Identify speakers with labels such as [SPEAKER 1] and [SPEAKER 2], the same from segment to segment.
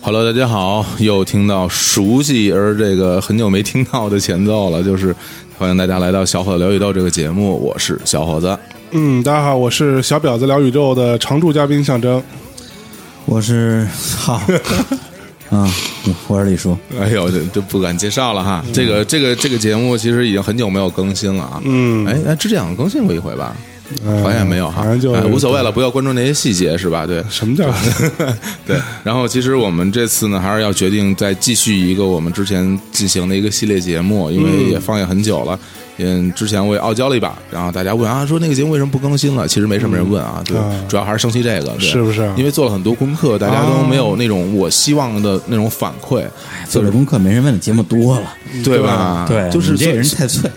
[SPEAKER 1] Hello，大家好，又听到熟悉而这个很久没听到的前奏了，就是欢迎大家来到《小伙子聊宇宙》这个节目，我是小伙子。
[SPEAKER 2] 嗯，大家好，我是小婊子聊宇宙的常驻嘉宾象征。
[SPEAKER 3] 我是 好啊，我是李叔。
[SPEAKER 1] 哎呦，这这不敢介绍了
[SPEAKER 2] 嗯
[SPEAKER 1] 哈。这个这个这个节目其实已经很久没有更新了啊。
[SPEAKER 2] 嗯
[SPEAKER 1] 哎哎，之前好像更新过一回吧？
[SPEAKER 2] 嗯
[SPEAKER 1] 好像也没有哈，
[SPEAKER 2] 反正就
[SPEAKER 1] 哎无所谓了，不要关注那些细节是吧？对，
[SPEAKER 2] 什么叫
[SPEAKER 1] 对，然后其实我们这次呢，还是要决定再继续一个我们之前进行的一个系列节目，因为也放眼很久了。嗯，之前我也傲娇了一把，然后大家问啊，说那个节目为什么不更新了？其实没什么人问啊，对，
[SPEAKER 2] 啊
[SPEAKER 1] 主要还是生气这个，对
[SPEAKER 2] 是不是
[SPEAKER 1] 因为做了很多功课，大家都
[SPEAKER 2] 啊
[SPEAKER 1] 没有那种我希望的那种反馈，
[SPEAKER 3] 做了功课没人问的节目多了，
[SPEAKER 2] 嗯
[SPEAKER 1] 对
[SPEAKER 3] 啊
[SPEAKER 1] 吧？就是
[SPEAKER 3] 你这人太脆。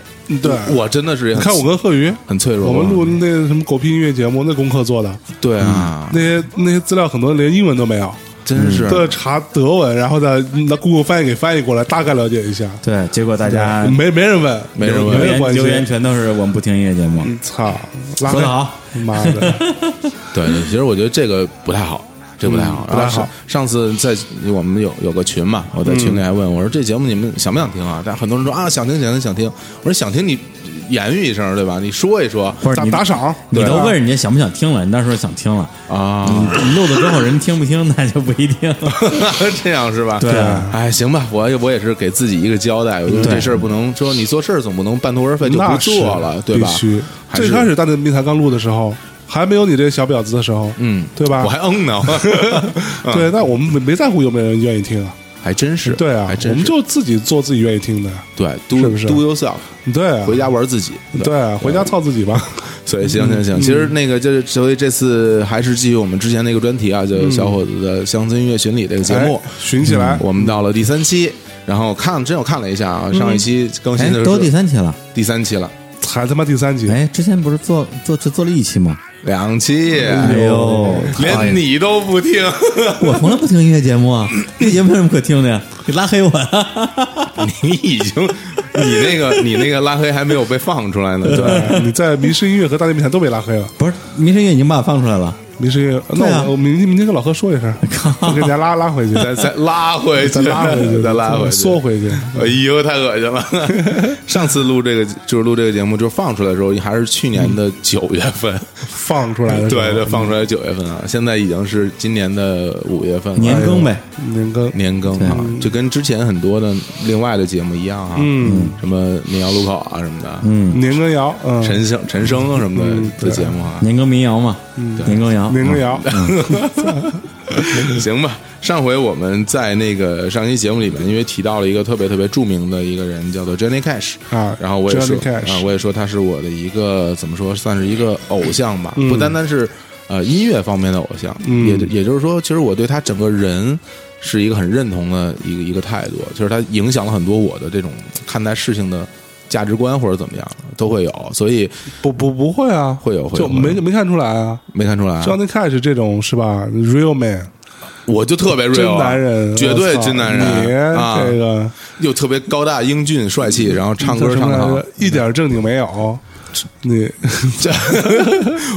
[SPEAKER 2] 对，
[SPEAKER 1] 我真的是也
[SPEAKER 2] 你
[SPEAKER 1] 很，
[SPEAKER 2] 看我跟贺宇，
[SPEAKER 1] 很脆弱，
[SPEAKER 2] 我们录那什么狗屁音乐节目，那功课做的
[SPEAKER 1] 对啊，
[SPEAKER 2] 那些那些资料很多连英文都没有，
[SPEAKER 1] 真是
[SPEAKER 2] 都要查德文，然后再拿 Google 翻译给翻译过来，大概了解一下。
[SPEAKER 3] 对，结果大家
[SPEAKER 2] 没没人问，
[SPEAKER 1] 没人问
[SPEAKER 2] 没
[SPEAKER 3] 留
[SPEAKER 2] 人
[SPEAKER 3] 言
[SPEAKER 2] 关
[SPEAKER 3] 留言
[SPEAKER 2] 心。
[SPEAKER 3] 全都是我们不听音乐节目，
[SPEAKER 2] 操，拉黑
[SPEAKER 3] 说得好，
[SPEAKER 2] 妈的，
[SPEAKER 1] 对，其实我觉得这个不太好，这个不太好，
[SPEAKER 2] 嗯不太
[SPEAKER 1] 然后
[SPEAKER 2] 好
[SPEAKER 1] 是上次在我们有有个群嘛，我在群里
[SPEAKER 2] 嗯
[SPEAKER 1] 还问我说：“这节目你们想不想听啊？”但很多人说：“啊，想听，想听，想听。”我说：“想听你言语一声对吧？你说一说
[SPEAKER 3] 或者
[SPEAKER 2] 打
[SPEAKER 3] 你
[SPEAKER 2] 打赏，
[SPEAKER 3] 你
[SPEAKER 2] 对啊
[SPEAKER 3] 都
[SPEAKER 2] 吧
[SPEAKER 3] 问人家想不想听了，你到时候想听了，
[SPEAKER 1] 啊，
[SPEAKER 3] 你录了之后人听不听那就不一定 了。
[SPEAKER 1] 这样是吧？
[SPEAKER 3] 对啊
[SPEAKER 1] 哎，行吧，我也我也是给自己一个交代，我觉得这事儿不能说你做事儿总不能半途而废就不
[SPEAKER 2] 那是
[SPEAKER 1] 做了，对吧
[SPEAKER 2] 必须？
[SPEAKER 1] 还
[SPEAKER 2] 最
[SPEAKER 1] 是
[SPEAKER 2] 开始大内密谈刚录的时候，还没有你这小婊子的时候，
[SPEAKER 1] 嗯，
[SPEAKER 2] 对吧？
[SPEAKER 1] 我还嗯 呢，
[SPEAKER 2] 对，那我们没没在乎有没有人愿意听啊？
[SPEAKER 1] 还真嗯是，
[SPEAKER 2] 对啊
[SPEAKER 1] 还，真
[SPEAKER 2] 我
[SPEAKER 1] 是
[SPEAKER 2] 们就自己做自己愿意听的，
[SPEAKER 1] 对，do
[SPEAKER 2] 是不是
[SPEAKER 1] do yourself，
[SPEAKER 2] 对啊，
[SPEAKER 1] 回家玩自己，
[SPEAKER 2] 对啊，回家操自己吧，
[SPEAKER 1] 所以行行行，其实那个就是，所以这次还是继续我们之前那个专题啊，就是小伙子的乡村音乐巡礼这个 节目
[SPEAKER 2] 哎，寻起来，
[SPEAKER 1] 我们到了第三期，然后看真有看了一下啊，上一期更
[SPEAKER 3] 哎
[SPEAKER 1] 新的，
[SPEAKER 3] 都第
[SPEAKER 1] 是
[SPEAKER 3] 三期了，
[SPEAKER 1] 第三期了，
[SPEAKER 2] 才他妈第三集，
[SPEAKER 3] 哎，之前不是做做只做了一期吗？
[SPEAKER 1] 两期，
[SPEAKER 3] 哎呦，讨
[SPEAKER 1] 连
[SPEAKER 3] 厌
[SPEAKER 1] 你都不听，
[SPEAKER 3] 哎 我从来不听音乐节目啊，音乐节目有什么可听的呀？你拉黑我呀！
[SPEAKER 1] 你已经你那个你那个拉黑还没有被放出来呢，对。
[SPEAKER 2] 哎你在迷失音乐和大内密谈都被拉黑了，
[SPEAKER 3] 不是，民生音乐已经把我放出来了。
[SPEAKER 2] 迷失音乐，
[SPEAKER 3] 对
[SPEAKER 2] 那
[SPEAKER 3] 啊
[SPEAKER 2] 我我明天明天跟老贺说一 声，我给人家拉拉回去，
[SPEAKER 1] 再再拉回去，
[SPEAKER 2] 再拉回 去，
[SPEAKER 1] 再拉回去，
[SPEAKER 2] 缩回去，
[SPEAKER 1] 哎呦，太恶心了！上次录这个就是录这个节目，就放出来的时候还是去年的九月份，
[SPEAKER 2] 放出来的时候
[SPEAKER 1] 对对，，放出来九月份啊，现在已经是今年的五月份了，
[SPEAKER 3] 年更呗，
[SPEAKER 2] 年更
[SPEAKER 1] 年更啊，就跟之前很多的另外的节目一样啊，嗯，什么民谣路口啊什么的，嗯，
[SPEAKER 2] 年更摇，嗯，
[SPEAKER 1] 陈生陈生啊什么的的节目啊，
[SPEAKER 3] 年更民谣嘛，
[SPEAKER 1] 嗯
[SPEAKER 3] 年更谣，
[SPEAKER 2] 年更摇，
[SPEAKER 1] 行吧。上回我们在那个上期节目里面，因为提到了一个特别特别著名的一个人，叫做 Johnny Cash
[SPEAKER 2] 啊
[SPEAKER 1] 然后我也说
[SPEAKER 2] Johnny Cash
[SPEAKER 1] 啊，我也说他是我的一个怎么说，算是一个偶像吧，不单单是呃音乐方面的偶像，
[SPEAKER 2] 嗯
[SPEAKER 1] 也也就是说，其实我对他整个人是一个很认同的一个一个态度，就是他影响了很多我的这种看待事情的价值观或者怎么样都会有，所以
[SPEAKER 2] 不不不会啊，
[SPEAKER 1] 会有会有
[SPEAKER 2] 就没没看出来啊。
[SPEAKER 1] 没看出来啊，
[SPEAKER 2] Johnny Cash 这种是吧？Real man，
[SPEAKER 1] 我就特别 real，
[SPEAKER 2] 真
[SPEAKER 1] 啊
[SPEAKER 2] 男人，
[SPEAKER 1] 绝对
[SPEAKER 2] 我操
[SPEAKER 1] 真男
[SPEAKER 2] 你
[SPEAKER 1] 人啊，
[SPEAKER 2] 这个
[SPEAKER 1] 又特别高大英俊帅气，然后唱歌
[SPEAKER 2] 嗯叫什
[SPEAKER 1] 唱
[SPEAKER 2] 么
[SPEAKER 1] 得
[SPEAKER 2] 来
[SPEAKER 1] 好嗯
[SPEAKER 2] 着，一点正经没有。你
[SPEAKER 1] 这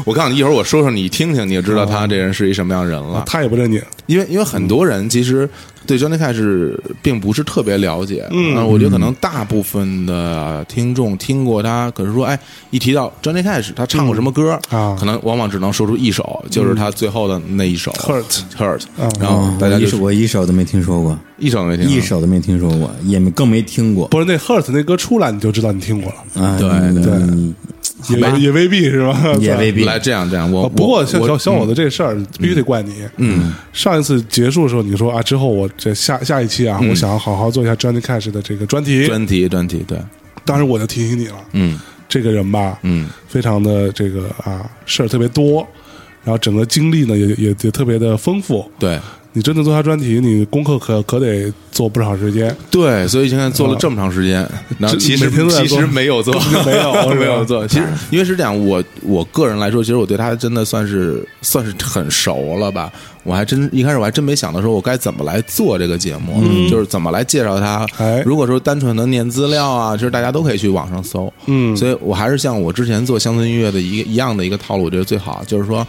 [SPEAKER 1] 我告诉你，一会儿我说说你听听，你就知道他这人是一什么样的人了。
[SPEAKER 2] 他也不正经，
[SPEAKER 1] 因为因为很多人其实对 Johnny Cash 并不是特别了解，嗯，我觉得可能大部分的听众听过他，可是说哎，一提到 Johnny Cash，他唱过什么歌
[SPEAKER 2] 啊
[SPEAKER 1] 可能往往只能说出一首，就是他最后的那一首
[SPEAKER 2] Hurt
[SPEAKER 1] Hurt，然
[SPEAKER 2] 嗯
[SPEAKER 1] 后大家
[SPEAKER 3] 哦一
[SPEAKER 1] 就
[SPEAKER 3] 首我一首都没听说过，
[SPEAKER 1] 一首都没听过，
[SPEAKER 3] 一首都没听说过，也没更没听过。
[SPEAKER 2] 不是那 Hurt 那歌出来你就知道你听过了，
[SPEAKER 3] 啊，
[SPEAKER 1] 对
[SPEAKER 3] 嗯
[SPEAKER 1] 对
[SPEAKER 3] 嗯
[SPEAKER 2] 也也未必是吧？
[SPEAKER 3] 也未必。
[SPEAKER 1] 来这样这样，我
[SPEAKER 2] 啊不过像
[SPEAKER 1] 我
[SPEAKER 2] 小小伙子这事儿必须得怪你。
[SPEAKER 1] 嗯，
[SPEAKER 2] 上一次结束的时候你说啊，之后我这下下一期啊，我想要好好做一下 Johnny Cash 的这个专题。
[SPEAKER 1] 嗯专题专题对，
[SPEAKER 2] 当时我就提醒你了，
[SPEAKER 1] 嗯
[SPEAKER 2] 这个人吧，
[SPEAKER 1] 嗯
[SPEAKER 2] 非常的这个啊事儿特别多，然后整个经历呢也也也特别的丰富。
[SPEAKER 1] 对。
[SPEAKER 2] 你真的做他专题，你功课可可得做不少时间，
[SPEAKER 1] 对，所以现在做了这么长时间，然后
[SPEAKER 2] 嗯这
[SPEAKER 1] 其实
[SPEAKER 2] 每天都在
[SPEAKER 1] 其
[SPEAKER 2] 做
[SPEAKER 1] 实没有做，
[SPEAKER 2] 没有是 吧
[SPEAKER 1] 没有做。其实因为是这样，我我个人来说，其实我对他真的算是算是很熟了吧。我还真一开始我还真没想到说我该怎么来做这个节目，就是怎么来介绍他
[SPEAKER 2] 嗯哎。
[SPEAKER 1] 如果说单纯的念资料啊，其实大家都可以去网上搜。
[SPEAKER 2] 嗯
[SPEAKER 1] 所以我还是像我之前做乡村音乐的一个一样的一个套路，我觉得最好就是说，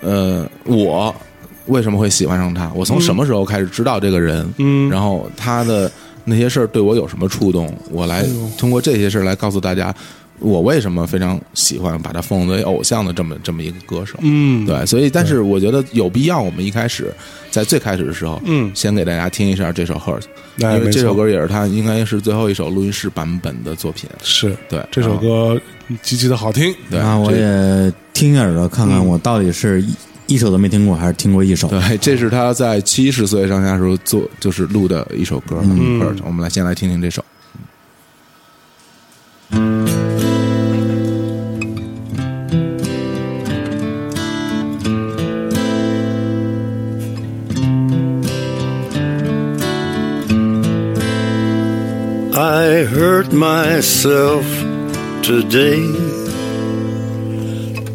[SPEAKER 1] 呃，我为什么会喜欢上他，我从什么时候开始知道这个人，
[SPEAKER 2] 嗯
[SPEAKER 1] 然后他的那些事儿对我有什么触动，我
[SPEAKER 2] 哎
[SPEAKER 1] 来通过这些事儿来告诉大家，我为什么非常喜欢把他奉为偶像的这么这么一个歌手。
[SPEAKER 2] 嗯，
[SPEAKER 1] 对，所以但是我觉得有必要，我们一开始在最开始的时候，
[SPEAKER 2] 嗯
[SPEAKER 1] 先给大家听一下这首《Hurt》，
[SPEAKER 2] 哎
[SPEAKER 1] 因为
[SPEAKER 2] 没
[SPEAKER 1] 这首
[SPEAKER 2] 错
[SPEAKER 1] 歌也是他应该是最后一首录音室版本的作品。
[SPEAKER 2] 是
[SPEAKER 1] 对，
[SPEAKER 2] 这首歌极其的好听，
[SPEAKER 1] 对，
[SPEAKER 3] 啊，我
[SPEAKER 1] 这嗯
[SPEAKER 3] 也听一下耳朵，看看我到底是一一首都没听过，还是听过一首。
[SPEAKER 1] 对，这是他在七十岁上下时候做就是录的一首歌，
[SPEAKER 2] 嗯
[SPEAKER 1] Hurt 我们来先来听听这首。
[SPEAKER 4] I hurt myself today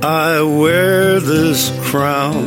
[SPEAKER 4] I wear this crown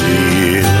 [SPEAKER 4] the end.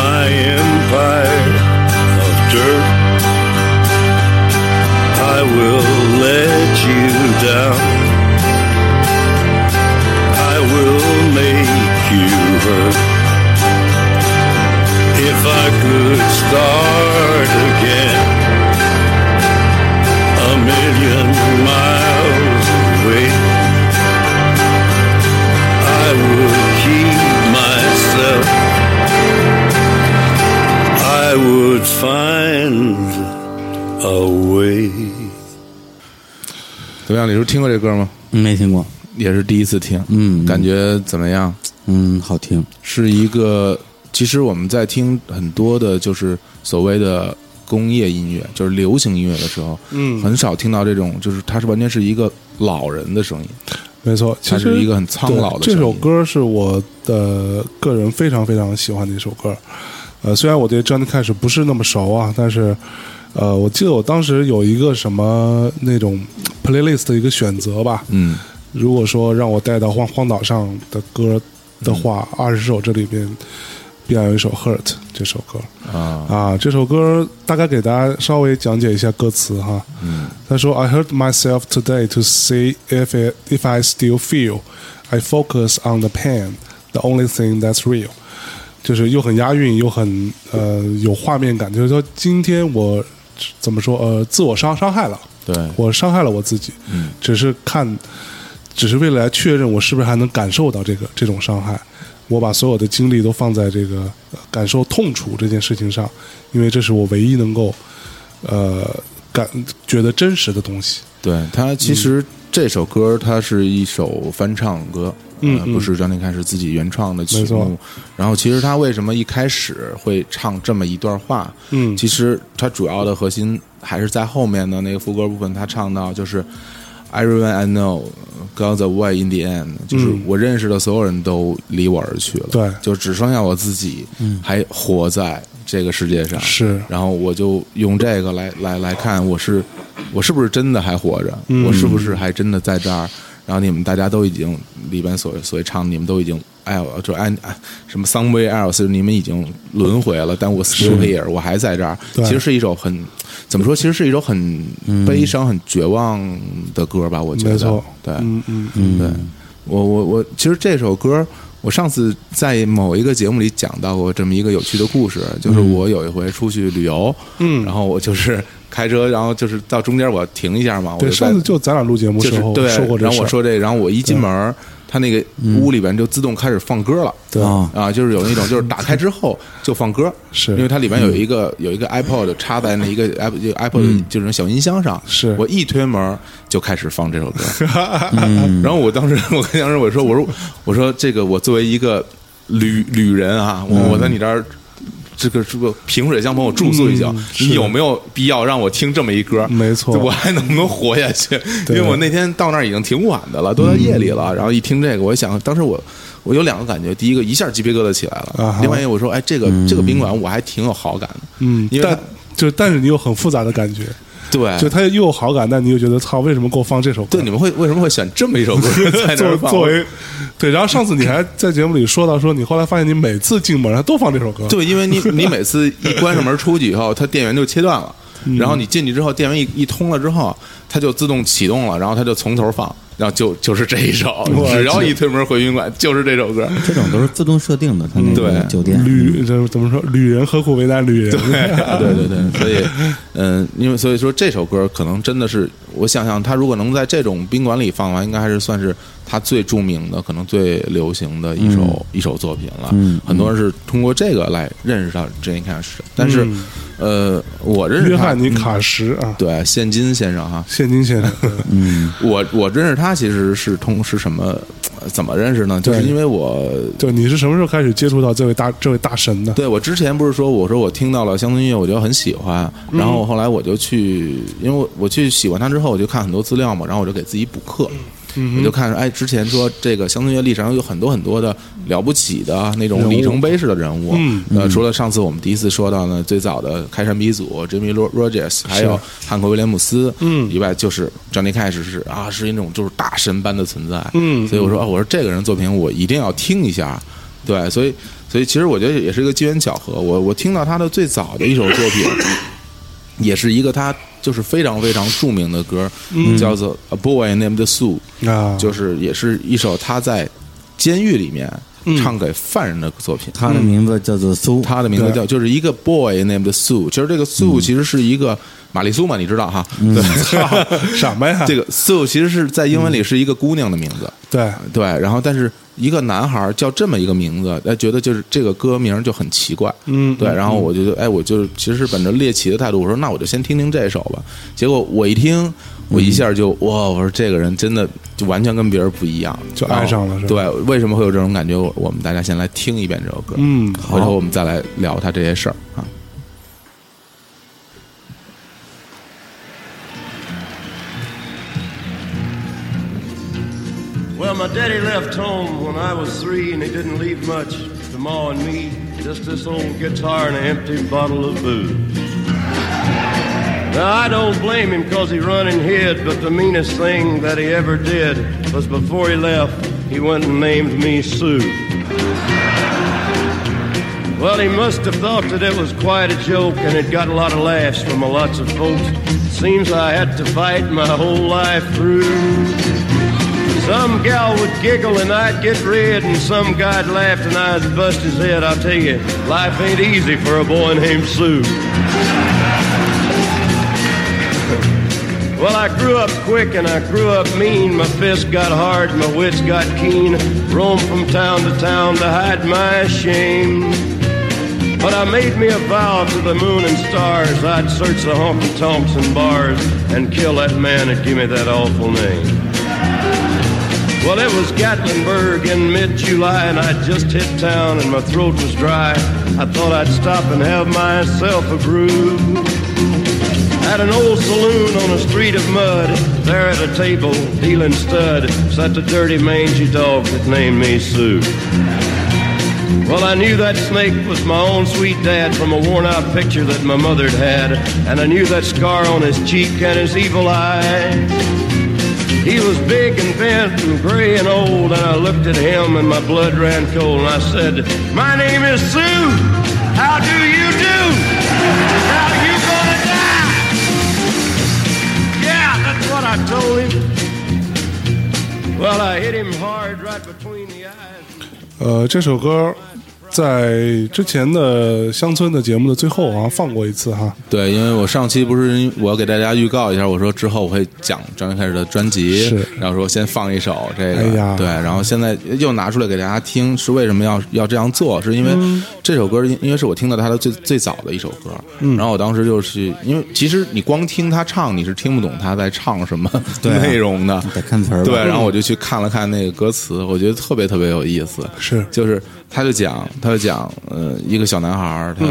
[SPEAKER 4] My empire of dirt. I will let you down. I will make you hurt. If I could start again a million miles away, I would keep myself. I would find a way.
[SPEAKER 1] 怎么样，李叔听过这歌吗？
[SPEAKER 3] 嗯没听过。
[SPEAKER 1] 也是第一次听，
[SPEAKER 3] 嗯
[SPEAKER 1] 感觉怎么样？
[SPEAKER 3] 嗯，好听。
[SPEAKER 1] 是一个，其实我们在听很多的，就是所谓的工业音乐，就是流行音乐的时候，
[SPEAKER 2] 嗯
[SPEAKER 1] 很少听到这种，就是它是完全是一个老人的声音，
[SPEAKER 2] 没错，其
[SPEAKER 1] 它
[SPEAKER 2] 实
[SPEAKER 1] 是一个很苍老的
[SPEAKER 2] 对
[SPEAKER 1] 声音
[SPEAKER 2] 这首，歌是我的个人非常非常喜欢的一首歌。呃，虽然我对 Johnny Cash 不是那么熟啊，但是呃，我记得我当时有一个什么那种 playlist 的一个选择吧。
[SPEAKER 1] 嗯，
[SPEAKER 2] 如果说让我带到荒荒岛上的歌的话，二十、首这里边必然有一首 Hurt。这首歌
[SPEAKER 1] 啊
[SPEAKER 2] 啊，这首歌大概给大家稍微讲解一下歌词哈。嗯，他说：“I hurt myself today to see if it, if I still feel. I focus on the pain, the only thing that's real。”就是又很押韵，又很呃有画面感。就是说，今天我怎么说呃，自我伤伤害了，
[SPEAKER 1] 对，
[SPEAKER 2] 我伤害了我自己，
[SPEAKER 1] 嗯
[SPEAKER 2] 只是看，只是为了来确认我是不是还能感受到这个这种伤害。我把所有的精力都放在这个呃感受痛楚这件事情上，因为这是我唯一能够呃感觉得真实的东西。
[SPEAKER 1] 对他其实这首歌它是一首翻唱歌，
[SPEAKER 2] 嗯
[SPEAKER 1] 呃
[SPEAKER 2] 嗯
[SPEAKER 1] 不是张天开始自己原创的曲
[SPEAKER 2] 没
[SPEAKER 1] 目
[SPEAKER 2] 错。
[SPEAKER 1] 然后其实他为什么一开始会唱这么一段话？
[SPEAKER 2] 嗯
[SPEAKER 1] 其实它主要的核心还是在后面的那个副歌部分，他唱到就是 Everyone I know got away in the end，就是
[SPEAKER 2] 嗯
[SPEAKER 1] 我认识的所有人都离我而去了，
[SPEAKER 2] 对嗯
[SPEAKER 1] 就只剩下我自己还活在这个世界上。
[SPEAKER 2] 是
[SPEAKER 1] 然后我就用这个来来来看，我是我是不是真的还活着？
[SPEAKER 2] 嗯
[SPEAKER 1] 我是不是还真的在这儿？然后你们大家都已经里边所所谓唱的，你们都已经哎，我就哎哎什么 somewhere else，你们已经轮回了，但我 still here，我还在这儿。
[SPEAKER 2] 对嗯
[SPEAKER 1] 其实是一首很怎么说？其实是一首很悲伤、很绝望的歌吧？我觉得，
[SPEAKER 2] 没错
[SPEAKER 1] 对，
[SPEAKER 2] 嗯嗯，
[SPEAKER 1] 对我我我，其实这首歌，我上次在某一个节目里讲到过这么一个有趣的故事，就是我有一回出去旅游，
[SPEAKER 2] 嗯
[SPEAKER 1] 然后我就是开车，然后就是到中间我停一下嘛，我
[SPEAKER 2] 对，
[SPEAKER 1] 就在
[SPEAKER 2] 上次就咱俩录节目
[SPEAKER 1] 就
[SPEAKER 2] 时
[SPEAKER 1] 是
[SPEAKER 2] 候
[SPEAKER 1] 对，
[SPEAKER 2] 说过这
[SPEAKER 1] 然后
[SPEAKER 2] 事
[SPEAKER 1] 我
[SPEAKER 2] 儿，嗯
[SPEAKER 1] 说这，然后我一进门儿，他那个屋里边就自动开始放歌了，
[SPEAKER 2] 对
[SPEAKER 3] 啊
[SPEAKER 1] 啊，就是有那种就是打开之后就放歌，
[SPEAKER 2] 是嗯
[SPEAKER 1] 因为它里面有一个有一个 iPod 插在那一个 i iPod 就是小音箱上，
[SPEAKER 2] 是
[SPEAKER 1] 我一推门就开始放这 首歌，
[SPEAKER 2] 嗯
[SPEAKER 1] 然后我当时我跟杨师我说我说我说这个我作为一个旅旅人啊，我
[SPEAKER 2] 嗯
[SPEAKER 1] 我在你这儿。这个这个萍水相逢，我住宿一宿，你有没有必要让我听这么一歌？
[SPEAKER 2] 嗯没错
[SPEAKER 1] 我还能不能活下去？ 因
[SPEAKER 2] 对嗯
[SPEAKER 1] 为我那天到那儿已经挺晚的了，都到夜里了。然后一听这个，我想，当时我我有两个感觉，第一个一下鸡皮疙瘩起来
[SPEAKER 2] 啊
[SPEAKER 1] 了
[SPEAKER 2] 哈，
[SPEAKER 1] 另外一个我说，哎，这个这个宾馆我还挺有好感的，
[SPEAKER 2] 嗯
[SPEAKER 1] 因，为哎
[SPEAKER 2] 但
[SPEAKER 1] 它
[SPEAKER 2] 就但是你有很复杂的感觉，
[SPEAKER 1] 对，
[SPEAKER 2] 就他又有好感，但你又觉得操，为什么给我放这首歌？
[SPEAKER 1] 对你们会为什么会选这么一首 歌在那
[SPEAKER 2] 作
[SPEAKER 1] 儿放？
[SPEAKER 2] 作为对，然后上次你还在节目里说到说，你后来发现你每次进门他都放这首歌，
[SPEAKER 1] 对，因 为你你每次一关上门出去以后，它电源就切断了，
[SPEAKER 2] 嗯
[SPEAKER 1] 然后你进去之后，电源一一通了之后，它就自动启动了，然后它就从头放，然后就就是这一首，只要一推门回宾馆就是这首歌。
[SPEAKER 3] 这种都是自动设定的，它那个
[SPEAKER 1] 对
[SPEAKER 3] 酒店
[SPEAKER 1] 嗯
[SPEAKER 2] 旅这怎么说？旅人何苦为难旅人？
[SPEAKER 1] 对对对，所以，嗯，因为所以说这首歌可能真的是，我想想，他如果能在这种宾馆里放完，应该还是算是他最著名的，可能最流行的一首、一首作品了。
[SPEAKER 3] 嗯
[SPEAKER 1] 很多人是通过这个来认识到 j a n n 是，但是，
[SPEAKER 2] 嗯
[SPEAKER 1] 呃，我认识
[SPEAKER 2] 约
[SPEAKER 1] 他
[SPEAKER 2] 翰尼卡什啊，
[SPEAKER 1] 嗯对现金先生哈，
[SPEAKER 2] 现金先生，
[SPEAKER 3] 嗯，
[SPEAKER 1] 我我认识他其实是通是什么，呃怎么认识呢？就是
[SPEAKER 2] 对
[SPEAKER 1] 因为我
[SPEAKER 2] 就你是什么时候开始接触到这位大这位大神的？
[SPEAKER 1] 对我之前不是说，我说我听到了乡村音乐，我就很喜欢。
[SPEAKER 2] 嗯
[SPEAKER 1] 然后后来我就去，因为我我去喜欢它之后，我就看很多资料嘛，然后我就给自己补课。
[SPEAKER 2] 嗯
[SPEAKER 1] 我就看，哎，之前说这个乡村音乐历史上有很多很多的了不起的那种里程碑式的人物，
[SPEAKER 2] 嗯
[SPEAKER 1] 呃，除了上次我们第一次说到呢，最早的开山鼻祖 Jimmy Ro- Rogers，还有汉克威廉姆斯，
[SPEAKER 2] 嗯
[SPEAKER 1] 以外，就是 Johnny Cash 是啊，是一种就是大神般的存在，
[SPEAKER 2] 嗯
[SPEAKER 1] 所以我说啊，我说这个人作品我一定要听一下，对，所以所以其实我觉得也是一个机缘巧合，我我听到他的最早的一首作 品，也是一个他就是非常非常著名的歌，
[SPEAKER 2] 嗯
[SPEAKER 1] 叫做《A Boy Named Sue》，
[SPEAKER 2] 啊，
[SPEAKER 1] 就是也是一首他在监狱里面
[SPEAKER 2] 嗯
[SPEAKER 1] 唱给犯人的作品。
[SPEAKER 3] 它的名字叫做苏，
[SPEAKER 1] 嗯他的名字
[SPEAKER 2] 对嗯
[SPEAKER 1] 叫就是一个 boy named Sue，其实这个 Sue 其实是一个玛丽苏嘛，你知道哈？对，
[SPEAKER 2] 什么呀？
[SPEAKER 1] 这个 Sue 其实是在英文里是一个姑娘的名字，
[SPEAKER 2] 对，
[SPEAKER 1] 对。然后，但是一个男孩叫这么一个名字，哎，觉得就是这个歌名就很奇怪，
[SPEAKER 2] 嗯
[SPEAKER 1] 对。然后我就哎，我就其实是本着猎奇的态度，我说那我就先听听这首吧。结果我一听，我一下就哇，我说这个人真的就完全跟别人不一样，
[SPEAKER 2] 就爱上
[SPEAKER 1] 然
[SPEAKER 2] 了
[SPEAKER 1] 后
[SPEAKER 2] 是吧
[SPEAKER 1] 对，为什么会有这种感觉？我我们大家先来听一遍这首歌，
[SPEAKER 2] 嗯
[SPEAKER 1] 回头我们再来聊他这些事儿啊。
[SPEAKER 4] Well, my daddy left home when I was three, and he didn't leave much to Ma and me. Just this old guitar and an empty bottle of booze. Now, I don't blame him 'cause he run and hid, but the meanest thing that he ever did was before he left, he went and named me Sue. Well, he must have thought that it was quite a joke, and it got a lot of laughs from lots of folks. Seems I had to fight my whole life through. Some gal would giggle and I'd get red, and some guy'd laugh and I'd bust his head. I'll tell you, life ain't easy for a boy named Sue. Well, I grew up quick and I grew up mean. My fists got hard, my wits got keen. Roamed from town to town to hide my shame. But I made me a vow to the moon and stars I'd search the honky tonks and bars and kill that man that gave me that awful name. Well, it was Gatlinburg in mid-July, and I just hit town, and my throat was dry. I thought I'd stop and have myself a brew. At an old saloon on a street of mud, there at a table, dealing stud, sat the dirty mangy dog that named me Sue. Well, I knew that snake was my own sweet dad from a worn out picture that my mother'd had, and I knew that scar on his cheek and his evil eye. He was big and bent and gray and old, and I looked at him and my blood ran cold, and I said, My name is Sue. How do you do? Now you gonna die. Yeah, that's what I told him. Well, I hit him hard right between the eyes.
[SPEAKER 2] 呃，这首歌在之前的乡村的节目的最后啊放过一次哈，
[SPEAKER 1] 对，因为我上期不是我要给大家预告一下，我说之后我会讲张开始的专辑
[SPEAKER 2] 是，
[SPEAKER 1] 然后说先放一首这个，
[SPEAKER 2] 哎呀
[SPEAKER 1] 对，然后现在又拿出来给大家听，是为什么要要这样做？是因为
[SPEAKER 3] 嗯
[SPEAKER 1] 这首歌，因因为是我听到他的最最早的一首歌，
[SPEAKER 3] 嗯
[SPEAKER 1] 然后我当时就是因为其实你光听他唱，你是听不懂他在唱什么
[SPEAKER 3] 对啊
[SPEAKER 1] 内容的，
[SPEAKER 3] 得看词儿吧
[SPEAKER 1] 对，然后我就去看了看那个歌词，我觉得特别特别有意思，
[SPEAKER 2] 是
[SPEAKER 1] 就是他就讲，他就讲，呃，一个小男孩儿，他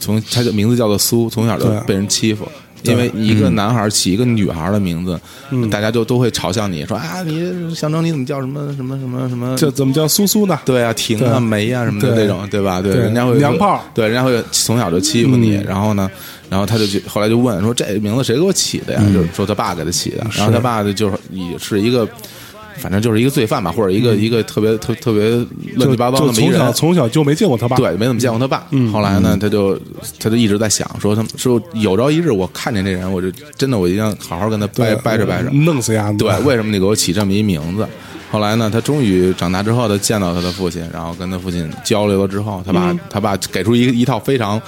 [SPEAKER 1] 从他的名字叫做苏，从小就
[SPEAKER 2] 对
[SPEAKER 1] 被人欺负。因为一个男孩儿起一个女孩儿的名字，大家就都会嘲笑你说啊，你象征你怎么叫什么什么什么什么？
[SPEAKER 2] 这怎么叫苏苏呢？
[SPEAKER 1] 嗯对啊，婷啊、
[SPEAKER 2] 对
[SPEAKER 1] 梅啊什么的
[SPEAKER 2] 对
[SPEAKER 1] 那种，对吧？对，
[SPEAKER 2] 对
[SPEAKER 1] 人家会
[SPEAKER 2] 娘炮嗯儿
[SPEAKER 1] 对，人家会从小就欺负你。然后呢，然后他就去后来就问说：“这名字谁给我起的呀？”
[SPEAKER 2] 嗯
[SPEAKER 1] 就是说他爸给他起的。然后他爸就就是也是一个，反正就是一个罪犯吧，或者一个、一个特别特特别乱
[SPEAKER 2] 就
[SPEAKER 1] 七八糟
[SPEAKER 2] 嗯就
[SPEAKER 1] 的名
[SPEAKER 2] 从
[SPEAKER 1] 人
[SPEAKER 2] 小。从小就没见过他爸，嗯
[SPEAKER 1] 对，没怎么见过他爸。后来呢，他就他就一直在想，说他说有朝一日我看见这人，我就真的我一定要好好跟他掰
[SPEAKER 2] 对，
[SPEAKER 1] 掰扯掰扯。
[SPEAKER 2] 弄死丫的。啊
[SPEAKER 1] 对，为什么你给我起这么一名字？后来呢，他终于长大之后，他见到他的父亲，然后跟他父亲交流了之后，他
[SPEAKER 2] 嗯
[SPEAKER 1] 爸、他爸给出一一套非常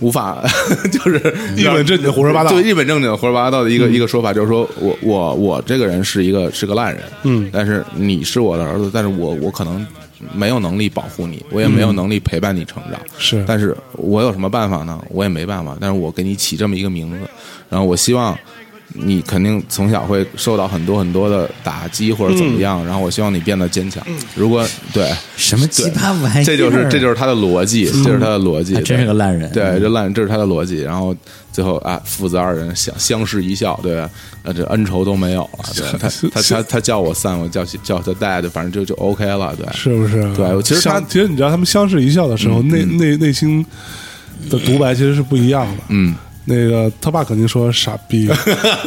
[SPEAKER 1] 无法 就是
[SPEAKER 2] 一本正经的胡说八道嗯
[SPEAKER 1] 对一本正经的胡说八道的一个、一个说法，就是说我我我这个人是一个是个烂人，嗯，但是你是我的儿子，但是我我可能没有能力保护你，我也
[SPEAKER 2] 嗯
[SPEAKER 1] 没有能力陪伴你成长，
[SPEAKER 2] 是
[SPEAKER 1] 但是我有什么办法呢？我也没办法，但是我给你起这么一个名字，然后我希望。你肯定从小会受到很多很多的打击或者怎么
[SPEAKER 2] 嗯
[SPEAKER 1] 样，然后我希望你变得坚强。如果对，
[SPEAKER 3] 什么鸡巴玩意儿？
[SPEAKER 1] 这就是这就是他的逻辑，这是他的逻辑，
[SPEAKER 3] 嗯还真是个烂人嗯
[SPEAKER 1] 对，这烂这是他的逻辑。然后最后啊，父子二人相相视一笑，对吧？呃，这恩仇都没有了。对他他他他叫我 son，我叫叫他 dad，反正就就 OK 了。对，
[SPEAKER 2] 是不是？
[SPEAKER 1] 对我其实他嗯
[SPEAKER 2] 相其实你知道，他们相视一笑的时候，内内内心的独白其实是不一样的。嗯，那个他爸肯定说傻 逼，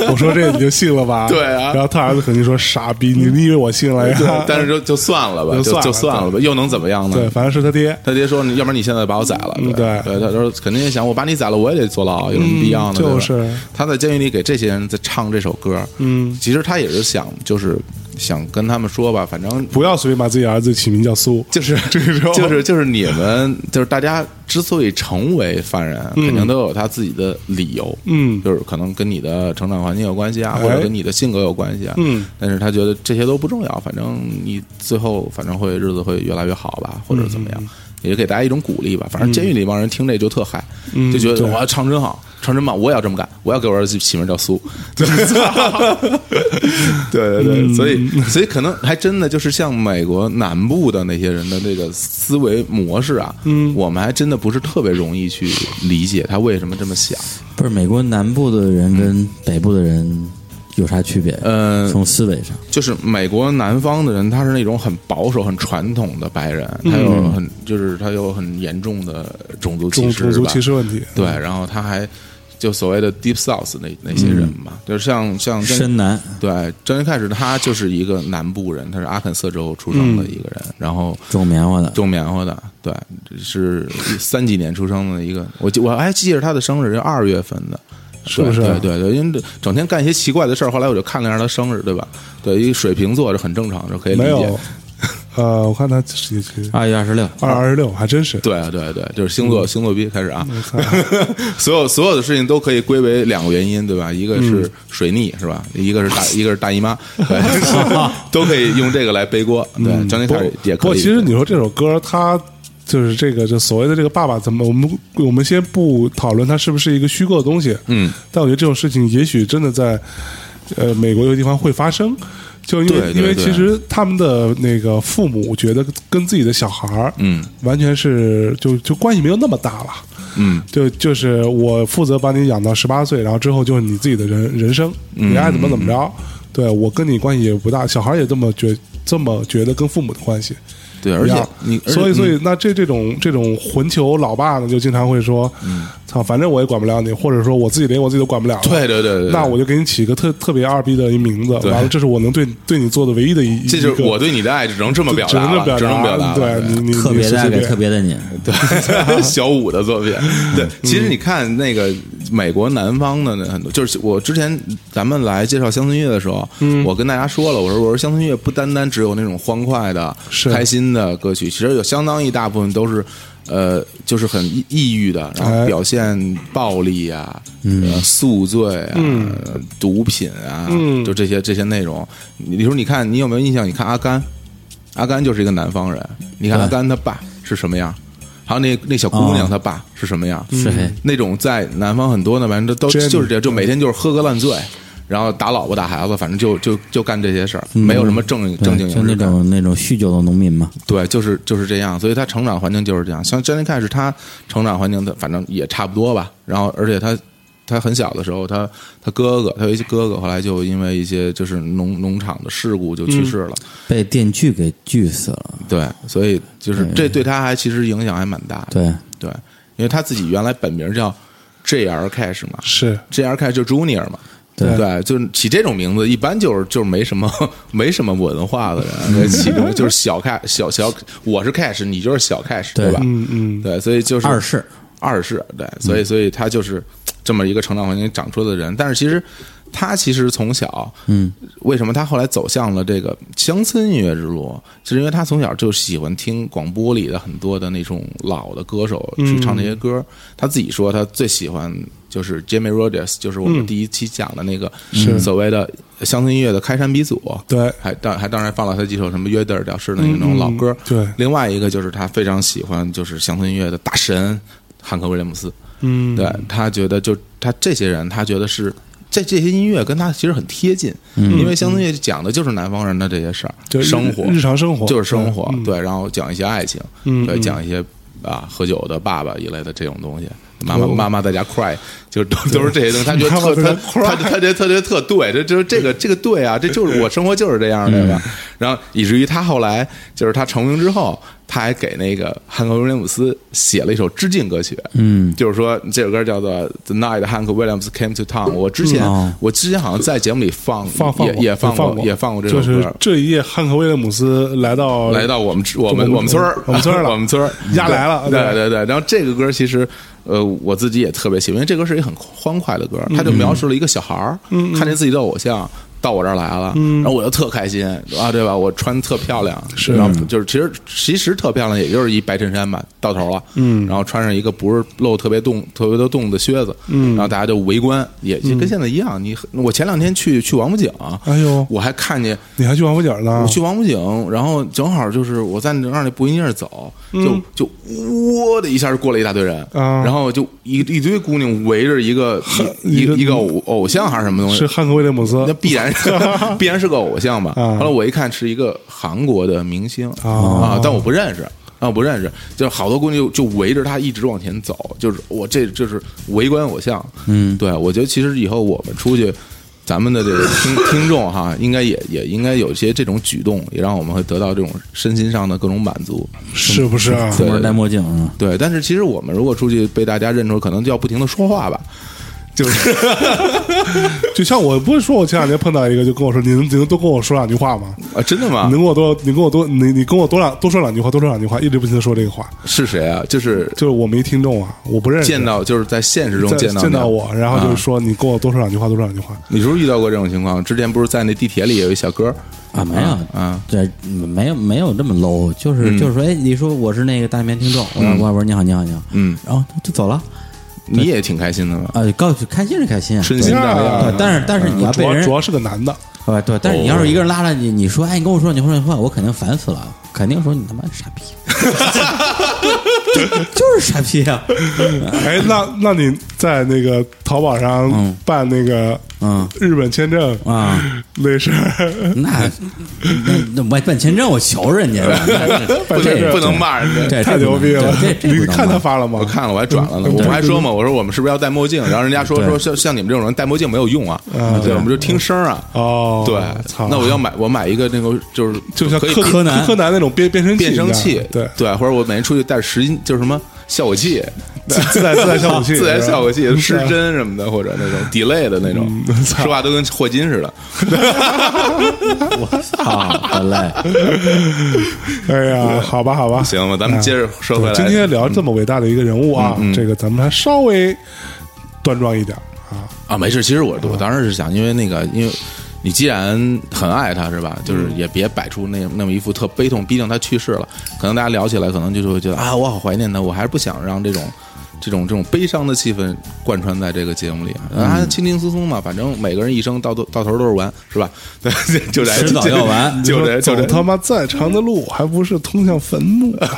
[SPEAKER 2] 我说这你就信了吧？
[SPEAKER 1] 对啊
[SPEAKER 2] 然后他儿子肯定说傻逼，你你以为我信了呀？
[SPEAKER 1] 但是就就算了吧，
[SPEAKER 2] 就
[SPEAKER 1] 就
[SPEAKER 2] 算了
[SPEAKER 1] 就算了吧，又能怎么样呢？
[SPEAKER 2] 对，反正是他爹。
[SPEAKER 1] 他爹说：“你要不然你现在把我宰了。
[SPEAKER 2] 嗯对
[SPEAKER 1] 对，他说肯定也想我把你宰了，我也得坐牢，有什么必要呢？
[SPEAKER 2] 嗯
[SPEAKER 1] 对吧
[SPEAKER 2] 就是
[SPEAKER 1] 他在监狱里给这些人在唱这首歌，嗯，其实他也是想，就是想跟他们说吧，反 正
[SPEAKER 2] 不要随便把自己儿子起名叫苏，
[SPEAKER 1] 就是
[SPEAKER 2] 这个时候
[SPEAKER 1] 就是就是你们就是大家之所以成为犯人，肯定都有他自己的理由，
[SPEAKER 2] 嗯
[SPEAKER 1] 就是可能跟你的成长环境有关系啊，
[SPEAKER 2] 哎
[SPEAKER 1] 或者跟你的性格有关系啊，
[SPEAKER 2] 嗯，
[SPEAKER 1] 但是他觉得这些都不重要，反正你最后反正会日子会越来越好吧，或者怎么
[SPEAKER 2] 嗯
[SPEAKER 1] 样，也给大家一种鼓励吧。反正监狱里帮人听这就特嗨，就觉得
[SPEAKER 2] 嗯对
[SPEAKER 1] 我要唱真好。唱真棒，我也要这么干，我要给我儿子起名叫 苏。对对对对，所以
[SPEAKER 2] 嗯
[SPEAKER 1] 所以可能还真的就是像美国南部的那些人的那个思维模式啊，嗯，我们还真的不是特别容易去理解他为什么这么想。
[SPEAKER 3] 不是美国南部的人跟北部的人有啥区别？
[SPEAKER 1] 嗯呃
[SPEAKER 3] 从思维上，
[SPEAKER 1] 就是美国南方的人，他是那种很保守、很传统的白人，他有很就是他有很严重的种族歧
[SPEAKER 2] 种
[SPEAKER 1] 视吧，
[SPEAKER 2] 种族歧视问题。
[SPEAKER 1] 对，然后他还就所谓的 deep south 那那些人嘛，就是像像真
[SPEAKER 3] 深南，
[SPEAKER 1] 对，张一开始他就是一个南部人，他是阿肯色州出生的一个人，然后
[SPEAKER 3] 种棉花的，
[SPEAKER 1] 种棉花的，对，是三几年出生的一个，我记我还记着他的生日是二月份的。
[SPEAKER 2] 是不是
[SPEAKER 1] 对对对，因为整天干一些奇怪的事儿，后来我就看了一下他生日，对吧？对，一水瓶座这很正常，就可以理
[SPEAKER 2] 没
[SPEAKER 1] 解
[SPEAKER 2] 有。，呃，我看他是是
[SPEAKER 3] 二月二十六，
[SPEAKER 2] 二二十六，还真是。
[SPEAKER 1] 对对对，就是星座、星座逼开始啊，
[SPEAKER 2] 嗯
[SPEAKER 1] 所有所有的事情都可以归为两个原因，对吧？一个是水逆是吧？一个是 大一个是大姨妈，对，都可以用这个来背锅。对，张金凯也
[SPEAKER 2] 嗯不
[SPEAKER 1] 可
[SPEAKER 2] 过
[SPEAKER 1] 以。
[SPEAKER 2] 其实你说这首歌，他就是这个，就所谓的这个爸爸怎么，我们我们先不讨论它是不是一个虚构的东西，
[SPEAKER 1] 嗯，
[SPEAKER 2] 但我觉得这种事情也许真的在呃美国有些地方会发生。就因为
[SPEAKER 1] 对对
[SPEAKER 2] 因为
[SPEAKER 1] 对
[SPEAKER 2] 其实他们的那个父母觉得跟自己的小孩儿，
[SPEAKER 1] 嗯
[SPEAKER 2] 完全是就就关系没有那么大了，
[SPEAKER 1] 嗯，
[SPEAKER 2] 就就是我负责把你养到十八岁，然后之后就是你自己的人人生，你爱怎么怎么
[SPEAKER 1] 嗯
[SPEAKER 2] 着。对我跟你关系也不大，小孩也这么觉这么觉得跟父母的关系。
[SPEAKER 1] 对，而且
[SPEAKER 2] 呀
[SPEAKER 1] 你而且
[SPEAKER 2] 所以所
[SPEAKER 1] 嗯
[SPEAKER 2] 以那这这种这种混球老爸呢，就经常会说，操，反正我也管不了你，或者说我自己连我自己都管不了了
[SPEAKER 1] 嗯对对对对，
[SPEAKER 2] 那我就给你起一个特特别二逼的一名字，
[SPEAKER 1] 对
[SPEAKER 2] 完了，这是我能对对你做的唯一的一，
[SPEAKER 1] 这
[SPEAKER 2] 一
[SPEAKER 1] 就是
[SPEAKER 2] 个
[SPEAKER 1] 我对你的爱只能这么表
[SPEAKER 2] 只能
[SPEAKER 1] 达
[SPEAKER 2] 这
[SPEAKER 1] 了，只能表达了。
[SPEAKER 2] 对你你
[SPEAKER 3] 特别的爱给特
[SPEAKER 2] 别
[SPEAKER 3] 别的你，
[SPEAKER 1] 嗯对， 小五的作品。对，其实你看那个美国南方的那很多，就是我之前咱们来介绍乡村音乐的时候，
[SPEAKER 2] 嗯
[SPEAKER 1] 我跟大家说了，我说我说乡村音乐不单单只有那种欢快的、
[SPEAKER 2] 是
[SPEAKER 1] 开心的歌曲，其实有相当一大部分都是。呃，就是很抑抑郁的，然后
[SPEAKER 2] 哎嗯
[SPEAKER 1] 表现暴力啊，呃宿醉啊，毒品啊，
[SPEAKER 2] 嗯
[SPEAKER 1] 就这些这些内容。你你说，你看你有没有印象？你看阿甘，阿甘就是一个南方人，你看阿甘他爸是什么样，还有那那小姑娘
[SPEAKER 3] 哦嗯
[SPEAKER 1] 她爸是什么样，
[SPEAKER 3] 是嘿
[SPEAKER 1] 那种在南方很多的，反正都都
[SPEAKER 2] Jenny
[SPEAKER 1] 就是这样，就每天就是喝个烂醉，然后打老婆打孩子，反正就就就干这些事儿，没有什么正
[SPEAKER 3] 嗯对
[SPEAKER 1] 正经
[SPEAKER 3] 就
[SPEAKER 1] 人
[SPEAKER 3] 那种那种酗酒的农民嘛，
[SPEAKER 1] 对，就是就是这样，所以他成长环境就是这样。像 Johnny Cash，他成长环境他反正也差不多吧。然后，而且他他很小的时候，他他哥哥，他有一些哥哥，后来就因为一些就是农农场的事故就
[SPEAKER 3] 嗯
[SPEAKER 1] 去世了。
[SPEAKER 3] 被电锯给锯死了，
[SPEAKER 1] 对，所以就是这对他还其实影响还蛮大的。
[SPEAKER 3] 对，
[SPEAKER 1] 对，因为他自己原来本名叫 J.R. Cash 嘛
[SPEAKER 2] 是
[SPEAKER 1] ，J.R. Cash 就 Junior 嘛。
[SPEAKER 3] 对
[SPEAKER 1] 对，就是起这种名字，一般就是就是没什么 没什么文化的人起个就是小 cash 小小，我是 cash，你就是小 cash，
[SPEAKER 3] 对
[SPEAKER 1] 吧？
[SPEAKER 2] 嗯嗯
[SPEAKER 1] 对，所以就是
[SPEAKER 3] 二世嗯
[SPEAKER 1] 二世，对，所以所以他就是这么一个成长环境长出的人。但是其实他其实从小，嗯，为什么他后来走向了这个乡村音乐之路，是因为他从小就喜欢听广播里的很多的那种老的歌手去唱这些歌。他自己说他最喜欢。就是 Jimmy Rodriguez，就是我们第一期讲的那个所谓的乡村音乐的开山鼻祖。
[SPEAKER 2] 对
[SPEAKER 1] 还当还当然放了他几首什么约德尔调式的那种老歌。
[SPEAKER 2] 嗯对
[SPEAKER 1] 另外一个就是他非常喜欢就是乡村音乐的大神汉克·威廉姆斯，
[SPEAKER 2] 嗯，
[SPEAKER 1] 对他觉得就他这些人，他觉得是这这些音乐跟他其实很贴近，因为乡村音乐讲的就是南方人的这些事儿，
[SPEAKER 2] 就日
[SPEAKER 1] 生活
[SPEAKER 2] 日常生活
[SPEAKER 1] 就是生活，
[SPEAKER 2] 嗯
[SPEAKER 1] 对，然后讲一些爱情，
[SPEAKER 2] 嗯
[SPEAKER 1] 对，
[SPEAKER 2] 嗯
[SPEAKER 1] 讲一些啊喝酒的爸爸一类的这种东西。妈妈妈妈在家 cry，就是都都是这些东西，他觉得
[SPEAKER 2] 妈
[SPEAKER 1] 特
[SPEAKER 2] 妈在家
[SPEAKER 1] 他他
[SPEAKER 2] cry
[SPEAKER 1] 他他觉得特觉得特对，这就是
[SPEAKER 2] 嗯
[SPEAKER 1] 这个这个对啊，这就是我生活就是这样的吧。然后以至于他后来就是他成名之后，他还给那个汉克威廉姆斯写了一首致敬歌曲，
[SPEAKER 3] 嗯，
[SPEAKER 1] 就是说这首歌叫做《The Night Hank Williams Came to Town》。我之前、
[SPEAKER 3] 嗯哦
[SPEAKER 1] 我之前好像在节目里放
[SPEAKER 2] 放放
[SPEAKER 1] 也
[SPEAKER 2] 过
[SPEAKER 1] 也放
[SPEAKER 2] 过
[SPEAKER 1] 也放过这首
[SPEAKER 2] 就
[SPEAKER 1] 歌。
[SPEAKER 2] 是这一夜，汉克·威廉姆斯来到
[SPEAKER 1] 来到我们我们
[SPEAKER 2] 我们
[SPEAKER 1] 我们村儿，
[SPEAKER 2] 我们村儿 了
[SPEAKER 1] 我们 村儿
[SPEAKER 2] 鸭来了
[SPEAKER 1] 对
[SPEAKER 2] 对
[SPEAKER 1] 对对。然后这个歌其实，呃，我自己也特别喜欢，因为这歌是一个很欢快的歌，
[SPEAKER 2] 嗯
[SPEAKER 1] 他就描述了一个小孩儿看见自己的偶像到我这儿来了，
[SPEAKER 2] 嗯
[SPEAKER 1] 然后我就特开心啊，对吧？我穿特漂亮，是然
[SPEAKER 2] 嗯
[SPEAKER 1] 后就是其实其实特漂亮，也就是一白衬衫吧，到头了，嗯，然后穿上一个不是露特别洞特别多洞的靴子，嗯，然后大家就围观，也也跟现在一样。你我前两天去去王府井，
[SPEAKER 2] 嗯
[SPEAKER 1] 啊
[SPEAKER 2] 哎呦
[SPEAKER 1] 我还看见。
[SPEAKER 2] 你还去王府井呢
[SPEAKER 1] 我？去王府井，然后正好就是我在那儿那步行街上走，就就喔的一下就过来一大堆人，
[SPEAKER 2] 嗯啊
[SPEAKER 1] 然后就一一堆姑娘围着一个一
[SPEAKER 2] 一个
[SPEAKER 1] 一个偶偶像还是什么东西
[SPEAKER 2] 是，汉克·威廉姆斯
[SPEAKER 1] 那必然 是必然是个偶像吧。
[SPEAKER 2] 啊
[SPEAKER 1] 后来我一看是一个韩国的明星
[SPEAKER 2] 哦
[SPEAKER 1] 啊，但我不认识。啊，我不认识，就是好多姑娘就就围着他一直往前走，就是我这就是围观偶像。嗯，对，我觉得其实以后我们出去，咱们的这个听听众哈，应该也也应该有些这种举动，也让我们会得到这种身心上的各种满足。
[SPEAKER 2] 是不是啊？
[SPEAKER 3] 出门戴墨镜是吧？啊
[SPEAKER 1] 对，但是其实我们如果出去被大家认出，可能就要不停的说话吧。
[SPEAKER 2] 就是就像我不是说，我前两天碰到一个就跟我说，你能你能多跟我说两句话吗？
[SPEAKER 1] 啊，真的吗
[SPEAKER 2] 你能？跟我多，你跟我多，你你跟我多两多说两句话，多说两句话，一直不停的说这个话，
[SPEAKER 1] 是谁啊？就是
[SPEAKER 2] 就是我没听众啊，我不认识，
[SPEAKER 1] 见到，就是在现实中
[SPEAKER 2] 在
[SPEAKER 1] 见到
[SPEAKER 2] 见
[SPEAKER 1] 你啊
[SPEAKER 2] 到。我，然后就是说你跟我多说两句话，多说两句话，
[SPEAKER 1] 你是不是遇到过这种情况？之前不是在那地铁里有一小哥
[SPEAKER 3] 啊，没有
[SPEAKER 1] 啊，
[SPEAKER 3] 对，没有没有这么 low，就是就是说，哎，你说我是那个大面听众，我我说你好你好你好，
[SPEAKER 1] 嗯，
[SPEAKER 3] 然后就走了，
[SPEAKER 1] 你也挺开心的吧？
[SPEAKER 3] 啊，告诉开心是开心啊，
[SPEAKER 1] 身心
[SPEAKER 2] 对
[SPEAKER 1] 大
[SPEAKER 2] 啊
[SPEAKER 1] 亮
[SPEAKER 3] 对，，但是但是你要
[SPEAKER 2] 主
[SPEAKER 3] 被
[SPEAKER 2] 要
[SPEAKER 3] 人
[SPEAKER 2] 主要是个男的，
[SPEAKER 3] 啊，对，但是你要是一个人拉着你，你说，哎，你跟我说，你说你话，我肯定烦死了，啊肯定说你他妈傻逼，就就是傻逼啊，
[SPEAKER 2] 哎，那那你在那个淘宝上
[SPEAKER 3] 嗯
[SPEAKER 2] 办那个
[SPEAKER 3] 嗯
[SPEAKER 2] 日本签证
[SPEAKER 3] 啊，
[SPEAKER 2] 那事儿，
[SPEAKER 3] 那那那我办签证，我求人 家了，
[SPEAKER 2] 办
[SPEAKER 1] 不
[SPEAKER 2] 签
[SPEAKER 1] 能
[SPEAKER 2] 证
[SPEAKER 1] 不能骂人家。
[SPEAKER 3] 这
[SPEAKER 2] 太牛逼了
[SPEAKER 3] 这！这
[SPEAKER 2] 你啊看他发了吗？
[SPEAKER 1] 我看了，我还转了呢，
[SPEAKER 2] 嗯
[SPEAKER 1] 我
[SPEAKER 2] 对
[SPEAKER 1] 们还说嘛，我说我们是不是要戴墨镜？然后人家说
[SPEAKER 3] 对
[SPEAKER 1] 说像像你们这种人戴墨镜没有用啊，
[SPEAKER 2] 嗯
[SPEAKER 1] 对，我们就听声儿啊。
[SPEAKER 2] 哦，
[SPEAKER 1] 对，
[SPEAKER 2] 操！
[SPEAKER 1] 那我要买，我买一个那个就是
[SPEAKER 2] 就像
[SPEAKER 1] 可以
[SPEAKER 2] 柯
[SPEAKER 3] 柯南
[SPEAKER 2] 柯南那种变变声器
[SPEAKER 1] 变声
[SPEAKER 2] 一
[SPEAKER 1] 器
[SPEAKER 2] 样，对，
[SPEAKER 1] 对，或者我每天出去带着拾音，就是什么效果器，
[SPEAKER 2] 自自 带自带效果器，
[SPEAKER 1] 自然效果器、失
[SPEAKER 2] 是吧
[SPEAKER 1] 真什么的，或者那种 delay 的那种，
[SPEAKER 2] 嗯操
[SPEAKER 1] 说话都跟霍金似的。
[SPEAKER 3] 操，啊好 嘞，
[SPEAKER 2] 哎呀，好吧，好吧，啊
[SPEAKER 1] 行吧，咱们接着说回来。
[SPEAKER 2] 对今天聊这么伟大的一个人物啊，
[SPEAKER 1] 嗯嗯
[SPEAKER 2] 这个咱们还稍微端庄一点啊。
[SPEAKER 1] 啊，没事，其实我我当时是想，因为那个，因为你既然很爱他，是吧？
[SPEAKER 3] 嗯
[SPEAKER 1] 就是也别摆出那那么一副特悲痛，毕竟他去世了，可能大家聊起来，可能就是会觉得啊，我好怀念他，我还是不想让这种。这种这种悲伤的气氛贯穿在这个节目里，
[SPEAKER 3] 嗯
[SPEAKER 1] 啊，轻轻松松嘛，反正每个人一生到头到头都是完，是吧？ 对，就这，
[SPEAKER 3] 迟早要完
[SPEAKER 1] 就这，就
[SPEAKER 2] 走
[SPEAKER 1] 这，
[SPEAKER 2] 他妈再长的路，还不是通向坟墓？啊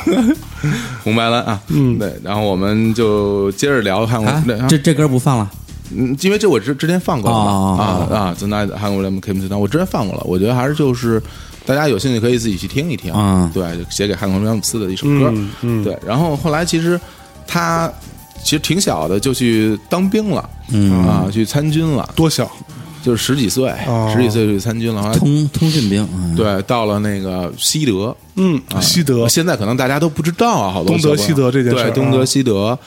[SPEAKER 1] 红白蓝啊，嗯，对，然后我们就接着聊韩国，
[SPEAKER 3] 啊
[SPEAKER 1] 对啊，
[SPEAKER 3] 这这歌不放了，
[SPEAKER 1] 嗯，因为这我之之前放过了嘛，
[SPEAKER 3] 哦
[SPEAKER 1] 啊啊，曾大韩国 m Kim 我之前放过了，我觉得还是就是大家有兴趣可以自己去听一听，
[SPEAKER 3] 嗯
[SPEAKER 1] 对，就写给汉国詹姆斯的一首歌，
[SPEAKER 2] 嗯嗯
[SPEAKER 1] 对，然后后来其实他其实挺小的就去当兵了，
[SPEAKER 3] 嗯
[SPEAKER 1] 啊，去参军了，
[SPEAKER 2] 多 小
[SPEAKER 1] 就是十几岁，
[SPEAKER 2] 哦
[SPEAKER 1] 十几岁去参军了，后来
[SPEAKER 3] 通通讯兵，嗯，
[SPEAKER 1] 啊对到了那个西德，
[SPEAKER 2] 嗯，西德
[SPEAKER 1] 现在可能大家都不知道啊，好多
[SPEAKER 2] 东德
[SPEAKER 1] 小朋友
[SPEAKER 2] 西德这件事儿
[SPEAKER 1] 对，东德西德，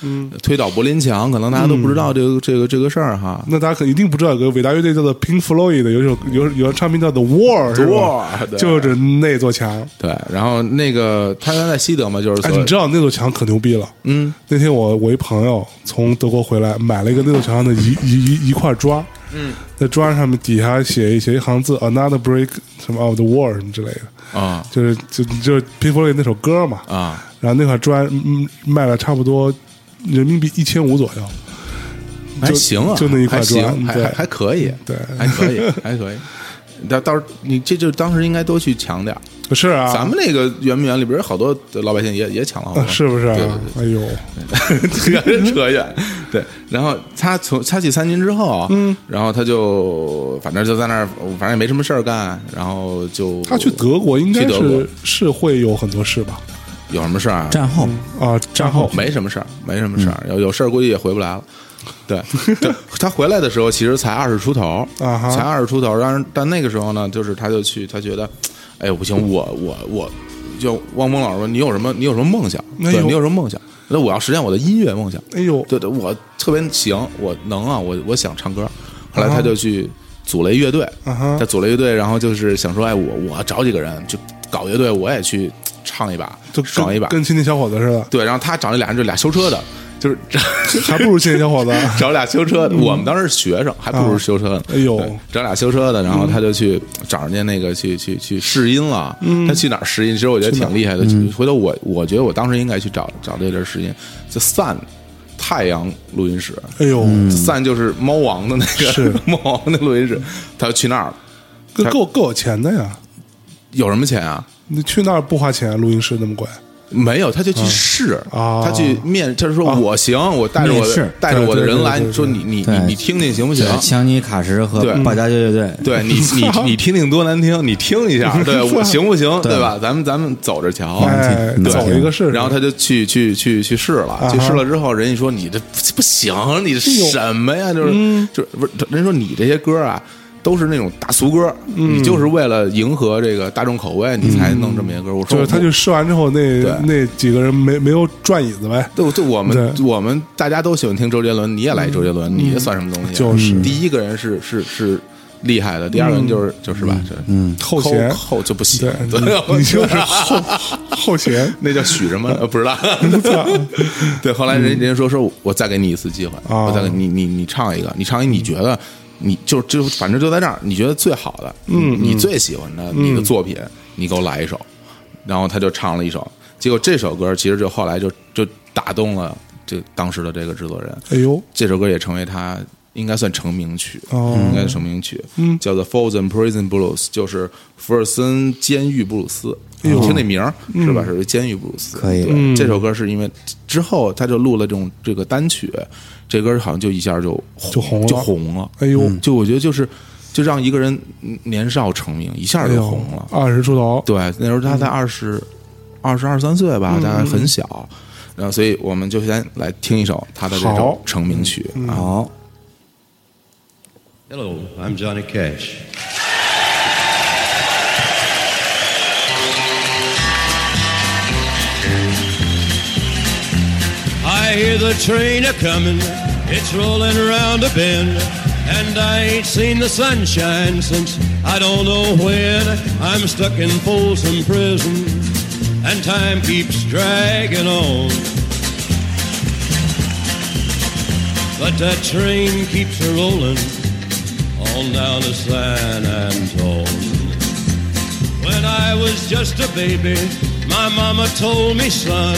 [SPEAKER 1] 推倒柏林墙，可能大家都不知道这个这个这个事儿哈。
[SPEAKER 2] 那大家可一定不知道有个伟大乐队叫做 Pink Floyd 的，有一首有有唱片叫 The Wall，是吧
[SPEAKER 1] The Wall，对
[SPEAKER 2] 就是那座墙。
[SPEAKER 1] 对，然后那个他原来在西德嘛，就是
[SPEAKER 2] 哎，
[SPEAKER 1] 所
[SPEAKER 2] 你知道那座墙可牛逼了。
[SPEAKER 1] 嗯，
[SPEAKER 2] 那天我我一朋友从德国回来，买了一个那座墙上的一一一一块砖。嗯，那砖上面底下写写一行字，another break 什么 of the wall 什么之类的，
[SPEAKER 1] 啊
[SPEAKER 2] 就是就就是 Pink Floyd 那首歌嘛。
[SPEAKER 1] 啊，
[SPEAKER 2] 然后那块砖嗯卖了差不多人民币一千五左右。
[SPEAKER 1] 还行啊，
[SPEAKER 2] 就那一块
[SPEAKER 1] 还行，
[SPEAKER 2] 砖
[SPEAKER 1] 还
[SPEAKER 2] 对
[SPEAKER 1] 还还可以，
[SPEAKER 2] 对
[SPEAKER 1] 还可以， 还可以。到到时候你这就当时应该多去抢点儿，
[SPEAKER 2] 是啊，
[SPEAKER 1] 咱们那个圆明园里边有好多老百姓也也抢了好多，
[SPEAKER 2] 啊是不是啊？
[SPEAKER 1] 对对对
[SPEAKER 2] 哎呦，
[SPEAKER 1] 这 个人扯远。对， 然后他从他去参军之后，嗯，然后他就反正就在那儿，反正也没什么事儿干，然后就
[SPEAKER 2] 他去德国应
[SPEAKER 1] 去
[SPEAKER 2] 该
[SPEAKER 1] 德国
[SPEAKER 2] 是是会有很多事吧？
[SPEAKER 1] 有什么事儿啊？
[SPEAKER 3] 战后
[SPEAKER 2] 啊，战后
[SPEAKER 1] 哦
[SPEAKER 2] 嗯
[SPEAKER 1] 没什么事儿，没什么事儿，有有事儿估计也回不来了。对， 对他回来的时候其实才二十出头，
[SPEAKER 2] 啊哈
[SPEAKER 1] 才二十出头。但是但那个时候呢，就是他就去，他觉得，哎呦不行，我我我，就汪峰老师说，你有什么你有什么梦想？
[SPEAKER 2] 哎
[SPEAKER 1] 对
[SPEAKER 2] 呦
[SPEAKER 1] 你有什么梦想？那我要实现我的音乐梦想。
[SPEAKER 2] 哎呦，
[SPEAKER 1] 对对，我特别行，我能啊，我我想唱歌。后来他就去组了一乐队，
[SPEAKER 2] 啊哈
[SPEAKER 1] 他组了乐队，然后就是想说，哎，我我找几个人就搞乐队，我也去唱一把，
[SPEAKER 2] 就
[SPEAKER 1] 爽一把。
[SPEAKER 2] 跟青年小伙子似的，
[SPEAKER 1] 对，然后他找那俩人就俩修车的，就是
[SPEAKER 2] 还不如青年小伙子。
[SPEAKER 1] 找俩修车的。我们当时是学生，还不如修车呢。
[SPEAKER 2] 嗯哎呦嗯
[SPEAKER 1] 对找俩修车的，然后他就去找人家那个去去去试音了。
[SPEAKER 2] 嗯
[SPEAKER 1] 他去哪儿试音？其实我觉得挺厉害的。回头我我觉得我当时应该去找找这地儿试音，就散太阳录音室。
[SPEAKER 2] 哎呦，
[SPEAKER 1] 散就是猫王的那
[SPEAKER 2] 是
[SPEAKER 1] 个 猫王的录音室，他去那儿
[SPEAKER 2] 跟够够有钱的呀！
[SPEAKER 1] 有什么钱啊？
[SPEAKER 2] 你去那儿不花钱，录音室那么贵，
[SPEAKER 1] 没有，他就去试，
[SPEAKER 2] 啊
[SPEAKER 1] 他去面，他说我行，我带着我
[SPEAKER 3] 面
[SPEAKER 1] 的
[SPEAKER 3] 试
[SPEAKER 1] 带着我的
[SPEAKER 2] 对对
[SPEAKER 1] 人
[SPEAKER 2] 对
[SPEAKER 1] 来，
[SPEAKER 2] 对对
[SPEAKER 1] 说你你你
[SPEAKER 3] 对
[SPEAKER 1] 你听听行不行？
[SPEAKER 3] 强尼卡什和
[SPEAKER 1] 对
[SPEAKER 3] 鲍家乐队，
[SPEAKER 1] 对 你你你听听多难听，你听一下，对我行不行？ 对吧？咱们咱们走着瞧，
[SPEAKER 2] 哎，
[SPEAKER 1] 对
[SPEAKER 2] 走一个试试。啊
[SPEAKER 1] 然后他就去去去去试了，
[SPEAKER 2] 哈哎
[SPEAKER 1] 去试了之后，人家说
[SPEAKER 2] 嗯
[SPEAKER 1] 你这不行，你这什么呀？就是就是不是，人家说你这些歌啊。都是那种大俗歌，
[SPEAKER 2] 嗯
[SPEAKER 1] 你就是为了迎合这个大众口味，你才弄这么一个歌。我说
[SPEAKER 2] 就
[SPEAKER 1] 我
[SPEAKER 2] 是他就试完之后，那
[SPEAKER 1] 对
[SPEAKER 2] 那几个人没没有转椅子呗，
[SPEAKER 1] 对，就我们
[SPEAKER 2] 对嗯
[SPEAKER 1] 我们大家都喜欢听周杰伦，你也来周杰伦，你也算什么东西啊？
[SPEAKER 2] 就是嗯
[SPEAKER 1] 第一个人是是是厉害的，第二个人就是就是吧，这
[SPEAKER 2] 后弦
[SPEAKER 1] 后就不行
[SPEAKER 2] 对，，
[SPEAKER 1] 对
[SPEAKER 2] 你你就是后后弦，
[SPEAKER 1] 那叫许什么？呃，不知道。 对，后来人人家说说，我再给你一次机会，
[SPEAKER 2] 哦
[SPEAKER 1] 我再给你你你唱一个，你唱一你觉得你就就反正就在这儿，你觉得最好的，嗯，你最喜欢的你的作品，你给我来一首。然后他就唱了一首，结果这首歌其实就后来就就打动了这当时的这个制作人，
[SPEAKER 2] 哎呦，
[SPEAKER 1] 这首歌也成为他应该算成名曲，
[SPEAKER 2] 哦
[SPEAKER 1] 应该是成名曲，嗯，叫做《Folsom Prison Blues》，就是福尔森监狱布鲁斯。
[SPEAKER 2] 哎
[SPEAKER 1] 你听那名儿是吧？
[SPEAKER 2] 嗯
[SPEAKER 1] 是监狱布鲁斯。
[SPEAKER 3] 可以
[SPEAKER 1] 对这首歌是因为之后他就录了这种这个单曲，这歌好像就一下就
[SPEAKER 2] 就红了
[SPEAKER 1] 就红了。
[SPEAKER 2] 哎呦
[SPEAKER 1] 就我觉得就是就让一个人年少成名，一下
[SPEAKER 2] 哎
[SPEAKER 1] 就
[SPEAKER 2] 呦
[SPEAKER 1] 红了，。
[SPEAKER 2] 二十出头，
[SPEAKER 1] 对，那时候他才二十、二十二三岁吧，大概很小。然后，所以我们就先来听一首他的这首
[SPEAKER 2] 好
[SPEAKER 1] 成名曲啊。
[SPEAKER 3] 好，
[SPEAKER 4] Hello, I'm Johnny Cash. I hear the train a comin', it's rolling around a bend, and I ain't seen the sunshine since I don't know when. I'm stuck in Folsom Prison, and time keeps dragging on. But that train keeps a rolling on down to San Antone. When I was just a baby, my mama told me, son,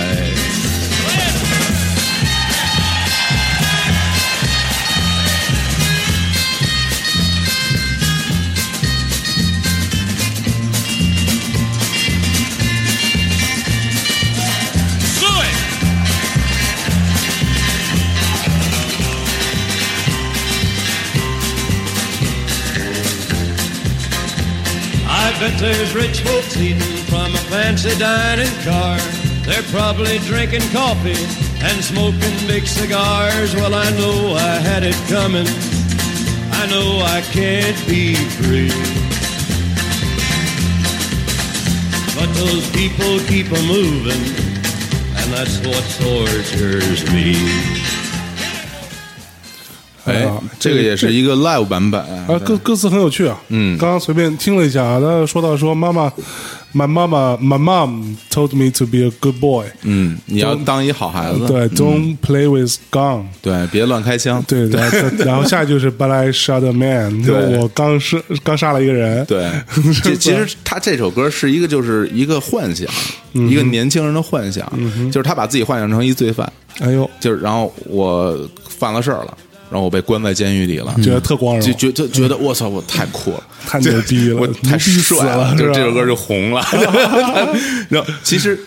[SPEAKER 4] I bet there's rich folks eating from a fancy dining car. They're probably drinking coffee and smoking big cigars. Well, I know I had it coming. I know I can't be free. But those people keep a moving, and that's what tortures me.
[SPEAKER 1] 哎
[SPEAKER 2] 啊，
[SPEAKER 1] 这个也是一个 live 版本
[SPEAKER 2] 啊，歌歌词很有趣啊。嗯，刚刚随便听了一下啊，他说到说妈妈，my mama, my mom told me to be a good boy。
[SPEAKER 1] 嗯，你要当一好孩子，
[SPEAKER 2] 对，don't play with gun。
[SPEAKER 1] 对，别乱开枪，
[SPEAKER 2] 对，然后然后下一句是 but I shot a man，就
[SPEAKER 1] 对
[SPEAKER 2] 我刚是刚杀了一个人。
[SPEAKER 1] 对
[SPEAKER 2] 是吧，
[SPEAKER 1] 这其实他这首歌是一个，就是一个幻想，
[SPEAKER 2] 嗯
[SPEAKER 1] 一个年轻人的幻想，就是他把自己幻想成一罪犯，
[SPEAKER 2] 哎呦，
[SPEAKER 1] 就是然后我犯了事儿了，然后我被关在监狱里了，
[SPEAKER 2] 嗯
[SPEAKER 1] 嗯
[SPEAKER 2] 觉得特光荣
[SPEAKER 1] 就，觉就觉得我操，我太酷了，
[SPEAKER 2] 哎 太牛逼了
[SPEAKER 1] 我太帅
[SPEAKER 2] 牛逼死了
[SPEAKER 1] 就是
[SPEAKER 2] 吧
[SPEAKER 1] 这首歌就红 了。然后其实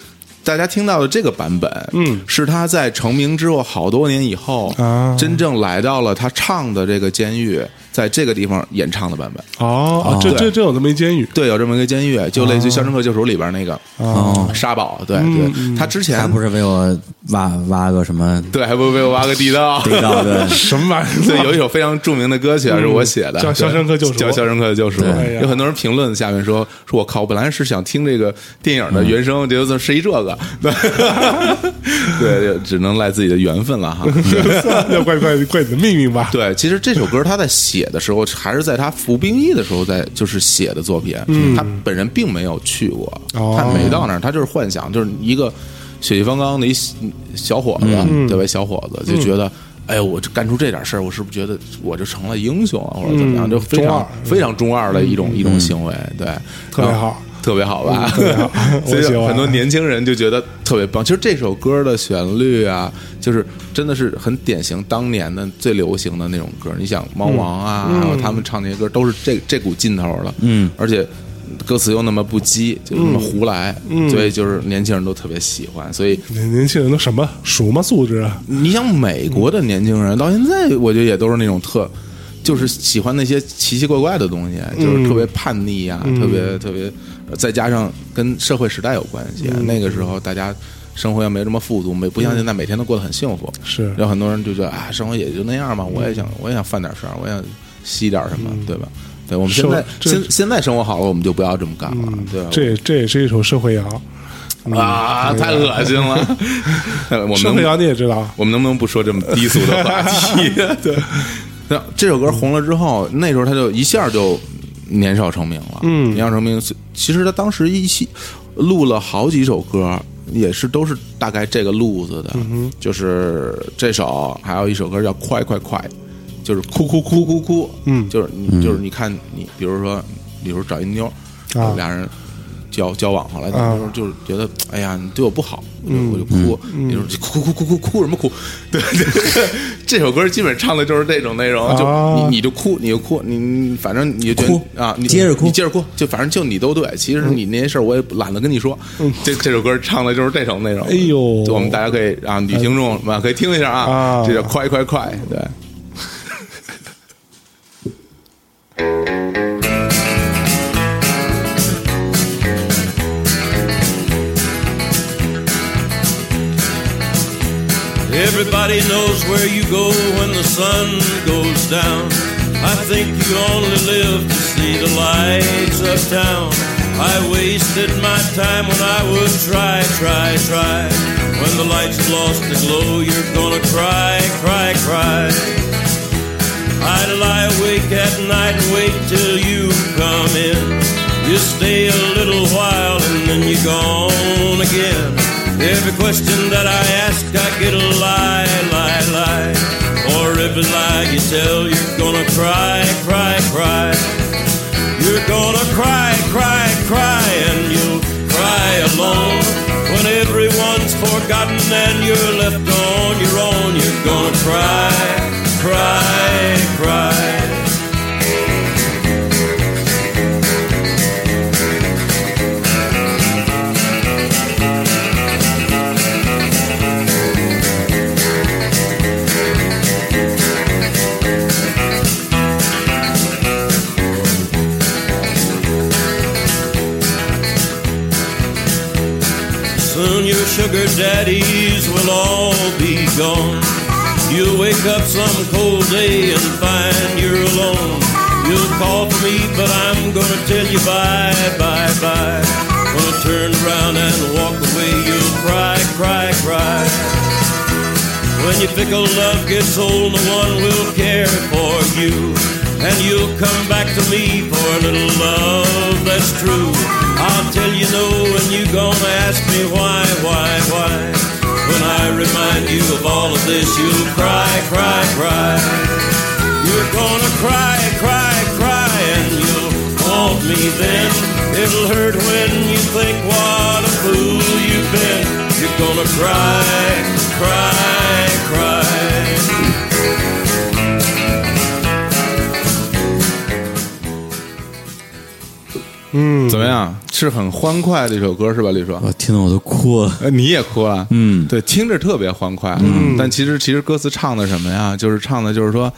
[SPEAKER 1] 大家听到的这个版本，嗯，是他在成名之后好多年以后
[SPEAKER 2] 啊
[SPEAKER 1] 真正来到了他唱的这个监狱，在这个地方演唱的版本。
[SPEAKER 2] 哦，啊这
[SPEAKER 1] 对
[SPEAKER 2] 这这有这么一监 狱
[SPEAKER 1] 对，有这么一个监狱，就类似于
[SPEAKER 2] 啊
[SPEAKER 1] 《肖申克救赎》里边那个
[SPEAKER 3] 哦，
[SPEAKER 1] 沙堡。对
[SPEAKER 2] 嗯
[SPEAKER 1] 对，他之
[SPEAKER 3] 他
[SPEAKER 1] 前
[SPEAKER 3] 不是为我挖挖个什么
[SPEAKER 1] 对，还不被我挖个地 道。
[SPEAKER 3] 地 道的
[SPEAKER 2] 什么玩 意
[SPEAKER 1] 对，
[SPEAKER 2] 儿？
[SPEAKER 1] 有一首非常著名的歌曲啊，是我写的，
[SPEAKER 2] 嗯叫
[SPEAKER 1] 对
[SPEAKER 2] 肖申克救赎哎
[SPEAKER 1] 叫《肖申克的救赎》
[SPEAKER 2] 对。
[SPEAKER 1] 有很多人评论下面说：“说我靠，我本来是想听这个电影的
[SPEAKER 2] 嗯
[SPEAKER 1] 原声，结果怎么是一这个？” 对，只能赖自己的缘分了哈。
[SPEAKER 2] 要怪怪怪你的命运吧？
[SPEAKER 1] 对，其实这首歌他在写的时候，还是在他服兵役的时候在就是写的作品。他本人并没有去过，
[SPEAKER 2] 嗯哦
[SPEAKER 1] 他没到那儿，他就是幻想，就是一个血气方刚的一小小伙子，
[SPEAKER 2] 嗯
[SPEAKER 1] 对吧？小伙子就觉得。哎呦，我这干出这点事儿，我是不是觉得我就成了英雄啊，或者怎么样？就非
[SPEAKER 2] 嗯中
[SPEAKER 1] 常
[SPEAKER 2] 二嗯
[SPEAKER 1] 非常中二的一种一种行为，对，
[SPEAKER 2] 特别
[SPEAKER 1] 然后
[SPEAKER 2] 好，嗯
[SPEAKER 1] 特别好吧？
[SPEAKER 2] 特别好
[SPEAKER 1] 啊所
[SPEAKER 2] 我喜
[SPEAKER 1] 以
[SPEAKER 2] 欢
[SPEAKER 1] 很多年轻人就觉得特别棒。其实这首歌的旋律啊，就是真的是很典型当年的最流行的那种歌。你想猫王啊，还有他们唱那些歌，都是这这股劲头的。嗯，而且歌词又那么不羁，就
[SPEAKER 2] 嗯
[SPEAKER 1] 那么胡来，所以就是年轻人都特别喜欢。所以
[SPEAKER 2] 年年轻人都什么熟吗？素质啊？
[SPEAKER 1] 你像美国的年轻
[SPEAKER 2] 嗯
[SPEAKER 1] 人，到现在我觉得也都是那种特，就是喜欢那些奇奇怪怪的东西，啊
[SPEAKER 2] 嗯
[SPEAKER 1] 就是特别叛逆呀、特别特别，呃再加上跟社会时代有关系。啊
[SPEAKER 2] 嗯
[SPEAKER 1] 那个时候大家生活也没这么富足，没不像现在每天都过得很幸福。
[SPEAKER 2] 是嗯
[SPEAKER 1] 有很多人就觉得啊，生活也就那样嘛，我也想我也想犯点事儿，我也想吸点什么，对吧？对，我们现在
[SPEAKER 2] 社嗯这嗯
[SPEAKER 1] 现现在生活好了，我们就不要这么干了，对啊吧？
[SPEAKER 2] 这嗯这也是一首社会摇，
[SPEAKER 1] 啊，太恶心了！ 我们
[SPEAKER 2] 社
[SPEAKER 1] 能
[SPEAKER 2] 会摇你也知道，
[SPEAKER 1] 我们能不能不说这么低俗的话题？对，那这首歌红了之后，那时候他就一下就年少成名了。嗯，年少成名，其实他当时一期录了好几首歌，也是都是大概这个路子的，就是这首，还有一首歌叫《快快快》，就是哭哭哭哭哭，嗯，就是你就是你看你，比如说，比如说找一妞，
[SPEAKER 2] 啊
[SPEAKER 1] 俩人。交交往后来，
[SPEAKER 2] 啊嗯
[SPEAKER 1] 那时候就是觉得，哎呀，你对我不好，我就我就哭，你说哭哭哭哭哭哭什么哭？对 对，这首歌基本唱的就是这种内容，就
[SPEAKER 2] 啊
[SPEAKER 1] 你你就哭，你就哭，你你反正你就觉
[SPEAKER 3] 哭
[SPEAKER 1] 得啊，你
[SPEAKER 3] 接着哭
[SPEAKER 1] 你接着哭，就反正就你都对。其实
[SPEAKER 2] 嗯
[SPEAKER 1] 你那些事儿我也懒得跟你说。这这首歌唱的就是这种内容。
[SPEAKER 2] 哎呦
[SPEAKER 1] 就我们大家可以啊，女听众们可以听一下啊
[SPEAKER 2] 啊，
[SPEAKER 1] 这叫快快快，对。
[SPEAKER 4] Everybody knows where you go when the sun goes down. I think you only live to see the lights of town. I wasted my time when I would try, try, try. When the lights have lost the glow, you're gonna cry, cry, cry. I'd lie awake at night and wait till you come in. You stay a little while and then you're gone again. Every question that I ask, I get a lie, lie, lie. Or every lie you tell, you're gonna cry, cry, cry. You're gonna cry, cry, cry, and you'll cry alone. When everyone's forgotten and you're left on your own, you're gonna cry, cry, cry. Soon your sugar daddies will all be gone. You'll wake up some cold day and find you're alone. You'll call for me, but I'm gonna tell you bye, bye, bye. Gonna turn around and walk away. You'll cry, cry, cry. When your fickle love gets old, no one will care for you. And you'll come back to me for a little love that's true. I'll tell you no, and you're gonna ask me why, why, why. When I remind you of all of this, you'll cry, cry, cry. You're gonna cry, cry, cry, and you'll want me then. It'll hurt when you think what a fool you've been. You're gonna cry, cry, cry.
[SPEAKER 2] 嗯，
[SPEAKER 1] 怎么样？是很欢快的一首歌是吧，李叔？
[SPEAKER 3] 我听得我都哭了。
[SPEAKER 1] 呃，你也哭了，嗯，对，听着特别欢快，嗯，但其实其实歌词唱的什么呀？就是唱的就是说，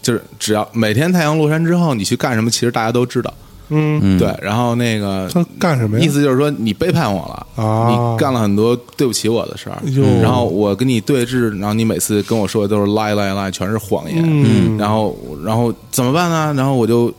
[SPEAKER 1] 就是只要每天太阳落山之后，你去干什么，其实大家都知道，
[SPEAKER 2] 嗯，
[SPEAKER 1] 对。然后那个
[SPEAKER 2] 他干什么呀？
[SPEAKER 1] 意思就是说，你背叛我了，
[SPEAKER 2] 啊哎
[SPEAKER 1] 你干了很多对不起我的事儿
[SPEAKER 2] 哟，
[SPEAKER 1] 然后我跟你对峙，然后你每次跟我说的都是 lie lie lie，全是谎言，
[SPEAKER 2] 嗯
[SPEAKER 1] 然后然后怎么办呢？然后我就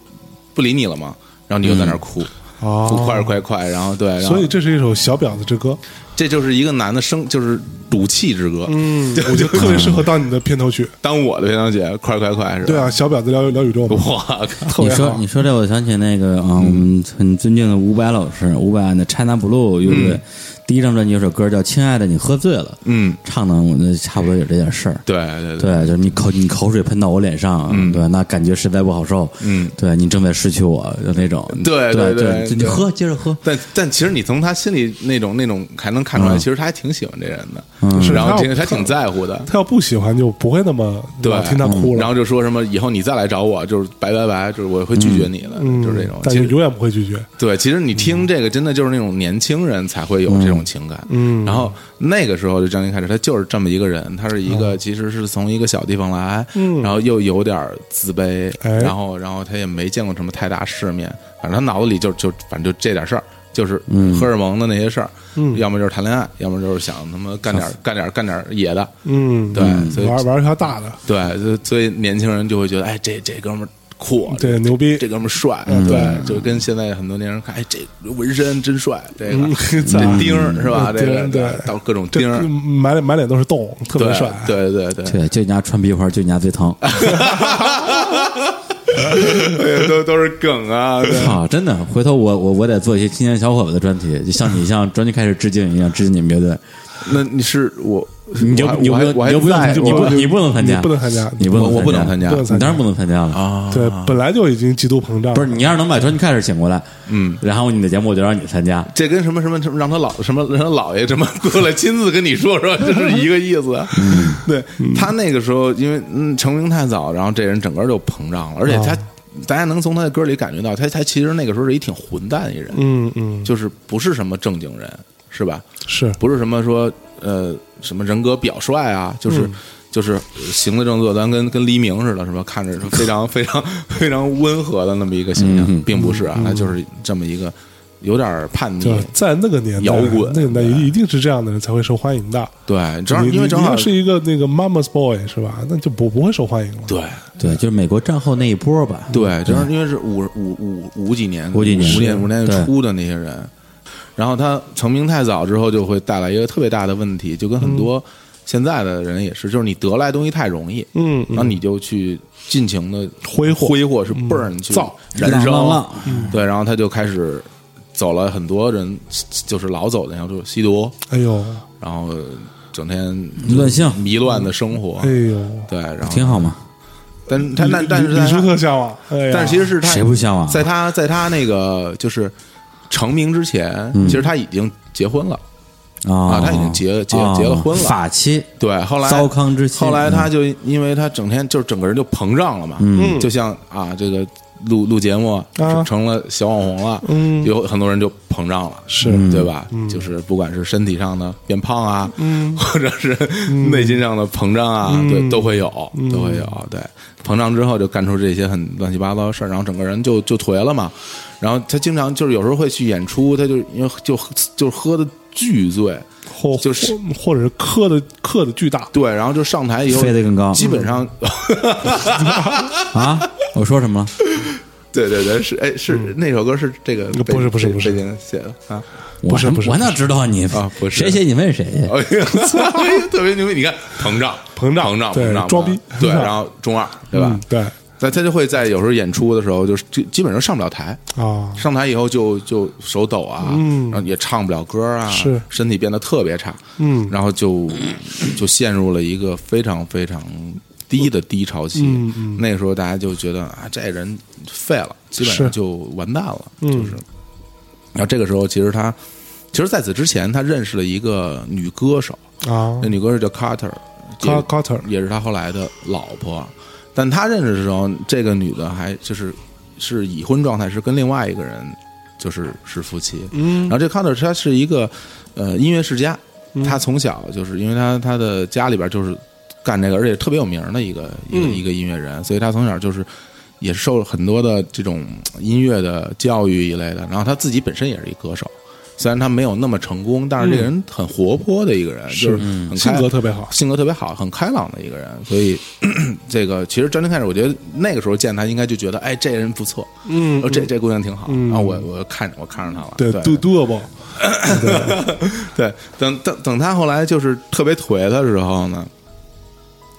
[SPEAKER 1] 不理你了嘛，然后你就在那儿哭，
[SPEAKER 2] 啊，
[SPEAKER 1] 哭快快快，然后对，然后
[SPEAKER 2] 所以这是一首小婊子之歌，
[SPEAKER 1] 这就是一个男的生，就是赌气之歌。
[SPEAKER 2] 嗯
[SPEAKER 1] 对，
[SPEAKER 2] 我觉得特别适合当你的片头曲。
[SPEAKER 1] 当我的元宵节，快快快是吧？
[SPEAKER 2] 对，啊，小婊子聊聊宇宙嘛，
[SPEAKER 1] 我靠，
[SPEAKER 2] 特
[SPEAKER 3] 你
[SPEAKER 2] 别
[SPEAKER 3] 说
[SPEAKER 2] 好
[SPEAKER 3] 你。说这，我想起那个啊，我
[SPEAKER 1] 嗯
[SPEAKER 3] 们很尊敬的伍佰老师，伍佰的 China Blue 乐队第一张专辑有首歌叫《亲爱的你喝醉了》，
[SPEAKER 1] 嗯，
[SPEAKER 3] 唱的我们差不多也这点事儿。
[SPEAKER 1] 对对对，
[SPEAKER 3] 对，就是你口你口水喷到我脸上，对，那感觉实在不好受。
[SPEAKER 1] 嗯
[SPEAKER 3] 对你正在失去我，就那种。
[SPEAKER 1] 对
[SPEAKER 3] 对
[SPEAKER 1] 对对
[SPEAKER 3] 就你
[SPEAKER 1] 对
[SPEAKER 3] 喝，接着喝。
[SPEAKER 1] 但但其实你从他心里那种那种还能看出来，其实他还挺喜欢这人的，
[SPEAKER 2] 嗯是
[SPEAKER 1] 然后
[SPEAKER 2] 他
[SPEAKER 1] 这个他挺在乎的。
[SPEAKER 2] 他要不喜欢就不会那么
[SPEAKER 1] 对嗯
[SPEAKER 2] 老，听他哭了，
[SPEAKER 1] 然后就说什么以后你再来找我，就是拜拜拜，就是我会拒绝你的，
[SPEAKER 2] 嗯
[SPEAKER 1] 就是这种。
[SPEAKER 2] 但
[SPEAKER 1] 其
[SPEAKER 2] 是
[SPEAKER 1] 实
[SPEAKER 2] 永远不会拒绝。
[SPEAKER 1] 对，其实你听这个，真的就是那种年轻人才会有这种情感。
[SPEAKER 2] 嗯
[SPEAKER 1] 然后那个时候就张琳开始，他就是这么一个人，他是一个其实是从一个小地方来，
[SPEAKER 2] 嗯
[SPEAKER 1] 然后又有点自卑，
[SPEAKER 2] 哎
[SPEAKER 1] 然后然后他也没见过什么太大世面，反正他脑子里就就反正就这点事儿。就是荷尔蒙的那些事儿，
[SPEAKER 2] 嗯啊
[SPEAKER 1] 要么就是谈恋爱，要么就是想他妈干点干点干点野的，
[SPEAKER 2] 嗯，
[SPEAKER 1] 对所以
[SPEAKER 2] 玩玩一条大的，
[SPEAKER 1] 对，所以所以年轻人就会觉得，哎，这这哥们儿酷，这
[SPEAKER 2] 对，牛逼，
[SPEAKER 1] 这哥们儿帅，
[SPEAKER 3] 嗯
[SPEAKER 1] 对，就跟现在很多年人看，哎，这纹身真帅，这个
[SPEAKER 2] 嗯
[SPEAKER 1] 这钉儿是吧？
[SPEAKER 3] 嗯
[SPEAKER 2] 对
[SPEAKER 1] 这个啊
[SPEAKER 2] 对
[SPEAKER 1] 到各种
[SPEAKER 2] 这
[SPEAKER 1] 钉儿，
[SPEAKER 2] 满脸满脸都是洞，特别
[SPEAKER 1] 对
[SPEAKER 2] 帅。
[SPEAKER 1] 对对对，
[SPEAKER 3] 对，就你家穿壁花，就你家最疼。
[SPEAKER 1] 哎呀都都是梗啊， 对
[SPEAKER 3] 操，真的，回头我我我得做一些青年小伙子的专题，就像你向专辑开始致敬一样，致敬你们乐队。
[SPEAKER 1] 那你是我，
[SPEAKER 3] 你就
[SPEAKER 1] 我还
[SPEAKER 3] 你就
[SPEAKER 1] 我
[SPEAKER 3] 不
[SPEAKER 1] 还
[SPEAKER 3] 用
[SPEAKER 1] 我还
[SPEAKER 3] 你就不
[SPEAKER 1] 在
[SPEAKER 3] 用你不你不能参
[SPEAKER 2] 你
[SPEAKER 3] 加，
[SPEAKER 2] 不能参加
[SPEAKER 3] 你不能
[SPEAKER 1] 我我不能参加
[SPEAKER 2] 不能
[SPEAKER 3] 你当然不能参加了。
[SPEAKER 1] 啊，
[SPEAKER 2] 对，本来就已经极度膨胀了，
[SPEAKER 3] 不是你要是能把专辑开始请过来，
[SPEAKER 1] 嗯，
[SPEAKER 3] 然后你的节目我就让你参加。
[SPEAKER 1] 这跟什么什么什么让他老什么让他姥爷什么过来亲自跟你说说，这是一个意思。啊对他那个时候，因为嗯成名太早，然后这人整个就膨胀了，而且他、
[SPEAKER 2] 哦
[SPEAKER 1] 大家能从他的歌里感觉到，他他其实那个时候是一挺混蛋一人，
[SPEAKER 2] 嗯嗯，
[SPEAKER 1] 就是不是什么正经人，是吧？
[SPEAKER 2] 是
[SPEAKER 1] 不是什么说呃什么人格表率啊，就是、就是呃行得正坐得端，跟跟黎明似的，是吧？看着非常非常非常温和的那么一个形象，
[SPEAKER 3] 嗯
[SPEAKER 1] 并不是啊，他就是这么一个有点叛逆。
[SPEAKER 2] 就在那个年代，
[SPEAKER 1] 摇滚
[SPEAKER 2] 那个年代一定是这样的人才会受欢迎的。
[SPEAKER 1] 对，正好
[SPEAKER 2] 你
[SPEAKER 1] 因为
[SPEAKER 2] 你
[SPEAKER 1] 正
[SPEAKER 2] 你
[SPEAKER 1] 好
[SPEAKER 2] 要是一个那个 mama's boy 是吧？那就不不会受欢迎了。
[SPEAKER 1] 对
[SPEAKER 3] 对，就是美国战后那一波吧。
[SPEAKER 1] 对，正好因为是五五五五几年
[SPEAKER 3] 嗯五几年
[SPEAKER 1] 五年五年
[SPEAKER 3] 对
[SPEAKER 1] 初的那些人，然后他成名太早之后，就会带来一个特别大的问题，就跟很多现在的人也是，就是你得来东西太容易，
[SPEAKER 2] 嗯，
[SPEAKER 1] 然后你就去尽情的
[SPEAKER 2] 挥霍
[SPEAKER 1] 挥霍是 burn 去
[SPEAKER 2] 造
[SPEAKER 1] 燃
[SPEAKER 3] 浪浪嗯
[SPEAKER 1] 烧
[SPEAKER 3] 浪，
[SPEAKER 1] 对，然后他就开始走了很多人，就是老走的，然后就吸毒，
[SPEAKER 2] 哎呦，
[SPEAKER 1] 然后整天
[SPEAKER 3] 乱性
[SPEAKER 1] 迷乱的生活
[SPEAKER 2] 哎，呦，
[SPEAKER 1] 对，然后
[SPEAKER 3] 挺好嘛，
[SPEAKER 1] 但是他但但是
[SPEAKER 2] 李李
[SPEAKER 1] 他
[SPEAKER 2] 叔特向往，哎呀
[SPEAKER 1] 但是其实是他
[SPEAKER 3] 谁不向往啊？
[SPEAKER 1] 在他在他那个就是成名之前，
[SPEAKER 3] 嗯
[SPEAKER 1] 其实他已经结婚了，
[SPEAKER 3] 啊
[SPEAKER 1] 啊他已经结结结了婚了
[SPEAKER 3] 法妻
[SPEAKER 1] 对，后来
[SPEAKER 3] 糟糠之妻
[SPEAKER 1] 后来他就因为他整天就是整个人就膨胀了嘛，
[SPEAKER 3] 嗯
[SPEAKER 1] 就像啊这个录录节目
[SPEAKER 2] 啊
[SPEAKER 1] 成了小网红了，
[SPEAKER 2] 嗯
[SPEAKER 1] 有很多人就膨胀了，
[SPEAKER 2] 是
[SPEAKER 3] 嗯
[SPEAKER 1] 对吧？就是不管是身体上的变胖啊，
[SPEAKER 2] 嗯
[SPEAKER 1] 或者是内心上的膨胀啊，对，都会有，
[SPEAKER 2] 嗯
[SPEAKER 1] 都会有。对，膨胀之后就干出这些很乱七八糟的事儿，然后整个人就就颓了嘛。然后他经常就是有时候会去演出，他就因为就就喝的巨醉，
[SPEAKER 2] 或
[SPEAKER 1] 就是
[SPEAKER 2] 或或者是磕的磕的巨大，
[SPEAKER 1] 对，然后就上台以后
[SPEAKER 3] 飞得更高
[SPEAKER 1] 基
[SPEAKER 2] 嗯
[SPEAKER 1] 本上，
[SPEAKER 3] 啊！我说什么了？
[SPEAKER 1] 对对对，是哎是那首歌是这个
[SPEAKER 2] 嗯不是不是
[SPEAKER 1] 北
[SPEAKER 2] 不是
[SPEAKER 1] 北京写的啊。
[SPEAKER 3] 我
[SPEAKER 2] 不是
[SPEAKER 3] 还
[SPEAKER 2] 不是
[SPEAKER 3] 我哪知道你
[SPEAKER 1] 啊不是
[SPEAKER 3] 谁写你问谁去？
[SPEAKER 1] 哎呀， 特别牛逼！你看，膨胀，
[SPEAKER 2] 膨胀
[SPEAKER 1] 膨胀，
[SPEAKER 2] 对
[SPEAKER 1] 膨胀，
[SPEAKER 2] 装逼
[SPEAKER 1] 对，然后中二，对吧
[SPEAKER 2] 嗯？对
[SPEAKER 1] 但他就会在有时候演出的时候，就是基基本上上不了台，
[SPEAKER 2] 啊，
[SPEAKER 1] 上台以后就就手抖啊，
[SPEAKER 2] 嗯
[SPEAKER 1] 然后也唱不了歌啊，
[SPEAKER 2] 是
[SPEAKER 1] 身体变得特别差，
[SPEAKER 2] 嗯
[SPEAKER 1] 然后就就陷入了一个非常非常低的低潮期。
[SPEAKER 2] 嗯嗯
[SPEAKER 1] 那个时候大家就觉得啊，这人废了，基本
[SPEAKER 2] 是
[SPEAKER 1] 上就完蛋了，
[SPEAKER 2] 嗯
[SPEAKER 1] 就是。然后这个时候，其实他，其实在此之前，他认识了一个女歌手，
[SPEAKER 2] 啊
[SPEAKER 1] 那女歌手叫 Carter，也
[SPEAKER 2] Car- Carter
[SPEAKER 1] 也是他后来的老婆。但他认识的时候，这个女的还就是是已婚状态，是跟另外一个人就是是夫妻。
[SPEAKER 2] 嗯
[SPEAKER 1] 然后这 Carter 他是一个呃音乐世家，
[SPEAKER 2] 嗯
[SPEAKER 1] 他从小就是因为他他的家里边就是干这个，而且特别有名儿的一个一个、
[SPEAKER 2] 嗯
[SPEAKER 1] 一个音乐人，所以他从小就是。也受了很多的这种音乐的教育一类的，然后他自己本身也是一歌手，虽然他没有那么成功，但是这个人很活泼的一个人，就是很
[SPEAKER 2] 嗯性
[SPEAKER 1] 开
[SPEAKER 2] 格特别好，
[SPEAKER 1] 性格特别好，很开朗的一个人，所以 这个其实张天开始，我觉得那个时候见他，应该就觉得，哎，这人不错，
[SPEAKER 2] 嗯
[SPEAKER 1] 哦，这这姑娘挺好，
[SPEAKER 2] 嗯
[SPEAKER 1] 啊，我我看我看上她了，
[SPEAKER 2] 对
[SPEAKER 1] 对
[SPEAKER 2] do doable，
[SPEAKER 1] 对，等等等他后来就是特别颓的时候呢，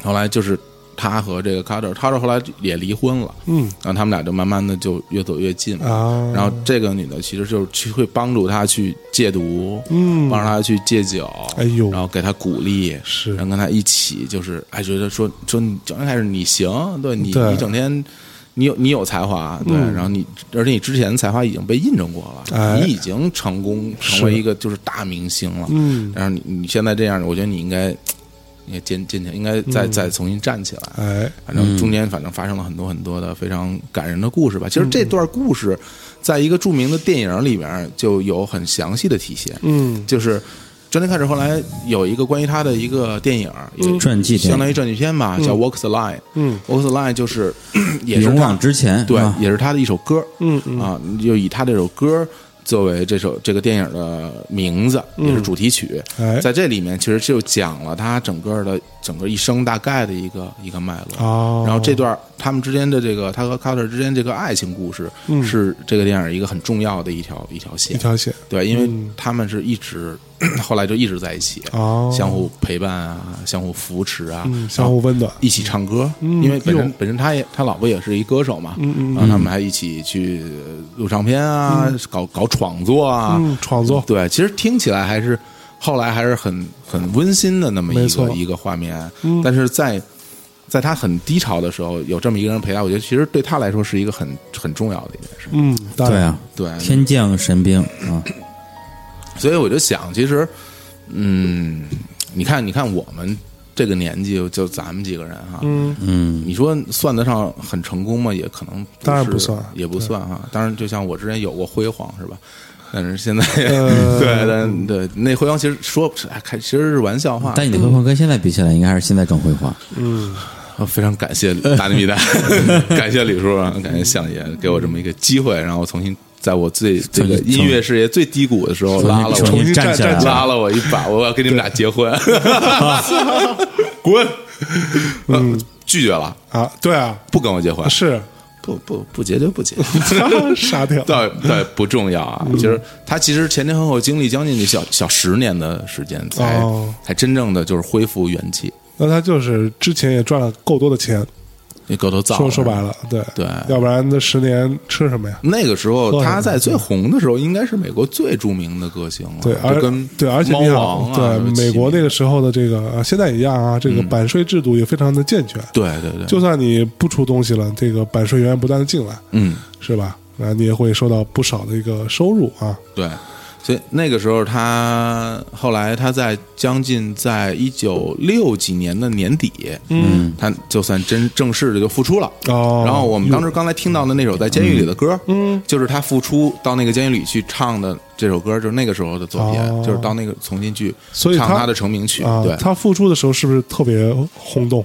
[SPEAKER 1] 后来就是他和这个卡特，卡特后来也离婚了，
[SPEAKER 2] 嗯
[SPEAKER 1] 然后他们俩就慢慢的就越走越近嘛，
[SPEAKER 2] 啊，
[SPEAKER 1] 然后这个女的其实就是去会帮助他去戒毒，
[SPEAKER 2] 嗯
[SPEAKER 1] 帮助他去戒酒，
[SPEAKER 2] 哎呦
[SPEAKER 1] 然后给他鼓励，
[SPEAKER 2] 是
[SPEAKER 1] 然后跟他一起就是，哎，觉得说说你刚开始你行，对你
[SPEAKER 2] 对嗯
[SPEAKER 1] 你整天。你有你有才华，对，然后你而且你之前的才华已经被印证过了，
[SPEAKER 2] 哎
[SPEAKER 1] 你已经成功成为一个就是大明星了，
[SPEAKER 2] 嗯
[SPEAKER 1] 然后你你现在这样，我觉得你应该应该坚坚强，应该
[SPEAKER 2] 嗯
[SPEAKER 1] 再、再重新站起来，
[SPEAKER 2] 哎，
[SPEAKER 1] 反正中间反正发生了很多很多的非常感人的故事吧。其实
[SPEAKER 2] 嗯
[SPEAKER 1] 这段故事，在一个著名的电影里边就有很详细的体现。
[SPEAKER 2] 嗯
[SPEAKER 1] 就是专利开始后来有一个关于他的一个电影，也
[SPEAKER 3] 嗯传记电
[SPEAKER 1] 相
[SPEAKER 3] 影
[SPEAKER 1] 当于传记片吧，叫《Walk the Line》。
[SPEAKER 2] 嗯
[SPEAKER 1] 《Walk the Line》就是也是
[SPEAKER 3] 嗯勇
[SPEAKER 1] 他
[SPEAKER 3] 往直前，
[SPEAKER 1] 对
[SPEAKER 3] 啊，
[SPEAKER 1] 也是他的一首歌。
[SPEAKER 2] 嗯嗯
[SPEAKER 1] 啊，就以他这首歌作为这首这个电影的名字，
[SPEAKER 3] 嗯
[SPEAKER 1] 也是主题曲。
[SPEAKER 2] 哎
[SPEAKER 1] 在这里面，其实就讲了他整个的整个一生大概的一个一个脉络。
[SPEAKER 2] 哦
[SPEAKER 1] 然后这段他们之间的这个他和卡特之间这个爱情故事，
[SPEAKER 3] 嗯
[SPEAKER 1] 是这个电影一个很重要的一条一条线。
[SPEAKER 2] 一条线
[SPEAKER 1] 对，因为他们是一直、 后来就一直在一起，
[SPEAKER 2] 嗯哦
[SPEAKER 1] 相互陪伴啊，相互扶持啊，
[SPEAKER 2] 嗯相互温暖
[SPEAKER 1] 一起唱歌，因为本身
[SPEAKER 2] 哟嗯
[SPEAKER 1] 本身他也他老婆也是一歌手嘛，然后他们还一起去录唱片啊，搞搞创作啊，
[SPEAKER 2] 嗯创作
[SPEAKER 1] 对，其实听起来还是后来还是很很温馨的那么
[SPEAKER 2] 没
[SPEAKER 1] 一
[SPEAKER 2] 错嗯
[SPEAKER 1] 个一个画面，但是在。在他很低潮的时候，有这么一个人陪他，我觉得其实对他来说是一个很很重要的一件事。
[SPEAKER 2] 嗯，当
[SPEAKER 3] 对
[SPEAKER 2] 然
[SPEAKER 3] 啊，
[SPEAKER 1] 对，
[SPEAKER 3] 天降神兵啊，
[SPEAKER 1] 所以我就想，其实，嗯，你看，你看我们这个年纪，就咱们几个人哈，嗯嗯，你说算得上很成功吗？也可能不是
[SPEAKER 2] 当然不算
[SPEAKER 1] 也不算哈。当然，就像我之前有过辉煌，是吧？但是现在，
[SPEAKER 2] 呃
[SPEAKER 1] 对，但对那辉煌其实说哎开其实是玩笑话。
[SPEAKER 3] 但你的辉煌跟现在比起来，应该还是现在更辉煌。
[SPEAKER 1] 啊非常感谢大内密 探，感谢李叔，啊，感谢相爷给我这么一个机会，让我重新在我最这个音乐事业最低谷的时候拉了我
[SPEAKER 3] 重新站起来
[SPEAKER 1] 拉
[SPEAKER 3] 了，
[SPEAKER 1] 了我一把，我要跟你们俩结 婚，滚！嗯，拒绝了，
[SPEAKER 2] 啊，对啊，
[SPEAKER 1] 不跟我结婚，
[SPEAKER 2] 是
[SPEAKER 1] 不不不结就不结，
[SPEAKER 2] 傻屌，
[SPEAKER 1] 倒倒也不重要啊。
[SPEAKER 2] 嗯
[SPEAKER 1] 就是他其实前前后后经历将近小小十年的时间，才
[SPEAKER 2] 哦
[SPEAKER 1] 才真正的就是恢复元气，
[SPEAKER 2] 那他就是之前也赚了够多的钱，
[SPEAKER 1] 那狗头造
[SPEAKER 2] 说
[SPEAKER 1] 了
[SPEAKER 2] 说白了，对
[SPEAKER 1] 对
[SPEAKER 2] 要不然那十年吃什么呀？
[SPEAKER 1] 那个时候，
[SPEAKER 2] 喝什么
[SPEAKER 1] 他在最红的时候，应该是美国最著名的歌星了。
[SPEAKER 2] 对，而
[SPEAKER 1] 啊就跟
[SPEAKER 2] 对，而且
[SPEAKER 1] 猫
[SPEAKER 2] 你
[SPEAKER 1] 王
[SPEAKER 2] 想，
[SPEAKER 1] 啊，
[SPEAKER 2] 对
[SPEAKER 1] 什么
[SPEAKER 2] 美国
[SPEAKER 1] 齐
[SPEAKER 2] 那个时候的这个，呃现在一样啊，这个版税制度也非常的健全，
[SPEAKER 1] 嗯对对对，
[SPEAKER 2] 就算你不出东西了，这个版税源源不断的进来，
[SPEAKER 1] 嗯，
[SPEAKER 2] 是吧？然后你也会收到不少的一个收入啊，
[SPEAKER 1] 对，所以那个时候他后来他在将近在一九六几年的年底，嗯，他就算真正式的就复出了。
[SPEAKER 2] 哦
[SPEAKER 1] 然后我们当时刚才听到的那首在监狱里的歌，嗯，就是他复出到那个监狱里去唱的这首歌，就是那个时候的作品，
[SPEAKER 2] 哦
[SPEAKER 1] 就是到那个重新去
[SPEAKER 2] 所以
[SPEAKER 1] 唱
[SPEAKER 2] 他
[SPEAKER 1] 的成名曲，
[SPEAKER 2] 啊
[SPEAKER 1] 对，，
[SPEAKER 2] 他复出的时候是不是特别轰动？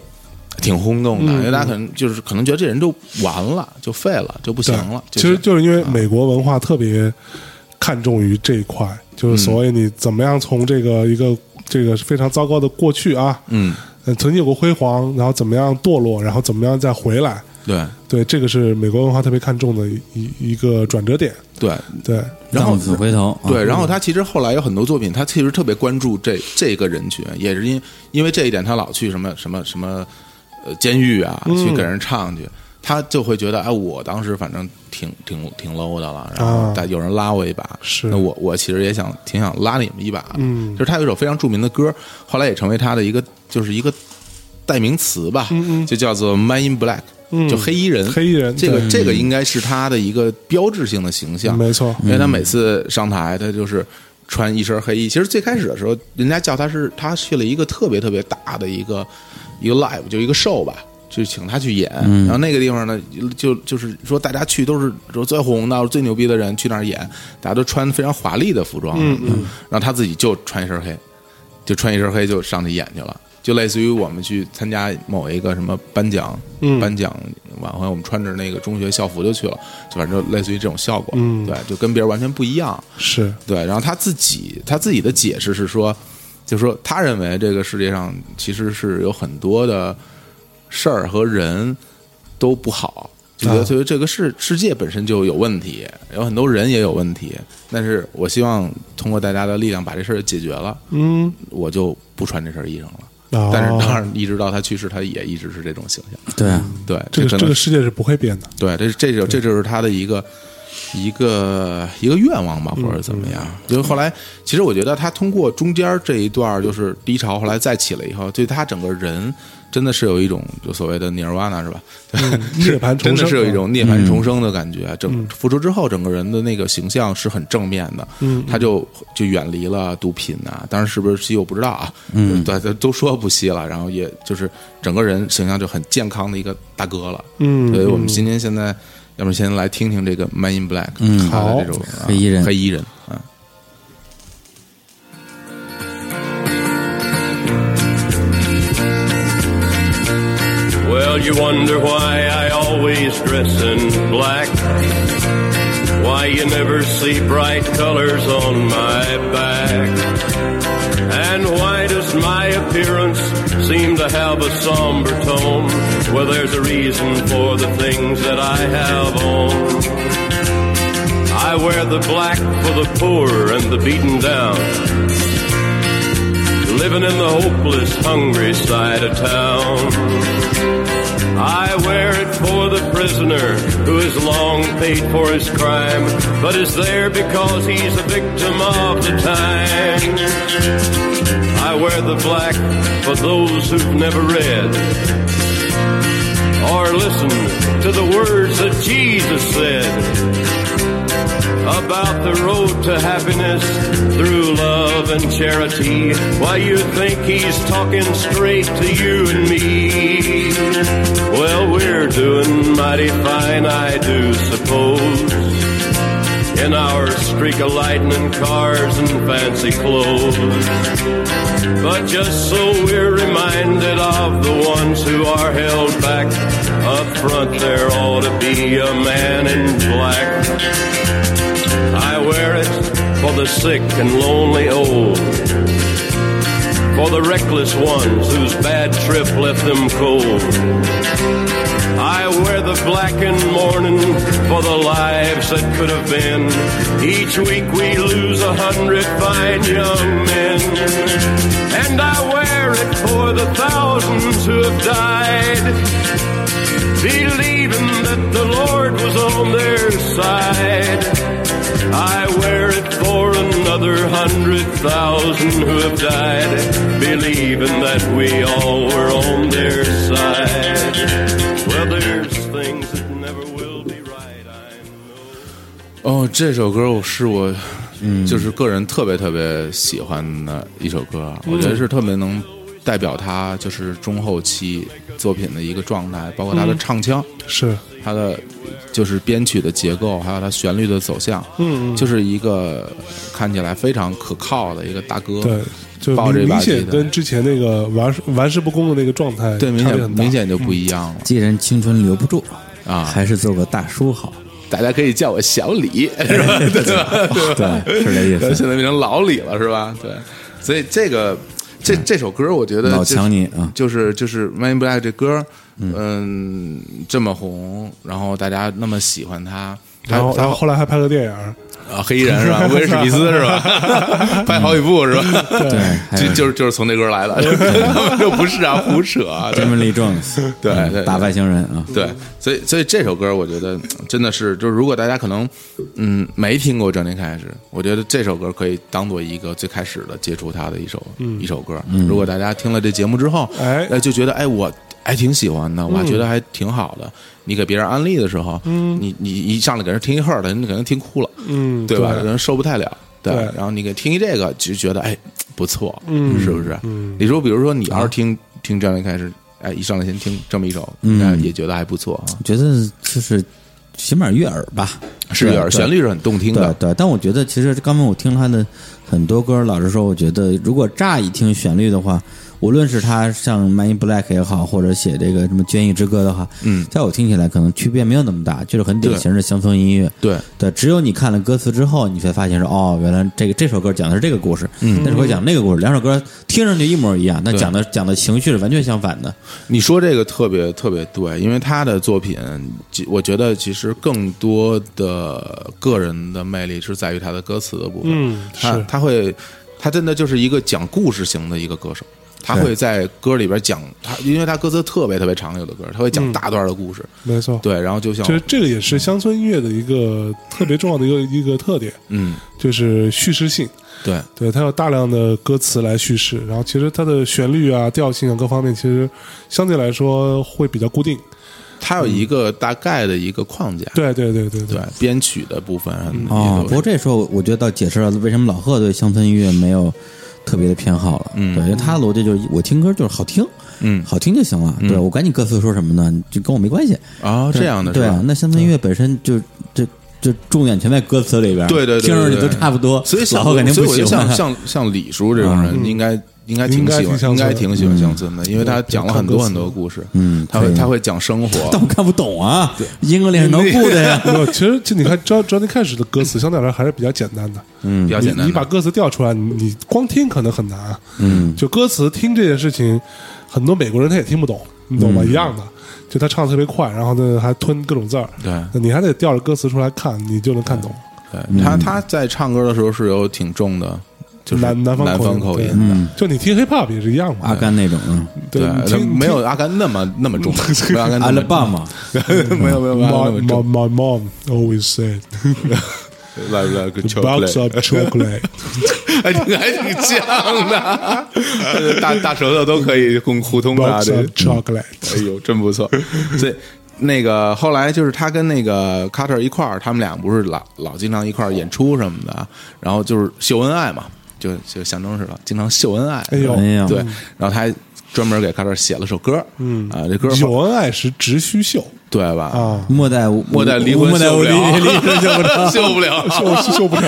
[SPEAKER 1] 挺轰动的，
[SPEAKER 2] 嗯
[SPEAKER 1] 因为大家可能就是可能觉得这人就完了，就废了，就不行
[SPEAKER 2] 对
[SPEAKER 1] 了。
[SPEAKER 2] 其实就是因为美国文化特别看重于这一块，就是所谓你怎么样从这个一个这个非常糟糕的过去啊，
[SPEAKER 1] 嗯，
[SPEAKER 2] 呃曾经有过辉煌，然后怎么样堕落，然后怎么样再回来，
[SPEAKER 1] 对
[SPEAKER 2] 对，这个是美国文化特别看重的一一一个转折点，
[SPEAKER 1] 对
[SPEAKER 2] 对，
[SPEAKER 1] 然后
[SPEAKER 3] 浪子回头，啊
[SPEAKER 1] 对，然后他其实后来有很多作品，他其实特别关注这这个人群，也是因因为这一点，他老去什么什么什么呃监狱啊，去给
[SPEAKER 2] 嗯
[SPEAKER 1] 人唱去。他就会觉得，哎，我当时反正挺挺挺 low 的了，然后
[SPEAKER 2] 啊
[SPEAKER 1] 但有人拉我一把，
[SPEAKER 2] 是
[SPEAKER 1] 那我我其实也想挺想拉你们一把的，嗯，就是他有一首非常著名的歌，后来也成为他的一个就是一个代名词吧，就叫做 Man in Black，、就黑衣人，
[SPEAKER 2] 嗯黑衣人
[SPEAKER 1] 这个
[SPEAKER 2] 对
[SPEAKER 1] 这个应该是他的一个标志性的形象，
[SPEAKER 2] 没错
[SPEAKER 1] 因为他每次上台，他就是穿一身黑衣。其实最开始的时候，人家叫他是他去了一个特别特别大的一个一个 live，就一个 show 吧。就请他去演，然后那个地方呢，就就是说大家去都是说最红的、最牛逼的人去那儿演，大家都穿非常华丽的服装，嗯嗯，然后他自己就穿一身黑，就穿一身黑就上去演去了，就类似于我们去参加某一个什么颁奖、颁奖晚会，我们穿着那个中学校服就去了，就反正就类似于这种效果，对，就跟别人完全不一样，
[SPEAKER 2] 是
[SPEAKER 1] 对。然后他自己他自己的解释是说，就说他认为这个世界上其实是有很多的事儿和人都不好。就觉得，
[SPEAKER 2] 啊
[SPEAKER 1] 所以这个世世界本身就有问题，有很多人也有问题。但是我希望通过大家的力量把这事儿解决了，
[SPEAKER 2] 嗯，
[SPEAKER 1] 我就不穿这身衣裳了。
[SPEAKER 2] 哦
[SPEAKER 1] 但是当然，一直到他去世，他也一直是这种形象。
[SPEAKER 3] 对啊，
[SPEAKER 1] 对，
[SPEAKER 2] 嗯这个
[SPEAKER 1] 可
[SPEAKER 2] 这
[SPEAKER 1] 能
[SPEAKER 2] 个世界是不会变的，
[SPEAKER 1] 对，这这就这就是他的一个一个一个愿望
[SPEAKER 2] 嗯
[SPEAKER 1] 吧，或者怎么样。因为后来，其实我觉得他通过中间这一段，就是低潮，后来再起来以后，对他整个人真的是有一种就所谓的 nirvana 是吧？ 对，
[SPEAKER 2] 嗯涅槃重生嗯
[SPEAKER 1] 真的是有一种涅槃重生的感觉。整复出之后，整个人的那个形象是很正面的。嗯，他就就远离了毒品啊，当然是不是吸我不知道啊。嗯，对，都说不吸了，然后也就是整个人形象就很健康的一个大哥了。
[SPEAKER 2] 嗯
[SPEAKER 1] 所以我们今天现在，要么先来听听这个《Man in Black》嗯他的这种啊
[SPEAKER 3] 黑衣人
[SPEAKER 1] 黑衣人啊，
[SPEAKER 4] Well, you wonder why I always dress in black. Why you never see bright colors on my back. And why does my appearance seem to have a somber tone? Well, there's a reason for the things that I have on. I wear the black for the poor and the beaten down. Living in the hopeless, hungry side of town. I wear it for the prisoner who has long paid for his crime, but is there because he's a victim of the time. I wear the black for those who've never read or listened to the words that Jesus said about the road to happiness through love and charity. Why you think he's talking straight to you and me? Well, we're doing mighty fine, I do suppose. In our streak of lightning cars and fancy clothes. But just so we're reminded of the ones who are held back, up front there ought to be a man in black. I wear it for the sick and lonely old. For the reckless ones whose bad trip left them cold. I wear the black and mourning for the lives that could have been. Each week we lose a hundred fine young men. And I wear it for the thousands who have died believing that the Lord was on their side. I wear it for another hundred thousand who have died, believing that we all were on their side. Well, there's things that never will be right. I'm
[SPEAKER 1] 哦，这首歌我是我，
[SPEAKER 3] 嗯
[SPEAKER 1] 就是个人特别特别喜欢的一首歌，啊我
[SPEAKER 2] 嗯
[SPEAKER 1] 觉得是特别能代表他就是中后期作品的一个状态，包括他
[SPEAKER 2] 嗯
[SPEAKER 1] 的唱腔，
[SPEAKER 2] 是
[SPEAKER 1] 他的就是编曲的结构，还有他旋律的走向，嗯，就是一个看起来非常可靠的一个大哥，
[SPEAKER 2] 对，就
[SPEAKER 1] 抱着一
[SPEAKER 2] 明
[SPEAKER 1] 把
[SPEAKER 2] 明
[SPEAKER 1] 吉
[SPEAKER 2] 显
[SPEAKER 1] 他
[SPEAKER 2] 跟之前那个玩玩世不恭的那个状态
[SPEAKER 1] 对明
[SPEAKER 2] 差别
[SPEAKER 1] 显
[SPEAKER 2] 很大
[SPEAKER 1] 明显就不一样了
[SPEAKER 3] 既然青春留不住
[SPEAKER 1] 啊
[SPEAKER 3] 还是做个大叔好。
[SPEAKER 1] 大家可以叫我小李，是吧？对吧？对吧
[SPEAKER 3] 对是这意思
[SPEAKER 1] 现在变成老李了，是吧？对，所以这个这这首歌，我觉得
[SPEAKER 3] 老
[SPEAKER 1] 就是
[SPEAKER 3] 强尼啊
[SPEAKER 1] 就是就是《Man in Black》这歌，嗯，这么红，然后大家那么喜欢他，他
[SPEAKER 2] 然后，然
[SPEAKER 1] 他
[SPEAKER 2] 后后来还拍个电影，
[SPEAKER 1] 啊，黑衣人是吧？威尔史密斯是吧？ 拍好几部是吧？
[SPEAKER 3] 还有
[SPEAKER 1] 就就是就是从那歌来的， 又不是啊，胡扯啊，对
[SPEAKER 3] Jamie Lee Jones，
[SPEAKER 1] 对
[SPEAKER 3] 嗯
[SPEAKER 1] 对
[SPEAKER 3] 打外星人啊，
[SPEAKER 1] 对，所以所以这首歌我觉得嗯真的是，就是如果大家可能嗯没听过张天开始，我觉得这首歌可以当做一个最开始的接触他的一首、一首歌。如果大家听了这节目之后，
[SPEAKER 2] 哎
[SPEAKER 1] 就觉得嗯哎嗯我还挺喜欢的，我还觉得还挺好的。你给别人安利的时候，你你一上来给人听一会儿的，你可能听哭了，
[SPEAKER 2] 嗯，
[SPEAKER 1] 对吧？可能受不太了。对
[SPEAKER 2] 对，
[SPEAKER 1] 然后你给听一这个，就觉得哎不错，嗯，是不是？你说，比如说你要是听听张天开始，哎，一上来先听这么一首，那也觉得还不错啊。
[SPEAKER 3] 觉得就是起码悦耳吧，
[SPEAKER 1] 是有点旋律是很动听
[SPEAKER 3] 对
[SPEAKER 1] 的，
[SPEAKER 3] 对，但我觉得其实刚才我听他的很多歌，老实说，我觉得如果乍一听旋律的话，无论是他像《Man in Black》也好，或者写这个什么《监狱之歌》的话，
[SPEAKER 1] 嗯
[SPEAKER 3] 在我听起来可能区别没有那么大，就是很典型的乡村音乐。
[SPEAKER 1] 对
[SPEAKER 3] 对，只有你看了歌词之后，你才发现说，哦，原来这个这首歌讲的是这个故事，嗯，那首歌讲那个故事，两首歌听上去一模一样，但
[SPEAKER 1] 对
[SPEAKER 3] 讲的讲的情绪是完全相反的。
[SPEAKER 1] 你说这个特别特别对，因为他的作品，其我觉得其实更多的个人的魅力是在于他的歌词的部分。
[SPEAKER 2] 嗯
[SPEAKER 1] 他
[SPEAKER 2] 是
[SPEAKER 1] 他会，他真的就是一个讲故事型的一个歌手。他会在歌里边讲他，因为他歌词特别特别长，有的歌他会讲大段的故事。
[SPEAKER 2] 没错，，
[SPEAKER 1] 对，然后就像
[SPEAKER 2] 其实这个也是乡村音乐的一个特别重要的一个一个特点，
[SPEAKER 1] 嗯，
[SPEAKER 2] 就是叙事性。
[SPEAKER 1] 对，
[SPEAKER 2] 对，它有大量的歌词来叙事，然后其实它的旋律啊、调性啊各方面，其实相对来说会比较固定。
[SPEAKER 1] 他有一个大概的一个框架，
[SPEAKER 2] 对对对对
[SPEAKER 1] 对编曲的部分什么的
[SPEAKER 3] 哦，
[SPEAKER 1] 也
[SPEAKER 3] 不
[SPEAKER 1] 都
[SPEAKER 3] 过
[SPEAKER 1] 是
[SPEAKER 3] 这时候我觉得倒解释了为什么老贺对乡村音乐没有特别的偏好了。嗯，对，因为他的逻辑就是我听歌就是好听，
[SPEAKER 1] 嗯
[SPEAKER 3] 好听就行了。对我管你歌词说什么呢，就跟我没关系。
[SPEAKER 1] 啊这样的是
[SPEAKER 3] 对啊
[SPEAKER 1] 吧，？
[SPEAKER 3] 那乡村音乐本身就就就重点全在歌词里边，
[SPEAKER 1] 对对对对
[SPEAKER 3] 听上去
[SPEAKER 1] 对
[SPEAKER 3] 都差不多。
[SPEAKER 1] 所以像
[SPEAKER 3] 老贺肯定
[SPEAKER 1] 所
[SPEAKER 3] 不
[SPEAKER 1] 以我
[SPEAKER 3] 喜
[SPEAKER 1] 就
[SPEAKER 3] 欢啊嗯
[SPEAKER 1] 像。像像李叔这种人，应该应该挺喜
[SPEAKER 2] 应该挺
[SPEAKER 1] 欢，
[SPEAKER 2] 乡
[SPEAKER 1] 应
[SPEAKER 2] 村的
[SPEAKER 1] 该挺喜欢乡村的，因为他讲了很多很多故事。嗯，他会他会讲生
[SPEAKER 3] 但
[SPEAKER 1] 活，
[SPEAKER 3] 我看不懂啊，英格兰能顾的 呀。
[SPEAKER 2] 没有，其实就你看专专辑开始的歌词，相对来说还是比较简单的。
[SPEAKER 1] 嗯比较简
[SPEAKER 2] 你
[SPEAKER 1] 单
[SPEAKER 2] 你把
[SPEAKER 1] 的。
[SPEAKER 2] 歌词调出来，你你光听可能很难。嗯，就歌词听这件事情，很多美国人他也听不懂，你懂吗？
[SPEAKER 1] 嗯
[SPEAKER 2] 一样的，就他唱的特别快，然后呢还吞各种字儿。
[SPEAKER 1] 对
[SPEAKER 2] 那你还得调着歌词出来看，你就能看懂。
[SPEAKER 1] 对
[SPEAKER 3] 嗯
[SPEAKER 1] 他他在唱歌的时候是有挺重的，就是
[SPEAKER 2] 南南
[SPEAKER 1] 方
[SPEAKER 2] 方
[SPEAKER 1] 口
[SPEAKER 2] 音，
[SPEAKER 1] 音
[SPEAKER 2] 对
[SPEAKER 3] 嗯
[SPEAKER 1] 的。
[SPEAKER 2] 就你听 hiphop 也是一样嘛。
[SPEAKER 3] 阿甘那种啊
[SPEAKER 2] 对，
[SPEAKER 1] 对
[SPEAKER 2] 你，
[SPEAKER 1] 他
[SPEAKER 2] 听
[SPEAKER 1] 没有阿甘那么那么重， 没有阿甘那么重
[SPEAKER 3] ，Alabama，
[SPEAKER 1] 没有没有没有
[SPEAKER 2] My,
[SPEAKER 1] 那么
[SPEAKER 2] my,
[SPEAKER 1] 重。
[SPEAKER 2] my mom always said,
[SPEAKER 1] Like like a
[SPEAKER 2] "Box
[SPEAKER 1] chocolate，
[SPEAKER 2] up chocolate."
[SPEAKER 1] 还挺哎还挺像的， 大大舌头都可以共互通的啊。
[SPEAKER 2] Box
[SPEAKER 1] 这
[SPEAKER 2] up chocolate，
[SPEAKER 1] 哎呦，真不错。所以那个后来就是他跟那个卡特一块儿，他们俩不是老老经常一块儿演出什么的，然后就是秀恩爱嘛，就就象征式的，经常秀恩爱。
[SPEAKER 2] 哎呦
[SPEAKER 3] 哎呀
[SPEAKER 1] 对，然后他还专门给卡特写了首歌，嗯啊，这歌
[SPEAKER 2] 有恩爱时直须秀
[SPEAKER 1] 对吧？
[SPEAKER 2] 啊，
[SPEAKER 3] 莫代
[SPEAKER 1] 莫代离婚
[SPEAKER 3] 莫代
[SPEAKER 1] 秀不
[SPEAKER 3] 离
[SPEAKER 1] 了。
[SPEAKER 3] 离婚就不了
[SPEAKER 1] 秀不了，
[SPEAKER 2] 秀是秀不成。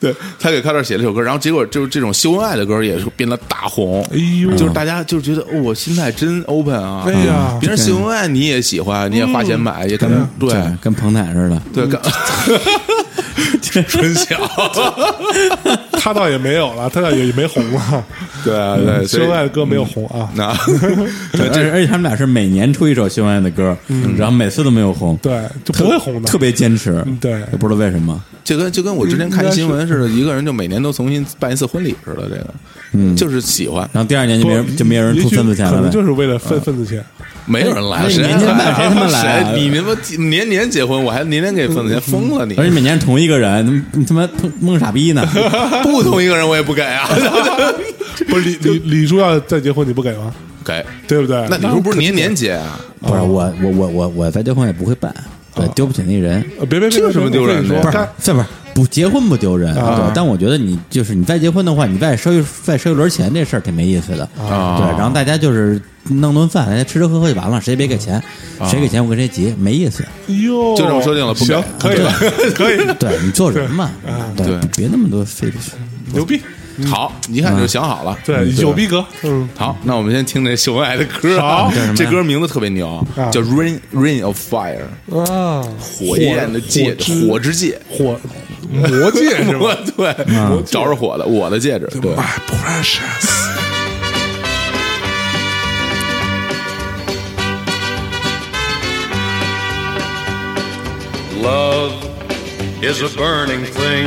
[SPEAKER 1] 对他给卡特写了首歌，然后结果就是这种秀恩爱的歌也是变得大红，
[SPEAKER 2] 哎呦
[SPEAKER 1] 就是大家就觉得哦，我心态真 open 啊，
[SPEAKER 2] 哎呀
[SPEAKER 1] 别人秀恩爱你也喜欢，你也花钱买，也跟
[SPEAKER 3] 嗯
[SPEAKER 1] 对
[SPEAKER 3] 跟彭坦似的，
[SPEAKER 1] 对，跟春晓，
[SPEAKER 2] 他倒也没有了，他倒也也没红了。
[SPEAKER 1] 对啊 对，哎所以嗯
[SPEAKER 2] 秀恩爱的歌没有红啊。
[SPEAKER 1] 那
[SPEAKER 3] 而且而且他们俩是每年出一首秀恩爱的歌，然后每次都没有红，
[SPEAKER 2] 嗯对，就
[SPEAKER 3] 特，
[SPEAKER 2] 不会红的，
[SPEAKER 3] 特别坚持
[SPEAKER 2] 嗯，对
[SPEAKER 3] 也不知道为什么。
[SPEAKER 1] 就跟就跟我之前看新闻似的，一个人就每年都重新办一次婚礼似的，这个嗯，就是喜欢，
[SPEAKER 3] 然后第二年就
[SPEAKER 2] 不
[SPEAKER 3] 没人就没有人出份子钱
[SPEAKER 2] 可
[SPEAKER 3] 了
[SPEAKER 2] 能就
[SPEAKER 3] 呗。
[SPEAKER 2] 是为了
[SPEAKER 1] 嗯
[SPEAKER 2] 份份子钱。
[SPEAKER 1] 没有人来
[SPEAKER 3] 那
[SPEAKER 1] 了，
[SPEAKER 3] 你
[SPEAKER 1] 谁
[SPEAKER 3] 年年
[SPEAKER 1] 来
[SPEAKER 3] 办谁他妈来啊
[SPEAKER 1] 谁你他妈年年结婚，我还年年给份子钱，疯了你！
[SPEAKER 3] 而且每年同一个人，你他妈蒙 傻逼呢？
[SPEAKER 1] 不同一个人我也不给啊，
[SPEAKER 2] 不是李李李叔要再结婚，你不给吗？
[SPEAKER 1] 给。
[SPEAKER 2] 对不对？
[SPEAKER 1] 那你说不是年年结啊？
[SPEAKER 3] 不是我我我我我在结婚也不会办，
[SPEAKER 2] 啊
[SPEAKER 3] 对，丢不起那人。
[SPEAKER 2] 呃别别别，
[SPEAKER 1] 这有什么丢人的呀
[SPEAKER 2] 我跟你说
[SPEAKER 3] 不是
[SPEAKER 2] 该，
[SPEAKER 3] 这不是不结婚不丢人，对。但我觉得你就是你再结婚的话，你再收一再收一轮钱这事儿挺没意思的，
[SPEAKER 1] 啊
[SPEAKER 3] 对。然后大家就是弄顿饭，大家吃吃喝喝就完了，谁也别给钱，谁给钱我跟谁急，没意思。
[SPEAKER 2] 哟，
[SPEAKER 1] 就这么说定了不给
[SPEAKER 2] 哦行，可以了，可以，
[SPEAKER 3] 对你做人嘛，对
[SPEAKER 1] 对
[SPEAKER 3] 别那么多费劲。
[SPEAKER 2] 牛逼，
[SPEAKER 1] 好，一看就想好了。
[SPEAKER 2] 嗯对，有逼格，嗯，
[SPEAKER 1] 好，那我们先听这秀恩爱的歌啊
[SPEAKER 2] 好
[SPEAKER 3] 叫什么呀，
[SPEAKER 1] 这歌名字特别牛，
[SPEAKER 2] 啊
[SPEAKER 1] 叫《Rain Rain of Fire》，
[SPEAKER 2] 啊，
[SPEAKER 1] 火焰的戒指，火
[SPEAKER 2] 火之
[SPEAKER 1] 之戒，
[SPEAKER 2] 火魔戒 是嗯吧？
[SPEAKER 1] 对，着着火的，我的戒指，对，
[SPEAKER 2] My precious，
[SPEAKER 4] Love is a burning thing,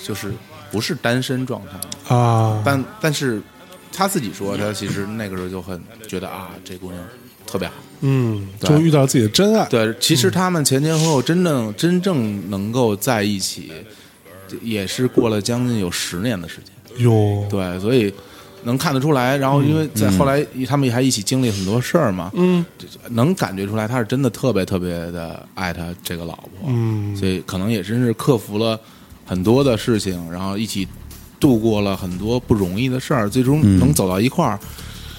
[SPEAKER 1] 就是不是单身状态，
[SPEAKER 2] 啊，
[SPEAKER 1] 但但是他自己说，他其实那个时候就很觉得啊，这姑娘特别好。
[SPEAKER 2] 嗯，
[SPEAKER 1] 对
[SPEAKER 2] 终于遇到自己的真爱，
[SPEAKER 1] 对，其实他们前前后后真正真正能够在一起，也是过了将近有十年的时间。
[SPEAKER 2] 哟，
[SPEAKER 1] 对，所以能看得出来。然后因为在后来他们还一起经历很多事儿嘛，嗯，能感觉出来他是真的特别特别的爱他这个老婆，嗯，所以可能也真是克服了很多的事情，然后一起度过了很多不容易的事儿，最终能走到一块儿。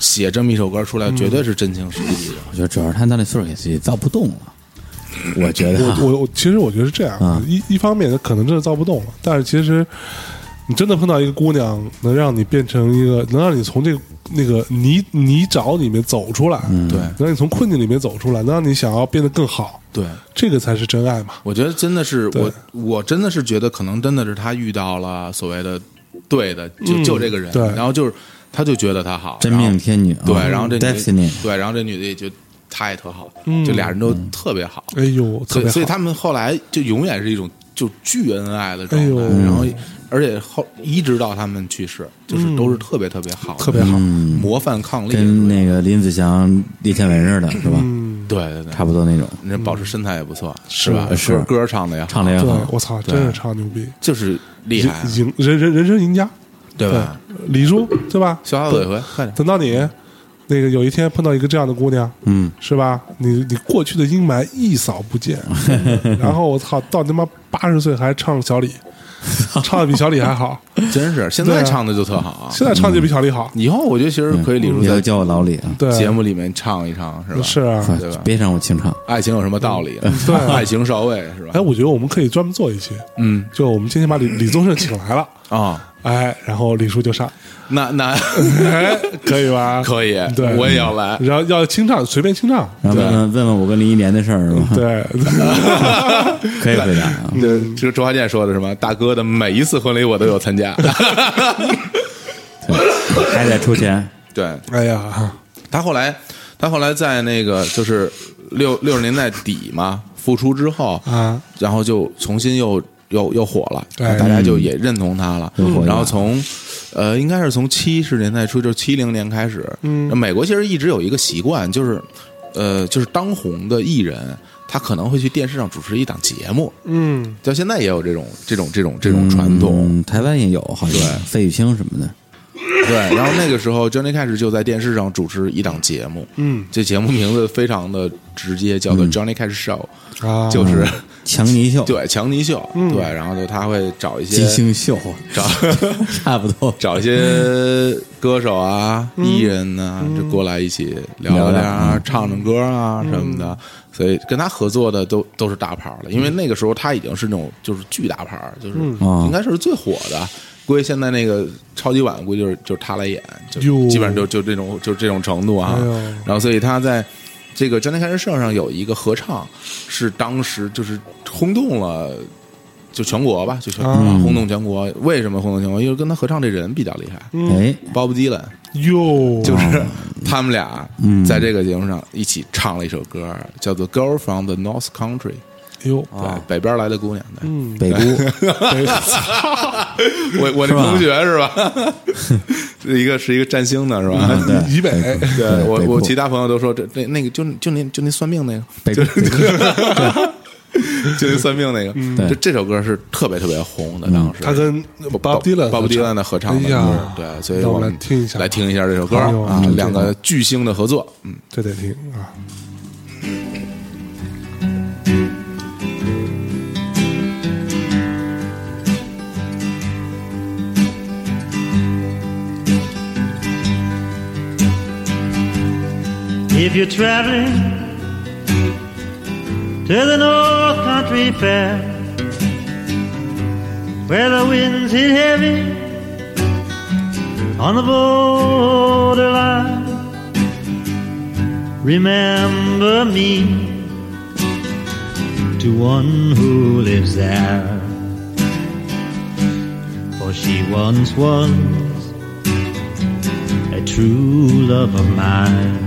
[SPEAKER 1] 写这么一首歌出来，绝对是真情实意的。
[SPEAKER 3] 我觉得主要是他到那岁数也自己造不动了。我觉得啊
[SPEAKER 2] 我我我其实我觉得是这样，
[SPEAKER 3] 啊
[SPEAKER 2] 一一方面可能真的造不动了，但是其实你真的碰到一个姑娘，能让你变成一个，能让你从这个那个泥泥沼里面走出来，
[SPEAKER 3] 嗯
[SPEAKER 1] 对
[SPEAKER 2] 能让你从困境里面走出来，能让你想要变得更好，
[SPEAKER 1] 对，
[SPEAKER 2] 这个才是真爱嘛。
[SPEAKER 1] 我觉得真的是
[SPEAKER 2] 对
[SPEAKER 1] 我，我真的是觉得可能真的是他遇到了所谓的对的，就、就这个人，
[SPEAKER 2] 嗯对
[SPEAKER 1] 然后就是他就觉得他好，
[SPEAKER 3] 真
[SPEAKER 1] 然后
[SPEAKER 3] 命天女啊
[SPEAKER 1] 对，然后这女
[SPEAKER 3] Destiny
[SPEAKER 1] 对，然后这女的也就她也特好，就俩人都特别好，
[SPEAKER 2] 哎呦，嗯特
[SPEAKER 1] 所
[SPEAKER 2] 别
[SPEAKER 1] 以
[SPEAKER 2] 好
[SPEAKER 1] 所以他们后来就永远是一种就巨恩爱的状
[SPEAKER 2] 哎呦
[SPEAKER 1] 态，然后而且后一直到他们去世，就是都是特别特别好的，
[SPEAKER 2] 嗯特别好
[SPEAKER 3] 嗯
[SPEAKER 1] 模范伉俪的
[SPEAKER 3] 跟
[SPEAKER 1] 那种，
[SPEAKER 3] 那个林子祥、李建文似的，是吧？
[SPEAKER 1] 对对对，
[SPEAKER 3] 差不多那种，
[SPEAKER 1] 人家保持身材也不错，是吧？
[SPEAKER 3] 嗯是
[SPEAKER 1] 歌歌唱的也好
[SPEAKER 3] 唱的也
[SPEAKER 2] 对
[SPEAKER 3] 好，
[SPEAKER 2] 我操，真是超牛逼，
[SPEAKER 1] 就是厉害，啊
[SPEAKER 2] 赢人人人生赢家，
[SPEAKER 1] 对吧？
[SPEAKER 2] 李叔对吧？
[SPEAKER 1] 消消尾回，快点。
[SPEAKER 2] 等到你那个有一天碰到一个这样的姑娘，嗯，是吧？你你过去的阴霾一扫不 见，然后我操，到他妈八十岁还唱小李， 唱的比小李还 好，
[SPEAKER 1] 真是，现
[SPEAKER 2] 对啊
[SPEAKER 1] 在唱的就特好啊。
[SPEAKER 2] 现在唱就比小李好，
[SPEAKER 1] 以后我觉得其实可以李
[SPEAKER 2] 嗯
[SPEAKER 1] 叔
[SPEAKER 3] 你要
[SPEAKER 1] 在
[SPEAKER 3] 叫我老李啊，
[SPEAKER 2] 对，
[SPEAKER 1] 节目里面唱一唱，是吧？
[SPEAKER 2] 是啊。嗯
[SPEAKER 3] 快
[SPEAKER 1] 对吧
[SPEAKER 3] 别让我清唱。
[SPEAKER 1] 爱情有什么道理？啊
[SPEAKER 2] 对
[SPEAKER 1] 爱情少尉是吧
[SPEAKER 2] 哎，？我觉得我们可以专门做一期，
[SPEAKER 1] 嗯
[SPEAKER 2] 就我们今天把李李宗盛请 来了，
[SPEAKER 1] 啊，
[SPEAKER 2] 哎，然后李叔就上，
[SPEAKER 1] 那那
[SPEAKER 2] 哎， 可以吧？
[SPEAKER 1] 可以
[SPEAKER 2] 对，
[SPEAKER 1] 我也要来。
[SPEAKER 2] 然后要清唱，随便清唱，
[SPEAKER 3] 然后问问问问我跟林忆莲的事儿是吧？
[SPEAKER 2] 对，
[SPEAKER 3] 可以回答 啊。
[SPEAKER 1] 对，这个周华健说的什么？大哥的每一次婚礼我都有参加。
[SPEAKER 3] 对还得出钱，
[SPEAKER 1] 对
[SPEAKER 2] 哎呀，
[SPEAKER 1] 他后来，他后来在那个就是六六十年代底嘛，复出之后
[SPEAKER 2] 啊，
[SPEAKER 1] 然后就重新又又又火了，
[SPEAKER 2] 哎
[SPEAKER 1] 大家就也认同他了。
[SPEAKER 3] 又火一把
[SPEAKER 1] 然后从呃，应该是从七十年代初，就是七零年开始，嗯，美国其实一直有一个习惯，就是呃，就是当红的艺人，他可能会去电视上主持一档节目，
[SPEAKER 2] 嗯，
[SPEAKER 1] 到现在也有这种这种这种这种 传统。
[SPEAKER 3] 嗯，台湾也有，好像费玉清什么的，
[SPEAKER 1] 对，然后那个时候 Johnny Cash 就在电视上主持一档节目，
[SPEAKER 2] 嗯，
[SPEAKER 1] 这节目名字非常的直接，叫
[SPEAKER 3] 嗯
[SPEAKER 1] 做 Johnny Cash Show，、
[SPEAKER 2] 啊，
[SPEAKER 3] 哦
[SPEAKER 1] 就是
[SPEAKER 3] 强尼秀、
[SPEAKER 1] 对强尼秀，对，然后就他会找一
[SPEAKER 3] 嗯金
[SPEAKER 1] 些
[SPEAKER 3] 星秀，
[SPEAKER 1] 找
[SPEAKER 3] 差不多。
[SPEAKER 1] 找一些歌手啊、艺人呢、
[SPEAKER 2] 嗯
[SPEAKER 1] 就过来一起聊
[SPEAKER 3] 聊
[SPEAKER 1] 天
[SPEAKER 3] 聊
[SPEAKER 1] 啊、唱唱歌啊什么
[SPEAKER 2] 嗯
[SPEAKER 1] 的。所以跟他合作的都都是大牌了，因为那个时候他已经是那种就是巨大牌儿，就是
[SPEAKER 2] 嗯
[SPEAKER 3] 哦
[SPEAKER 1] 应该是最火的。估计现在那个超级碗，估计就是就是他来演，就
[SPEAKER 2] 哟
[SPEAKER 1] 基本上就就这种就这种程度啊
[SPEAKER 2] 哎呦。
[SPEAKER 1] 然后所以他在这个《张天开始社》上有一个合唱，是当时就是轰动了。就全国吧，就全、
[SPEAKER 2] 啊
[SPEAKER 1] 轰动全国。为什么轰动全国？因为跟他合唱这人比较厉害，
[SPEAKER 3] 哎，
[SPEAKER 1] 鲍勃迪伦
[SPEAKER 2] 哟，
[SPEAKER 1] 就是他们俩在这个节目上一起唱了一首歌，叫做《Girl from the North Country》，
[SPEAKER 2] 哟，
[SPEAKER 1] 对，北边来的姑娘。对
[SPEAKER 3] 北姑，
[SPEAKER 1] 我我那
[SPEAKER 3] 是吧
[SPEAKER 1] 同学是吧？ 是一个是一个占星的是吧？
[SPEAKER 2] 以以北
[SPEAKER 1] 哎对我
[SPEAKER 3] 北部
[SPEAKER 1] 我其他朋友都说这那那个就就那就那算命那个，
[SPEAKER 3] 北姑，北姑
[SPEAKER 1] 就那算命那个，
[SPEAKER 3] 对嗯
[SPEAKER 1] 就这首歌是特别特别红的，当时
[SPEAKER 2] 嗯他跟 Bob Dylan
[SPEAKER 1] 鲍勃迪伦的合唱的
[SPEAKER 2] 哎呀
[SPEAKER 1] 歌，对，所以
[SPEAKER 2] 那我
[SPEAKER 1] 我
[SPEAKER 2] 们
[SPEAKER 1] 们
[SPEAKER 2] 来听一下
[SPEAKER 1] 来听一下这首歌
[SPEAKER 2] 哎呦
[SPEAKER 1] 啊
[SPEAKER 2] 这，个
[SPEAKER 1] 两个巨星的合作，嗯，
[SPEAKER 2] 这得听啊，
[SPEAKER 5] If you're traveling to the North Country Fair, where the winds hit heavy on the borderline. Remember me to one who lives there, for she once was a true love of mine.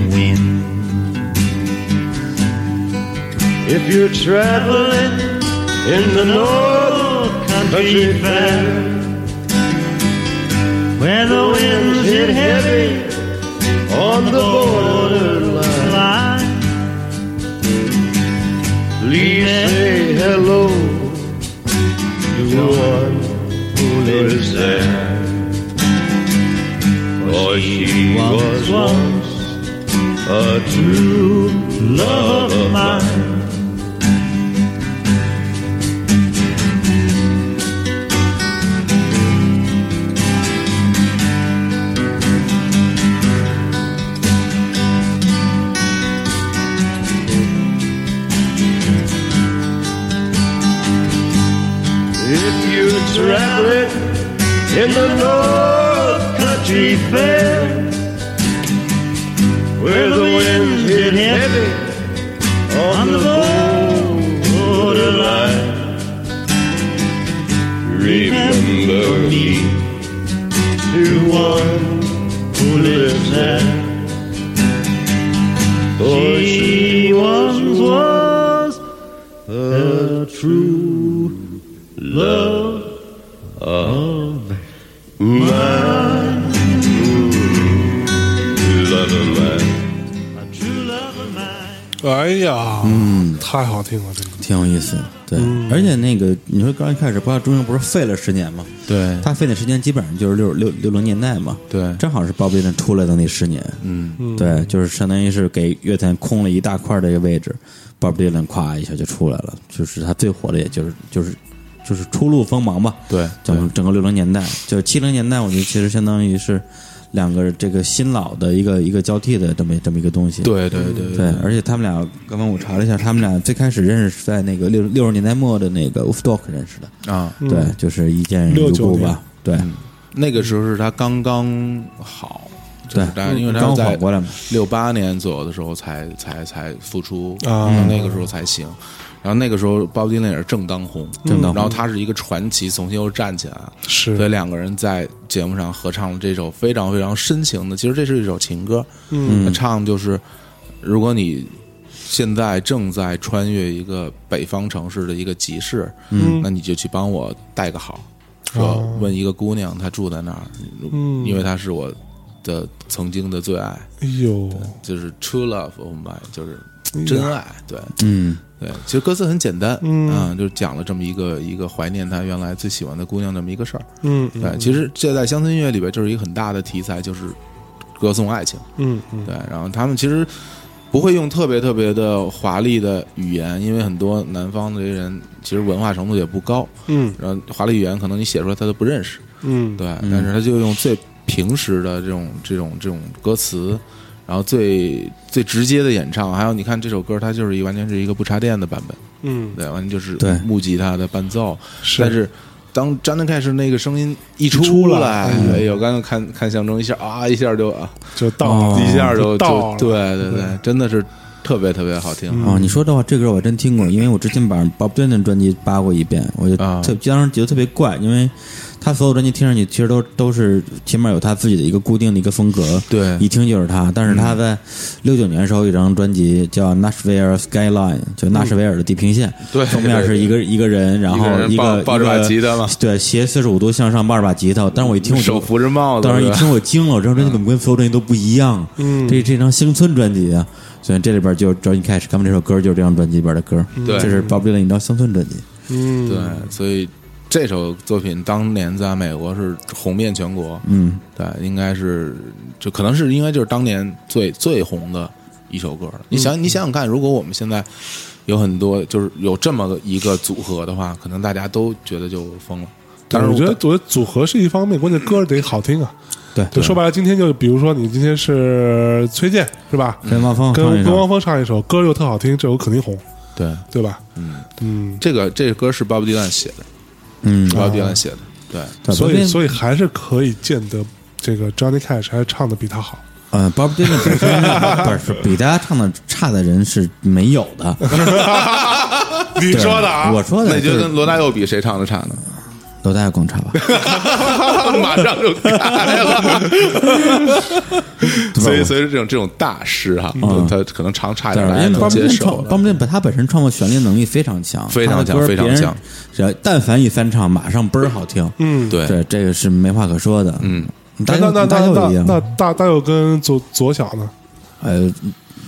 [SPEAKER 5] wind.
[SPEAKER 4] If you're traveling in the North Country Fair,
[SPEAKER 5] Where the winds hit heavy
[SPEAKER 4] on the borderline,
[SPEAKER 5] line,
[SPEAKER 4] please say hello to one who lives there. For she was once a true
[SPEAKER 5] love of mine.
[SPEAKER 4] If you're traveling in the North Country Fair, where the winds hit heavy on the borderline, remember me to one who lives there. For she once was a true love of mine. Ooh, love of mine.
[SPEAKER 5] True love of mine.
[SPEAKER 2] 哎呀，嗯，太好听了，这个
[SPEAKER 3] 挺有意思的。对，
[SPEAKER 1] 嗯
[SPEAKER 3] 而且那个你说刚一开始八大中英不是废了十年吗？
[SPEAKER 1] 对
[SPEAKER 3] 他废的时间基本上就是六六六零年代嘛。
[SPEAKER 1] 对
[SPEAKER 3] 正好是鲍勃迪出来的那十年。嗯，对，就是相当于是给乐坛空了一大块这个位置，鲍勃迪伦咵一下就出来了，就是他最火的，也就是就是就是初露锋芒吧。
[SPEAKER 1] 对
[SPEAKER 3] 整个整个六零年代，就是七零年代，我觉得其实相当于是两个这个新老的一个一个交替的这么这么一个东西。
[SPEAKER 1] 对对对
[SPEAKER 3] 嗯对，而且他们俩，刚刚我查了一下，他们俩最开始认识是在那个六六十年代末的那个 Wolf Dog 认识的，
[SPEAKER 1] 啊，
[SPEAKER 3] 对，就是一见如故
[SPEAKER 2] 69年
[SPEAKER 3] 吧，对，
[SPEAKER 1] 嗯那个时候是他刚刚好，就是
[SPEAKER 3] 对
[SPEAKER 1] 大概因为他
[SPEAKER 3] 刚
[SPEAKER 1] 是在
[SPEAKER 3] 缓过来嘛
[SPEAKER 1] 六八年左右的时候才才才复出
[SPEAKER 2] 啊
[SPEAKER 1] 然后那个时候才行。然后那个时候，鲍勃迪伦也是正当红，正
[SPEAKER 3] 当红
[SPEAKER 1] 然后他是一个传奇，重新又站起来了。
[SPEAKER 2] 是
[SPEAKER 1] 所以两个人在节目上合唱了这首非常非常深情的，其实这是一首情歌。嗯，唱就是，如果你现在正在穿越一个北方城市的一个集市，嗯，那你就去帮我带个好，说问一个姑娘她住在哪儿，
[SPEAKER 2] 嗯
[SPEAKER 1] 因为她是我的曾经的最爱，
[SPEAKER 2] 哎呦，哎
[SPEAKER 1] 就是 true love，我们把就是真爱，对。
[SPEAKER 3] 嗯，
[SPEAKER 1] 对，其实歌词很简单，嗯，就是讲了这么一个一个怀念他原来最喜欢的姑娘这么一个事儿，
[SPEAKER 2] 嗯
[SPEAKER 1] 对，其实这在乡村音乐里边就是一个很大的题材，就是歌颂爱情。
[SPEAKER 2] 嗯嗯，
[SPEAKER 1] 对，然后他们其实不会用特别特别的华丽的语言，因为很多南方的这些人其实文化程度也不高，
[SPEAKER 2] 嗯，
[SPEAKER 1] 然后华丽语言可能你写出来他都不认识，
[SPEAKER 2] 嗯
[SPEAKER 1] 对，但是他就用最平实的这种这种这种歌词。然后最最直接的演唱，还有你看这首歌，它就是一完全是一个不插电的版本，
[SPEAKER 2] 嗯
[SPEAKER 1] 对，完全就是
[SPEAKER 3] 对
[SPEAKER 1] 木吉他的伴奏，
[SPEAKER 2] 是
[SPEAKER 1] 但是当张德开始那个声音一出
[SPEAKER 2] 出来
[SPEAKER 1] 哎呦，刚刚看看象征一下啊，一下就啊，
[SPEAKER 2] 就到了
[SPEAKER 1] 一下就
[SPEAKER 2] 到
[SPEAKER 1] 就
[SPEAKER 2] 了
[SPEAKER 1] 对对对，真的是特别特别好听。
[SPEAKER 3] 哦，你说的话，这歌我真听过，因为我之前把 Bob Dylan 专辑扒过一遍，我就
[SPEAKER 1] 啊
[SPEAKER 3] 特、当时觉得特别怪，因为他所有专辑听上去其实都都是前面有他自己的一个固定的一个风格，
[SPEAKER 1] 对嗯
[SPEAKER 3] 一听就是他。但是他在六九年的时候有一张专辑叫《Nashville Skyline》，就纳什维尔的地平线，
[SPEAKER 1] 嗯对
[SPEAKER 3] 封面是一个一个人，然后
[SPEAKER 1] 一个人
[SPEAKER 3] 一
[SPEAKER 1] 抱
[SPEAKER 3] 个
[SPEAKER 1] 抱着把
[SPEAKER 3] 一个
[SPEAKER 1] 吉他嘛
[SPEAKER 3] 对，斜四十五度向上抱着把吉他。但是我一听我就
[SPEAKER 1] 手扶着帽子，
[SPEAKER 3] 当时一
[SPEAKER 1] 对吧
[SPEAKER 3] 听我惊了，我这张专辑怎么跟所有专辑都不一样？嗯，这这张乡村专辑啊，所以这里边就找你开始，他们这首歌就是这张专辑里边的歌，
[SPEAKER 1] 嗯对
[SPEAKER 3] 这是 Bob Dylan 一张乡村专辑，
[SPEAKER 2] 嗯，
[SPEAKER 1] 对，所以这首作品当年在美国是红遍全国，
[SPEAKER 3] 嗯，
[SPEAKER 1] 对，应该是就可能是因为就是当年最最红的一首歌了。你想，你想想看，如果我们现在有很多就是有这么一个组合的话，可能大家都觉得就疯了。但
[SPEAKER 2] 但
[SPEAKER 1] 是
[SPEAKER 2] 是我觉得，我觉得组合是一方面，关键歌得好听啊。
[SPEAKER 3] 对，
[SPEAKER 2] 就说白了，今天就比如说你今天是崔健是吧？
[SPEAKER 1] 嗯
[SPEAKER 3] 跟汪峰
[SPEAKER 2] 跟
[SPEAKER 3] 唱一
[SPEAKER 2] 跟
[SPEAKER 3] 首
[SPEAKER 2] 汪峰唱一首歌又特好听，这我肯定红，
[SPEAKER 1] 对
[SPEAKER 2] 对吧？
[SPEAKER 1] 这个这个歌是 Bob Dylan 写的
[SPEAKER 3] 嗯，
[SPEAKER 1] ，Bob Dylan 写的，对。
[SPEAKER 3] 对
[SPEAKER 2] 所
[SPEAKER 3] Bob
[SPEAKER 2] 以
[SPEAKER 3] Dylan-
[SPEAKER 2] 所以还是可以见得这个 Johnny Cash 还是唱的比他好。
[SPEAKER 3] 呃，Bob Dylan 本身不是比大家唱的差的人是没有 的，
[SPEAKER 2] 你
[SPEAKER 3] 你我说
[SPEAKER 1] 啊那
[SPEAKER 3] 的
[SPEAKER 1] 你觉
[SPEAKER 3] 就
[SPEAKER 1] 得
[SPEAKER 3] 是
[SPEAKER 1] 跟罗大佑比谁唱的差呢？
[SPEAKER 3] 罗大佑更差吧，
[SPEAKER 1] 马上就来 了，所以所以这种这种大师哈，他可能常差一
[SPEAKER 3] 对
[SPEAKER 1] 点，，大家
[SPEAKER 3] 嗯因为
[SPEAKER 1] 能
[SPEAKER 3] Bob
[SPEAKER 1] 接
[SPEAKER 3] Dylan
[SPEAKER 1] 受
[SPEAKER 3] 创
[SPEAKER 1] 了。
[SPEAKER 3] Bob Dylan 本他本身创作旋律能力非常强，
[SPEAKER 1] 非常强
[SPEAKER 3] 他的歌
[SPEAKER 1] 非常
[SPEAKER 3] 别人
[SPEAKER 1] 强，
[SPEAKER 3] 只要但凡一翻唱，马上倍儿好听，嗯，
[SPEAKER 1] 对
[SPEAKER 3] 对，这个是没话可说的，嗯，大
[SPEAKER 2] 那
[SPEAKER 3] 佑
[SPEAKER 2] 那那
[SPEAKER 3] 大佑一
[SPEAKER 2] 那那
[SPEAKER 3] 样，
[SPEAKER 2] 大大佑跟左左小呢？
[SPEAKER 3] 呃，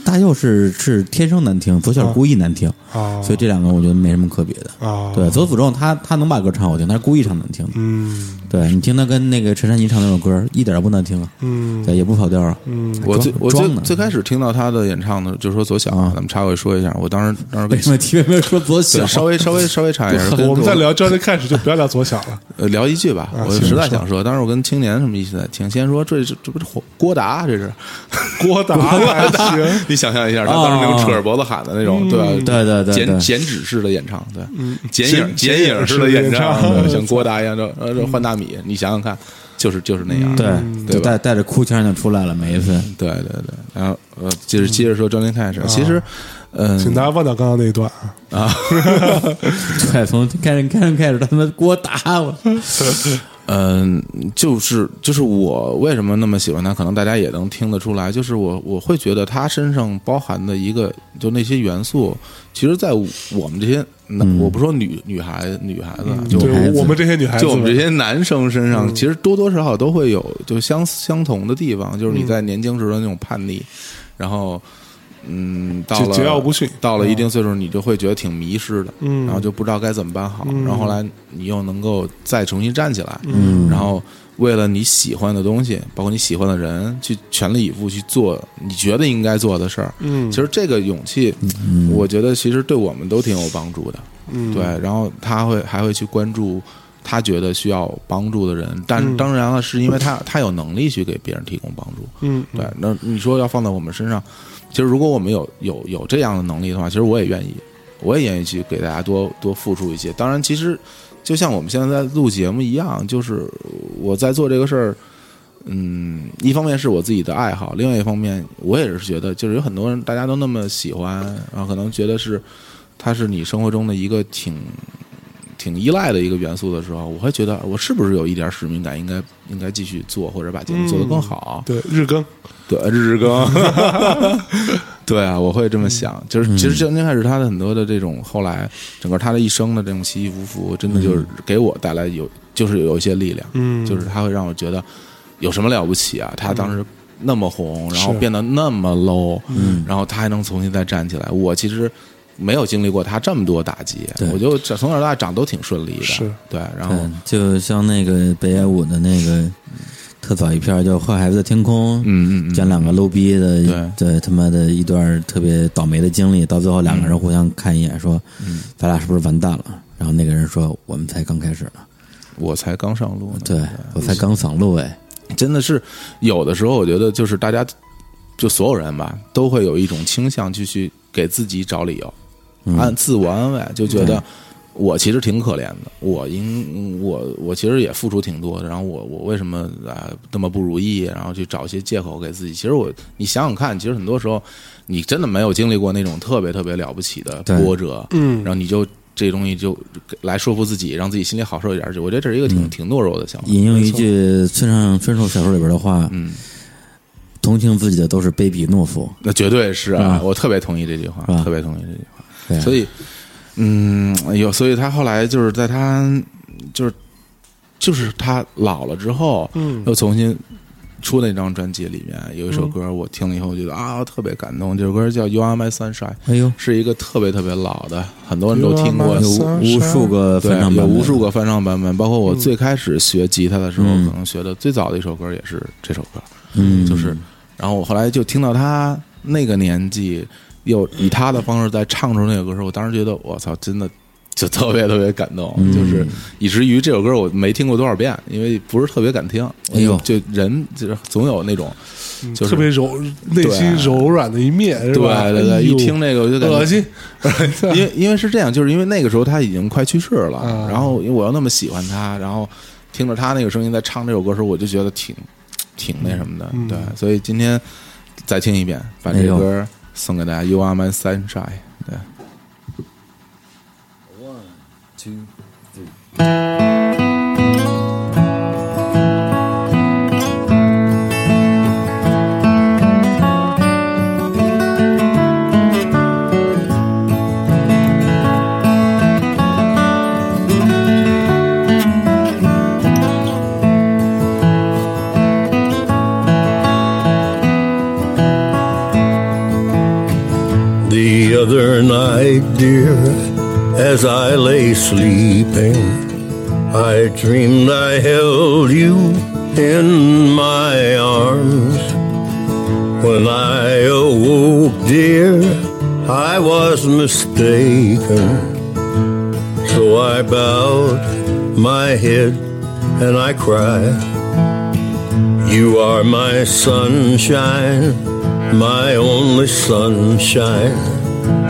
[SPEAKER 3] 大佑是是天生难听，左小是故意难听，
[SPEAKER 2] 啊
[SPEAKER 3] 所以这两个我觉得没什么可比的。
[SPEAKER 2] 啊，
[SPEAKER 3] 对，左祖仲他他能把歌唱好听，他是故意唱难听的。
[SPEAKER 2] 嗯
[SPEAKER 3] 对你听他跟那个陈珊妮唱那首歌，一点儿都不难听啊，
[SPEAKER 2] 嗯
[SPEAKER 3] 对，也不跑调啊。
[SPEAKER 2] 嗯，
[SPEAKER 1] 我最我最
[SPEAKER 3] 装的嗯
[SPEAKER 1] 最开始听到他的演唱的，就是说左小，啊咱们插尾说一下，我当时当时
[SPEAKER 3] 为什么提为什么说左哎小
[SPEAKER 1] 对？稍微稍微稍微插一下，跟
[SPEAKER 2] 我们在聊 Johnny Cash 就不要聊左小 了。
[SPEAKER 1] 呃聊一句吧，
[SPEAKER 3] 啊
[SPEAKER 1] 我实在想说，当时我跟青年什么一起在听，先说这这这不是火郭达啊这是，
[SPEAKER 2] 郭 达还行，
[SPEAKER 1] 你想象一下，他当时那种扯着脖子喊的那种，对吧？
[SPEAKER 3] 对对对
[SPEAKER 1] 啊嗯剪
[SPEAKER 3] 对
[SPEAKER 1] 剪纸式的演唱，对，剪
[SPEAKER 2] 剪
[SPEAKER 1] 影嗯剪影式的
[SPEAKER 2] 剪
[SPEAKER 1] 演唱，
[SPEAKER 2] 影式的演
[SPEAKER 1] 对
[SPEAKER 2] 唱
[SPEAKER 1] 像郭达一样，就呃这换大米，你想想看，就是就是那样，
[SPEAKER 2] 嗯
[SPEAKER 3] 对，
[SPEAKER 1] 对
[SPEAKER 3] 就
[SPEAKER 1] 吧
[SPEAKER 3] 带带着哭腔就出来了，每一次。
[SPEAKER 1] 对对对，然后呃，接着接着说张天开始，其实，嗯
[SPEAKER 2] 请大家忘掉刚刚那一段啊。
[SPEAKER 1] 啊，
[SPEAKER 3] 对，从开始开始开始，他们给我打我。
[SPEAKER 1] 嗯，就是就是我为什么那么喜欢他，可能大家也能听得出来，就是我我会觉得他身上包含的一个就那些元素，其实，在我们这些，那我不说女女孩女孩子啊，就
[SPEAKER 2] 对
[SPEAKER 3] 孩子，
[SPEAKER 2] 我们这些女孩子
[SPEAKER 1] 就我
[SPEAKER 2] 们，嗯
[SPEAKER 1] 们这些男生身上，其实多多少少都会有就相相同的地方，
[SPEAKER 2] 嗯
[SPEAKER 1] 就是你在年轻时候的那种叛逆，然后嗯，到了
[SPEAKER 2] 桀骜不驯
[SPEAKER 1] 到了一定岁数，你就会觉得挺迷失的，
[SPEAKER 2] 嗯
[SPEAKER 1] 然后就不知道该怎么办好，然后后来你又能够再重新站起来，嗯，然后为了你喜欢的东西，包括你喜欢的人，去全力以赴去做你觉得应该做的事儿，
[SPEAKER 2] 嗯
[SPEAKER 1] 其实这个勇气，我觉得其实对我们都挺有帮助的。
[SPEAKER 2] 嗯
[SPEAKER 1] 对，然后他会还会去关注他觉得需要帮助的人，但
[SPEAKER 2] 嗯
[SPEAKER 1] 是当然了，是因为他他有能力去给别人提供帮助。
[SPEAKER 2] 嗯
[SPEAKER 1] 对，那你说要放在我们身上，其实如果我们有有有这样的能力的话，其实我也愿意，我也愿意去给大家多多付出一些。当然，其实就像我们现在在录节目一样，就是我在做这个事儿。嗯，一方面是我自己的爱好，另外一方面我也是觉得，就是有很多人大家都那么喜欢，然后可能觉得是它是你生活中的一个挺挺依赖的一个元素的时候，我会觉得我是不是有一点使命感，应该应该继续做，或者把节目做得更好。
[SPEAKER 2] 对日更，
[SPEAKER 1] 对，日更， 对啊，我会这么想。就是其实张天开始他的很多的这种后来整个他的一生的这种起起伏伏，真的就是给我带来有就是有一些力量，
[SPEAKER 2] 嗯
[SPEAKER 1] 就是他会让我觉得有什么了不起啊？他当时那么红，然后
[SPEAKER 2] 是
[SPEAKER 1] 变得那么 low，嗯，然后他还能重新再站起来。我其实。没有经历过他这么多打击，
[SPEAKER 3] 对
[SPEAKER 1] 我就从小到大长都挺顺利的，
[SPEAKER 2] 是
[SPEAKER 1] 对。然后
[SPEAKER 3] 对，嗯就像那个北野武的那个特早一片儿叫《坏孩子的天空》，
[SPEAKER 1] 嗯嗯嗯
[SPEAKER 3] 讲两个 low 逼的，
[SPEAKER 1] 对
[SPEAKER 3] 对他妈的一段特别倒霉的经历，到最后两个人互相看一眼，说：“
[SPEAKER 1] 嗯
[SPEAKER 3] 咱俩是不是完蛋了？”然后那个人说：“我们才刚开始呢，
[SPEAKER 1] 我才刚上路呢，
[SPEAKER 3] 对我才刚上路哎。
[SPEAKER 1] 真的是有的时候，我觉得就是大家就所有人吧，都
[SPEAKER 3] 嗯
[SPEAKER 1] 啊会有一种倾向，就去给自己找理由，安自我安慰，就觉得我其实挺可怜的，我应我我其实也付出挺多的，然后我我为什么啊、那么不如意，然后去找一些借口给自己。其实我你想想看，其实很多时候你真的没有经历过那种特别特别了不起的
[SPEAKER 3] 对
[SPEAKER 1] 波折，嗯，然后你就这东西就来说服自己，让自己心里好受一点。我觉得这是一个挺、挺懦弱的想法。
[SPEAKER 3] 嗯引用一句村上春树小说里边的话，嗯，同情自己的都是卑鄙懦夫，
[SPEAKER 1] 那绝对是啊，
[SPEAKER 3] 啊
[SPEAKER 2] 嗯
[SPEAKER 1] 我特别同意这句话，
[SPEAKER 3] 是吧
[SPEAKER 1] 特别同意这句话。
[SPEAKER 3] 对啊
[SPEAKER 1] 所以，嗯，有，所以他后来就是在他就是就是他老了之后，
[SPEAKER 2] 嗯
[SPEAKER 1] 又重新出那张专辑里面有一首歌，我听了以后我觉得啊，特别感动。这首歌叫《You Are My Sunshine》，
[SPEAKER 3] 哎呦，
[SPEAKER 1] 是一个特别特别老的，很多人都听过
[SPEAKER 2] You are my
[SPEAKER 3] 有无数个
[SPEAKER 1] 对
[SPEAKER 3] 呃翻唱，
[SPEAKER 1] 有
[SPEAKER 3] 版本，
[SPEAKER 1] 无数个翻唱版本，包括我最开始学吉他的时候，
[SPEAKER 3] 嗯
[SPEAKER 1] 可能学的最早的一首歌也是这首歌，
[SPEAKER 3] 嗯
[SPEAKER 1] 就是，然后我后来就听到他那个年纪又以他的方式在唱出那首歌的时候，我当时觉得我操，真的就特别特别感动，
[SPEAKER 3] 嗯
[SPEAKER 1] 就是以至于这首歌我没听过多少遍，因为不是特别敢听，
[SPEAKER 3] 哎呦
[SPEAKER 1] 就人就是总有那种
[SPEAKER 2] 嗯
[SPEAKER 1] 就是
[SPEAKER 2] 特别柔，内心柔软的一面，是
[SPEAKER 1] 对啊
[SPEAKER 2] 吧
[SPEAKER 1] 对
[SPEAKER 2] 哎
[SPEAKER 1] 对，
[SPEAKER 2] 呦
[SPEAKER 1] 一听这个我就感觉
[SPEAKER 2] 恶心，
[SPEAKER 1] 因为因为是这样，就是因为那个时候他已经快去世了，
[SPEAKER 2] 啊
[SPEAKER 1] 然后因为我又那么喜欢他，然后听着他那个声音在唱这首歌的时候，我就觉得挺挺那什么的，
[SPEAKER 2] 嗯
[SPEAKER 1] 对，所以今天再听一遍，把这
[SPEAKER 3] 哎
[SPEAKER 1] 个
[SPEAKER 3] 呦
[SPEAKER 1] 歌送给大家，You Are My Sunshine》，对。
[SPEAKER 4] The other night, dear, as I lay sleeping, I dreamed I held you in my arms. When I awoke, dear, I was mistaken. So I bowed my head and I cried. You are my sunshine, my only sunshine.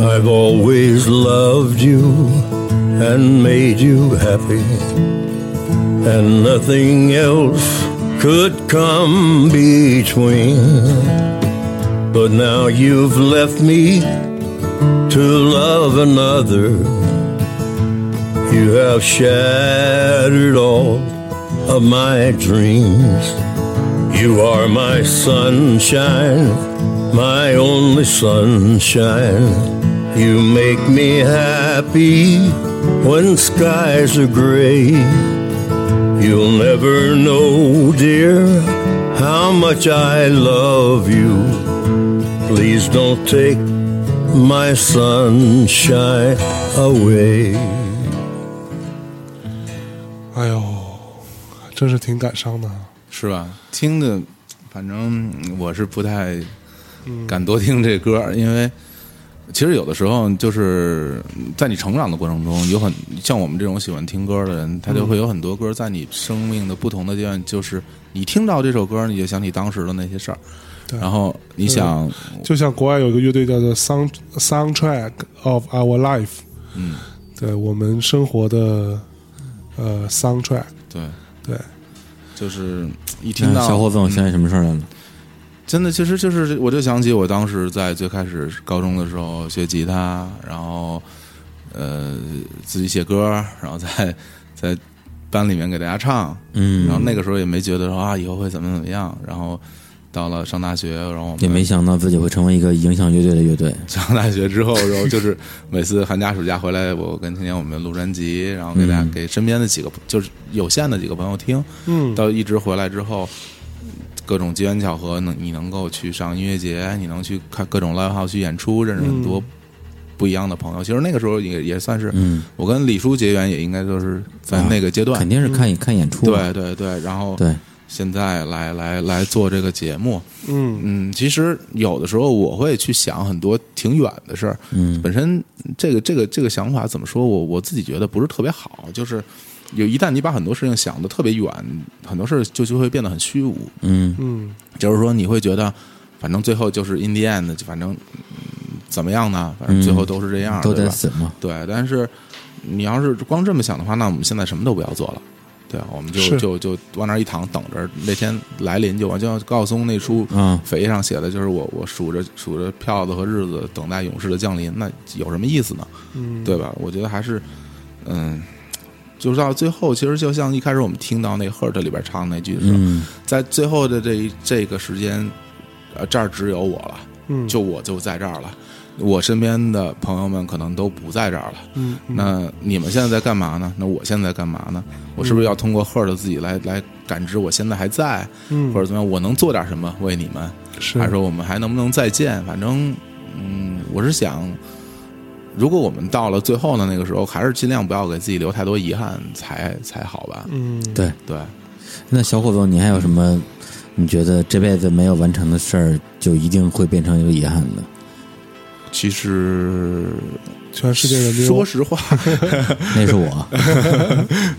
[SPEAKER 4] I've always loved you and made you happy, and nothing else could come between. But now you've left me to love another. You have shattered all of my dreams. You are my sunshine, my only sunshine. You make me happy when skies are gray. You'll never know, dear, how much I love you. Please don't take my sunshine away.
[SPEAKER 2] 哎呦，真是挺感伤的。啊
[SPEAKER 1] 是吧？听的，反正我是不太敢多听这歌儿，因
[SPEAKER 3] 嗯
[SPEAKER 1] 为其实有的时候就是在你成长的过程中，有很像我们这种喜欢听歌的人，他就会有很多歌在你生命的不同的阶段，就是你听到这首歌，你就想起当时的那些事儿，
[SPEAKER 2] 对啊
[SPEAKER 1] 然后你
[SPEAKER 3] 嗯
[SPEAKER 1] 想，
[SPEAKER 2] 就像国外有一个乐队叫做 Sound Soundtrack of Our Life，
[SPEAKER 1] 嗯，
[SPEAKER 2] 对我们生活的呃 soundtrack，
[SPEAKER 1] 对，
[SPEAKER 2] 对，
[SPEAKER 1] 就是一听
[SPEAKER 3] 嗯
[SPEAKER 1] 到
[SPEAKER 3] 小伙子，我想起什么事儿来了？
[SPEAKER 1] 真的，其实就是我就想起我当时在最开始高中的时候学吉他，然后呃自己写歌，然后在在班里面给大家唱，
[SPEAKER 3] 嗯，
[SPEAKER 1] 然后那个时候也没觉得说啊以后会怎么怎么样，然后到了上大学，然后我们
[SPEAKER 3] 也没想到自己会成为一个影响乐队的乐队。
[SPEAKER 1] 上大学之后，然后就是每次寒假暑假回来，我跟青年我们录专辑，然后给大
[SPEAKER 3] 嗯
[SPEAKER 1] 家、给身边的几个就是有限的几个朋友听，嗯，到一直回来之后，各种机缘巧合，能你能够去上音乐节，你能去看各种 live house 去演出，认识很多不一样的朋友。其实那个时候也也算是，
[SPEAKER 3] 嗯，啊
[SPEAKER 1] 我跟李叔结缘也应该就是在那个阶段，
[SPEAKER 3] 肯定是看看演出嘛，
[SPEAKER 1] 嗯对对对，然后
[SPEAKER 3] 对，
[SPEAKER 1] 现在来来来做这个节目，
[SPEAKER 2] 嗯
[SPEAKER 1] 嗯，其实有的时候我会去想很多挺远的事儿。
[SPEAKER 3] 嗯
[SPEAKER 1] 本身这个这个这个想法怎么说？我我自己觉得不是特别好，就是有一旦你把很多事情想的特别远，很多事儿就就会变得很虚无。
[SPEAKER 3] 嗯
[SPEAKER 2] 嗯
[SPEAKER 1] 就是说你会觉得，反正最后就是 in the end，就反正、嗯怎么样呢？反正最后都是这样，
[SPEAKER 3] 嗯都
[SPEAKER 1] 对
[SPEAKER 3] 得
[SPEAKER 1] 吧？
[SPEAKER 3] 死嘛，
[SPEAKER 1] 对，但是你要是光这么想的话，那我们现在什么都不要做了，对啊，我们就是就就往那儿一躺，等着那天来临就完。就像高晓松那书
[SPEAKER 3] 啊
[SPEAKER 1] 扉页上写的，就是我我数着数着票子和日子，等待勇士的降临，那有什么意思呢？
[SPEAKER 2] 嗯，
[SPEAKER 1] 对吧？我觉得还是，嗯，就是到最后，其实就像一开始我们听到那《Hurt》里边唱那句的时候，
[SPEAKER 3] 嗯
[SPEAKER 1] 在最后的这一这个时间，呃，这儿只有我了，
[SPEAKER 2] 嗯
[SPEAKER 1] 就我就在这儿了。我身边的朋友们可能都不在这儿了，
[SPEAKER 2] 嗯嗯
[SPEAKER 1] 那你们现在在干嘛呢？那我现在在干嘛呢？我是不是要通过 Hurt 自己来来感知我现在还在，
[SPEAKER 2] 嗯
[SPEAKER 1] 或者怎么样？我能做点什么为你们？
[SPEAKER 2] 是
[SPEAKER 1] 还是说我们还能不能再见？反正，嗯，我是想，如果我们到了最后的那个时候，还是尽量不要给自己留太多遗憾才才好吧。
[SPEAKER 2] 嗯
[SPEAKER 3] 对。
[SPEAKER 1] 对，
[SPEAKER 3] 那小伙子，你还有什么你觉得这辈子没有完成的事儿，就一定会变成一个遗憾的？
[SPEAKER 1] 其实
[SPEAKER 2] 全世界人民
[SPEAKER 1] 说实话，
[SPEAKER 3] 那 是我，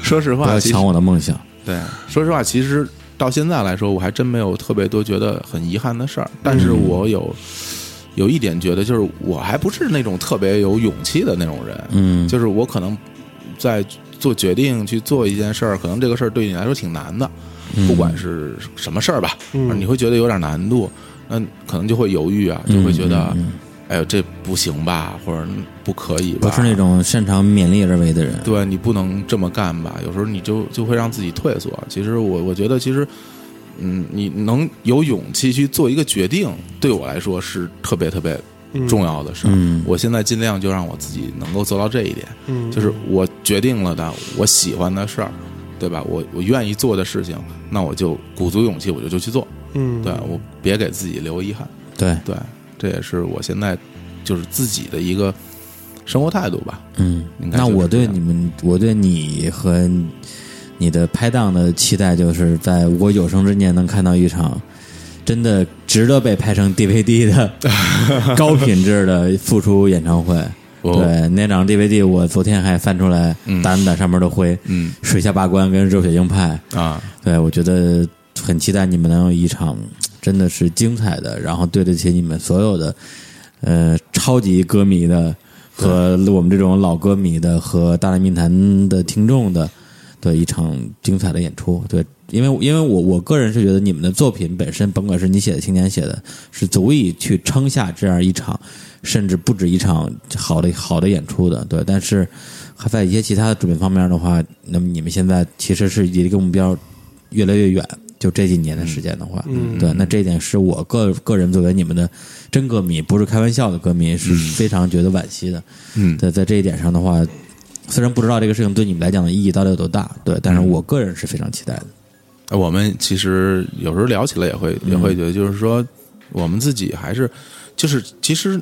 [SPEAKER 1] 说实
[SPEAKER 3] 不
[SPEAKER 1] 话，
[SPEAKER 3] 要嗯
[SPEAKER 1] 其实
[SPEAKER 3] 抢我的梦想。
[SPEAKER 1] 对，说实话，其实到现在来说，我还真没有特别多觉得很遗憾的事儿。但
[SPEAKER 3] 嗯
[SPEAKER 1] 是我有有一点觉得，就是我还不是那种特别有勇气的那种人。
[SPEAKER 3] 嗯，
[SPEAKER 1] 就是我可能在做决定去做一件事儿，可能这个事儿对你来说挺难的，
[SPEAKER 3] 嗯
[SPEAKER 1] 不管是什么事儿吧，
[SPEAKER 2] 嗯
[SPEAKER 1] 啊你会觉得有点难度，那可能就会犹豫
[SPEAKER 3] 嗯
[SPEAKER 1] 啊，就会觉得，哎呦这不行吧，或者不可以吧，
[SPEAKER 3] 不是那种擅长勉力而为的人。
[SPEAKER 1] 对你不能这么干吧？有时候你就就会让自己退缩。其实我我觉得，其实，嗯，你能有勇气去做一个决定，对我来说是特别特别重要的事儿。
[SPEAKER 3] 嗯
[SPEAKER 1] 我现在尽量就让我自己能够做到这一点，就是我决定了的，我喜欢的事儿，对吧？我我愿意做的事情，那我就鼓足勇气，我就就去做。
[SPEAKER 2] 嗯
[SPEAKER 1] 对啊我别给自己留遗憾。
[SPEAKER 3] 对，
[SPEAKER 1] 对，这也是我现在就是自己的一个生活态度吧。
[SPEAKER 3] 嗯，
[SPEAKER 1] 应该
[SPEAKER 3] 那
[SPEAKER 1] 就是
[SPEAKER 3] 我
[SPEAKER 1] 这
[SPEAKER 3] 对
[SPEAKER 1] 样
[SPEAKER 3] 你们，我对你和你的拍档的期待，就是在我有生之年能看到一场真的值得被拍成 DVD 的高品质的复出演唱会。
[SPEAKER 1] 哦
[SPEAKER 3] 对，那场 DVD 我昨天还翻出来
[SPEAKER 1] 嗯
[SPEAKER 3] 掸了掸上面的灰，
[SPEAKER 1] 嗯
[SPEAKER 3] 水下八关跟热血硬派，
[SPEAKER 1] 啊，
[SPEAKER 3] 对我觉得很期待你们能有一场真的是精彩的，然后对得起你们所有的呃超级歌迷的和我们这种老歌迷的和大内密谈的听众的的一场精彩的演出。对，因为因为我我个人是觉得你们的作品本身，甭管是你写的、青年写的，是足以去撑下这样一场，甚至不止一场好的好的演出的。对，但是还在一些其他的准备方面的话，那么你们现在其实是离这个目标越来越远。就这几年的时间的话，嗯，对，那这一点是我个个人作为你们的真歌迷，不是开玩笑的歌迷，是非常觉得惋惜的。
[SPEAKER 1] 嗯
[SPEAKER 3] 在在这一点上的话，虽然不知道这个事情对你们来讲的意义到底有多大，对，但是我个人是非常期待的。
[SPEAKER 1] 哎我们其实有时候聊起来也会也会觉得，就是说我们自己还是就是其实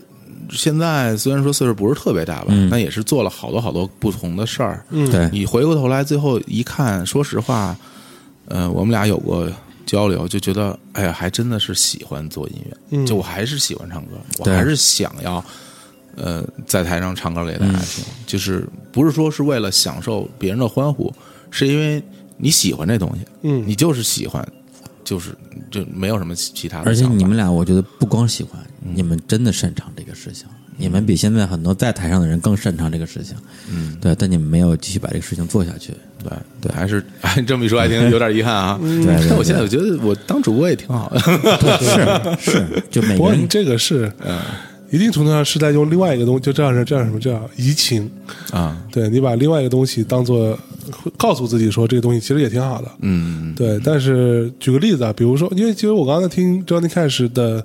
[SPEAKER 1] 现在虽然说岁数不是特别大吧，但也是做了好多好多不同的事儿。嗯
[SPEAKER 3] 对
[SPEAKER 1] 你回过头来最后一看，说实话，呃，我们俩有过。交流就觉得，哎呀，还真的是喜欢做音乐，
[SPEAKER 2] 嗯
[SPEAKER 1] 就我还是喜欢唱歌，我
[SPEAKER 3] 对
[SPEAKER 1] 还是想要，呃，在台上唱歌给大家听，就是不是说是为了享受别人的欢呼，是因为你喜欢这东西，嗯，你就是喜欢，就是就没有什么其其他的
[SPEAKER 3] 而且
[SPEAKER 1] 想法。
[SPEAKER 3] 你们俩，我觉得不光喜欢，你们真的擅长这个事情，你们比现在很多在台上的人更擅长这个事情。嗯，对，但你们没有继续把这个事情做下 去。
[SPEAKER 1] 对对，还是这么一说，还挺有点遗憾啊。
[SPEAKER 3] 对对
[SPEAKER 1] 但我现在我觉得我当主播也挺好的。
[SPEAKER 3] 对，是是，就每
[SPEAKER 2] 不
[SPEAKER 3] 个
[SPEAKER 2] 过你
[SPEAKER 3] 人
[SPEAKER 2] 这个是，
[SPEAKER 1] 嗯
[SPEAKER 2] 一定程度上是在用另外一个东西，就这样是这样什么这样移情
[SPEAKER 1] 啊，
[SPEAKER 2] 对你把另外一个东西当做会告诉自己说这个东西其实也挺好的，
[SPEAKER 1] 嗯，
[SPEAKER 2] 对。但是举个例子啊，比如说，因为其实我刚才听 Johnny Cash 的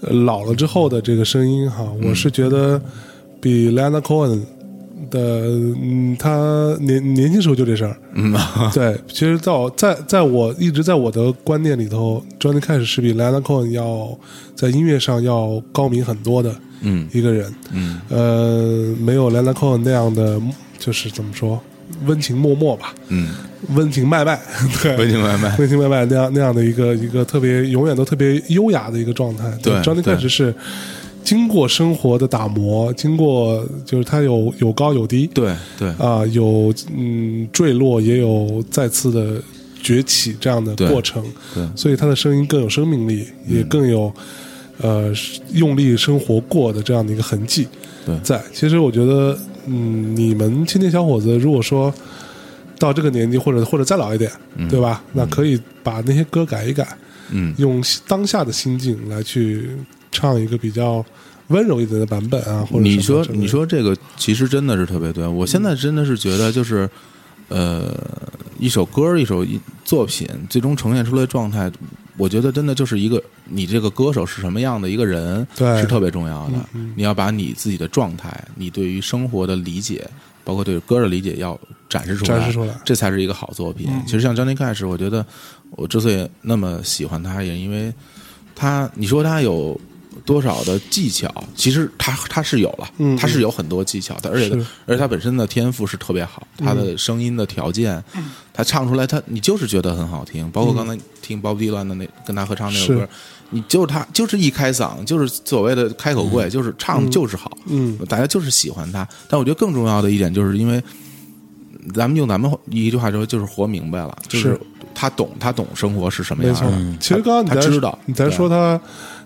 [SPEAKER 2] 呃老了之后的这个声音哈，我是觉得比 Lana Cohen 的嗯，他年年轻时候就这事儿，
[SPEAKER 1] 嗯，
[SPEAKER 2] 对，其实在我在在我一直在我的观念里头，Johnny Cash 是比 Lana Cohen 要在音乐上要高明很多的，
[SPEAKER 1] 嗯
[SPEAKER 2] 一个人，
[SPEAKER 1] 嗯，
[SPEAKER 2] 呃，没有 Lana Cohen 那样的，就是怎么说，温情脉脉吧，
[SPEAKER 1] 嗯，
[SPEAKER 2] 温情脉 脉，对，
[SPEAKER 1] 温情脉脉
[SPEAKER 2] 温情脉脉那样那样的一个一个特别永远都特别优雅的一个状态。
[SPEAKER 1] 对
[SPEAKER 2] ，Johnny
[SPEAKER 1] 对
[SPEAKER 2] Cash 是经过生活的打磨，经过就是他有有高有低，
[SPEAKER 1] 对对
[SPEAKER 2] 啊、有嗯坠落，也有再次的崛起这样的
[SPEAKER 1] 对
[SPEAKER 2] 过程，
[SPEAKER 1] 对嗯
[SPEAKER 2] 所以他的声音更有生命力，也更有呃用力生活过的这样的一个痕迹
[SPEAKER 1] 对
[SPEAKER 2] 在。其实我觉得，嗯，你们青年小伙子如果说到这个年纪，或者或者再老一点，对吧？那可以把那些歌改一改，
[SPEAKER 1] 嗯
[SPEAKER 2] 用当下的心境来去唱一个比较温柔一点的版本啊，或者
[SPEAKER 1] 你
[SPEAKER 2] 什
[SPEAKER 1] 说
[SPEAKER 2] 么之类的嗯
[SPEAKER 1] 你说这个其实真的是特别对，我现在真的是觉得就是，呃，一首歌一首一作品最终呈现出来的状态，我觉得真的就是一个你这个歌手是什么样的一个人，
[SPEAKER 2] 对嗯
[SPEAKER 1] 是特别重要的。你要把你自己的状态，你对于生活的理解，包括对歌的理解，要展示出来，
[SPEAKER 2] 展示出来嗯
[SPEAKER 1] 这才是一个好作品。其实像 Johnny Cash，我觉得我之所以那么喜欢他，也因为他，你说他有多少的技巧？其实他他是有了，
[SPEAKER 2] 嗯
[SPEAKER 1] 他是有很多技巧的，而且他
[SPEAKER 2] 是嗯
[SPEAKER 1] 而且他本身的天赋是特别好，他的声音的条件，他唱出来他你就是觉得很好听。包括刚才听 Bob Dylan 的那跟他合唱那首歌
[SPEAKER 2] 嗯是，
[SPEAKER 1] 你就是他就是一开嗓就是所谓的开口跪，就是唱就是好，
[SPEAKER 2] 嗯
[SPEAKER 1] 大家就是喜欢他。但我觉得更重要的一点就是因为。咱们用咱们一句话说，就是活明白了，就是
[SPEAKER 2] 是
[SPEAKER 1] 他懂，他懂生活是什么
[SPEAKER 2] 没
[SPEAKER 1] 样
[SPEAKER 2] 错
[SPEAKER 1] 的。，
[SPEAKER 2] 其实刚刚
[SPEAKER 1] 嗯
[SPEAKER 2] 你
[SPEAKER 1] 他
[SPEAKER 2] 在
[SPEAKER 1] 他知道
[SPEAKER 2] 你在说他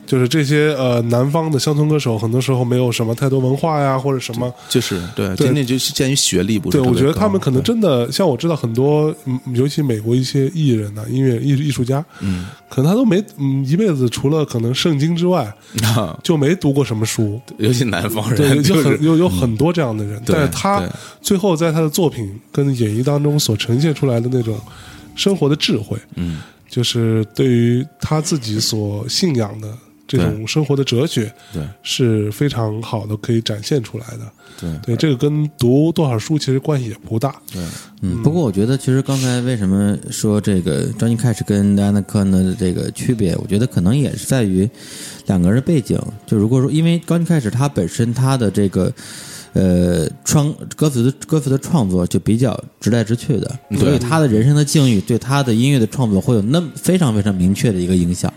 [SPEAKER 2] 就是这些呃南方的乡村歌手，很多时候没有什么太多文化呀，或者什么。
[SPEAKER 1] 就是对，
[SPEAKER 2] 对
[SPEAKER 1] 仅仅就是鉴于学历不是
[SPEAKER 2] 对，
[SPEAKER 1] 特别
[SPEAKER 2] 我
[SPEAKER 1] 高。
[SPEAKER 2] 觉得他们可能真的，像我知道很多，嗯尤其美国一些艺人呐、音乐艺艺术家，嗯，可能他都没，嗯，一辈子除了可能圣经之外，
[SPEAKER 1] 啊，
[SPEAKER 2] 就没读过什么书，
[SPEAKER 1] 尤其南方
[SPEAKER 2] 对，
[SPEAKER 1] 人
[SPEAKER 2] 有
[SPEAKER 1] 就是
[SPEAKER 2] 有
[SPEAKER 1] 嗯
[SPEAKER 2] 很有有很多这样的人，
[SPEAKER 1] 对
[SPEAKER 2] 但是他
[SPEAKER 1] 对
[SPEAKER 2] 最后在他的作品跟演绎当中所呈现出来的那种生活的智慧，
[SPEAKER 1] 嗯，
[SPEAKER 2] 就是对于他自己所信仰的这种
[SPEAKER 1] 对
[SPEAKER 2] 生活的哲学，
[SPEAKER 1] 对
[SPEAKER 2] 是非常好的，可以展现出来的。
[SPEAKER 1] 对
[SPEAKER 2] 对，这个跟读多少书其实关系也不大。
[SPEAKER 3] 嗯，不过我觉得，其实刚才为什么说这个 Johnny Cash 跟 Diana Cohen 的这个区别，我觉得可能也是在于两个人的背景。就如果说，因为 Johnny Cash 他本身他的这个呃创歌词的歌词的创作就比较直来直去的，所以他的人生的境遇对他的音乐的创作会有那么非常非常明确的一个影响。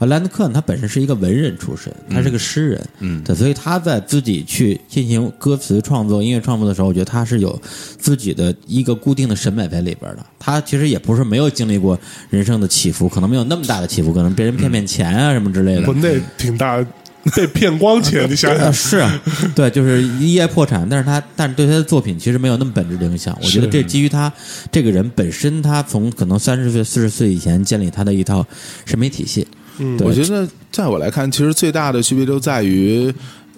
[SPEAKER 3] 啊，兰德克恩他本身是一个文人出身，他是个诗人，嗯，对，所以他在自己去进行歌词创作、音乐创作的时候，我觉得他是有自己的一个固定的审美在里边的。他其实也不是没有经历过人生的起伏，可能没有那么大的起伏，可能被人骗骗钱啊什么之类的，
[SPEAKER 2] 国内挺大， 被骗 光钱，你想
[SPEAKER 3] 啊，
[SPEAKER 2] 想，
[SPEAKER 3] 是啊，对，就是一夜破产，但是他，但是对他的作品其实没有那么本质的影响。我觉得这基于他这个人本身，他从可能三十岁、四十岁以前建立他的一套审美体系。嗯，
[SPEAKER 1] 我觉得在我来看，其实最大的区别就在于，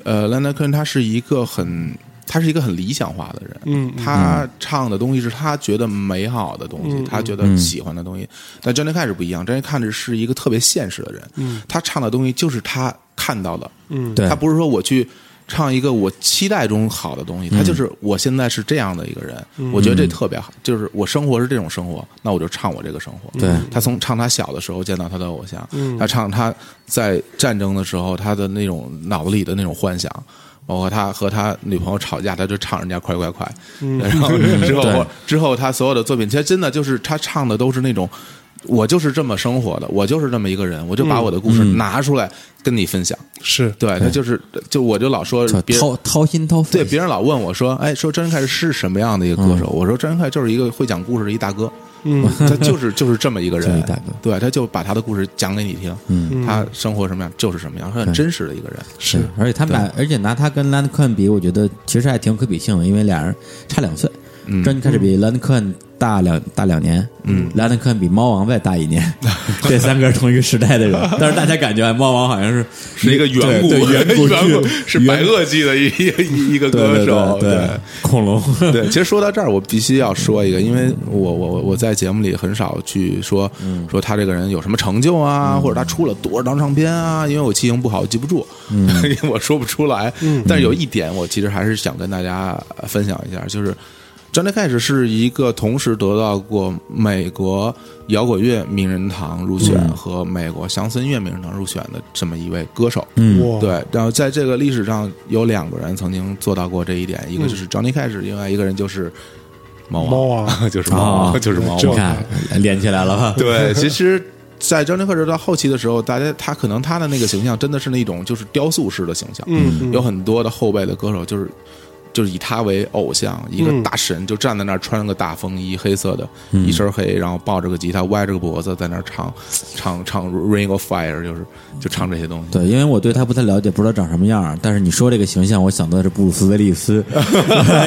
[SPEAKER 1] 呃，兰德克恩他是一个很。他是一个很理想化的人，
[SPEAKER 2] 嗯嗯
[SPEAKER 1] 他唱的东西是他觉得美好的东西，他觉得喜欢的东西。但 Johnny Cash 不一样，Johnny Cash 是一个特别现实的人，他唱的东西就是他看到的，
[SPEAKER 2] 嗯
[SPEAKER 3] 对
[SPEAKER 1] 他不是说我去唱一个我期待中好的
[SPEAKER 3] 嗯
[SPEAKER 1] 东西，他就是我现在是这样的一个人，我觉得这特别好，就是我生活是这种生活，那我就唱我这个生活。
[SPEAKER 3] 对嗯
[SPEAKER 1] 他从唱他小的时候见到他的偶像，他唱他在战争的时候他的那种脑子里的那种幻想。包括他和他女朋友吵架，他就唱人家快快快， 然 后之后
[SPEAKER 3] 嗯对
[SPEAKER 1] 之后他所有的作品，其实真的就是他唱的都是那种，我就是这么生活的，我就是这么一个人，我就
[SPEAKER 3] 嗯
[SPEAKER 1] 把我的故事拿出来跟你分享。
[SPEAKER 2] 是
[SPEAKER 1] 对他就是，就我就老说别人
[SPEAKER 3] 掏掏心掏肺，
[SPEAKER 1] 对别人老问我说，哎，说张仁凯是什么样的一个歌
[SPEAKER 3] 嗯
[SPEAKER 1] 手？我说张仁凯就是一个会讲故事的一大哥，嗯， 他就是就是这么一个
[SPEAKER 3] 就是
[SPEAKER 1] 人，
[SPEAKER 3] 一大哥
[SPEAKER 1] 对，他就把他的故事讲给你听，嗯，他生活什么样就是什么样，他很真实的一个人，
[SPEAKER 3] 是，而且他们俩，而且拿他跟兰德克恩比，我觉得其实还挺有可比性的，因为俩人差两岁。
[SPEAKER 1] 嗯
[SPEAKER 3] 专辑开始比兰德克恩大两大两年，嗯，兰德克恩比猫王再大一年，
[SPEAKER 1] 嗯
[SPEAKER 3] 这三个是同一个时代的人，但是大家感觉啊猫王好像是
[SPEAKER 1] 是一个远古
[SPEAKER 3] 对对远古巨
[SPEAKER 1] 远古是白垩纪 的一一一个歌
[SPEAKER 3] 对对
[SPEAKER 1] 手，
[SPEAKER 3] 对对恐龙，
[SPEAKER 1] 对，其实说到这儿，我必须要说一个，因为我我我我在节目里很少去说说他这个人有什么成就啊，或者他出了多少张唱片啊，因为我记性不好，记不住， 我说不出来。但是有一点，我其实还是想跟大家呃分享一下，就是。Johnny Cash 是一个同时得到过美国摇滚乐名人堂入选和美国乡村乐名人堂入选的这么一位歌手。
[SPEAKER 2] 哇，
[SPEAKER 1] 对，然后在这个历史上有两个人曾经做到过这一点，一个就是 Johnny Cash，另外一个人就是猫王，
[SPEAKER 2] 嗯猫啊
[SPEAKER 1] 就是猫王，
[SPEAKER 3] 哦
[SPEAKER 1] 就是猫
[SPEAKER 2] 这
[SPEAKER 1] 王
[SPEAKER 3] 你。看连起来了吧？
[SPEAKER 1] 对，其实，在 Johnny Cash 到后期的时候，大家他可能他的那个形象真的是那种就是雕塑式的形象，
[SPEAKER 2] 嗯，
[SPEAKER 1] 有很多的后辈的歌手就是。就是以他为偶像，一个
[SPEAKER 2] 嗯
[SPEAKER 1] 大神就站在那儿，穿个大风衣，黑色的，一身黑，然后抱着个吉他，歪着个脖子在那儿唱，唱唱《Ring of Fire》，就是就唱这些东西。
[SPEAKER 3] 对，因为我对他不太了解，不知道长什么样儿。但是你说这个形象，我想到的是布鲁斯威利 斯，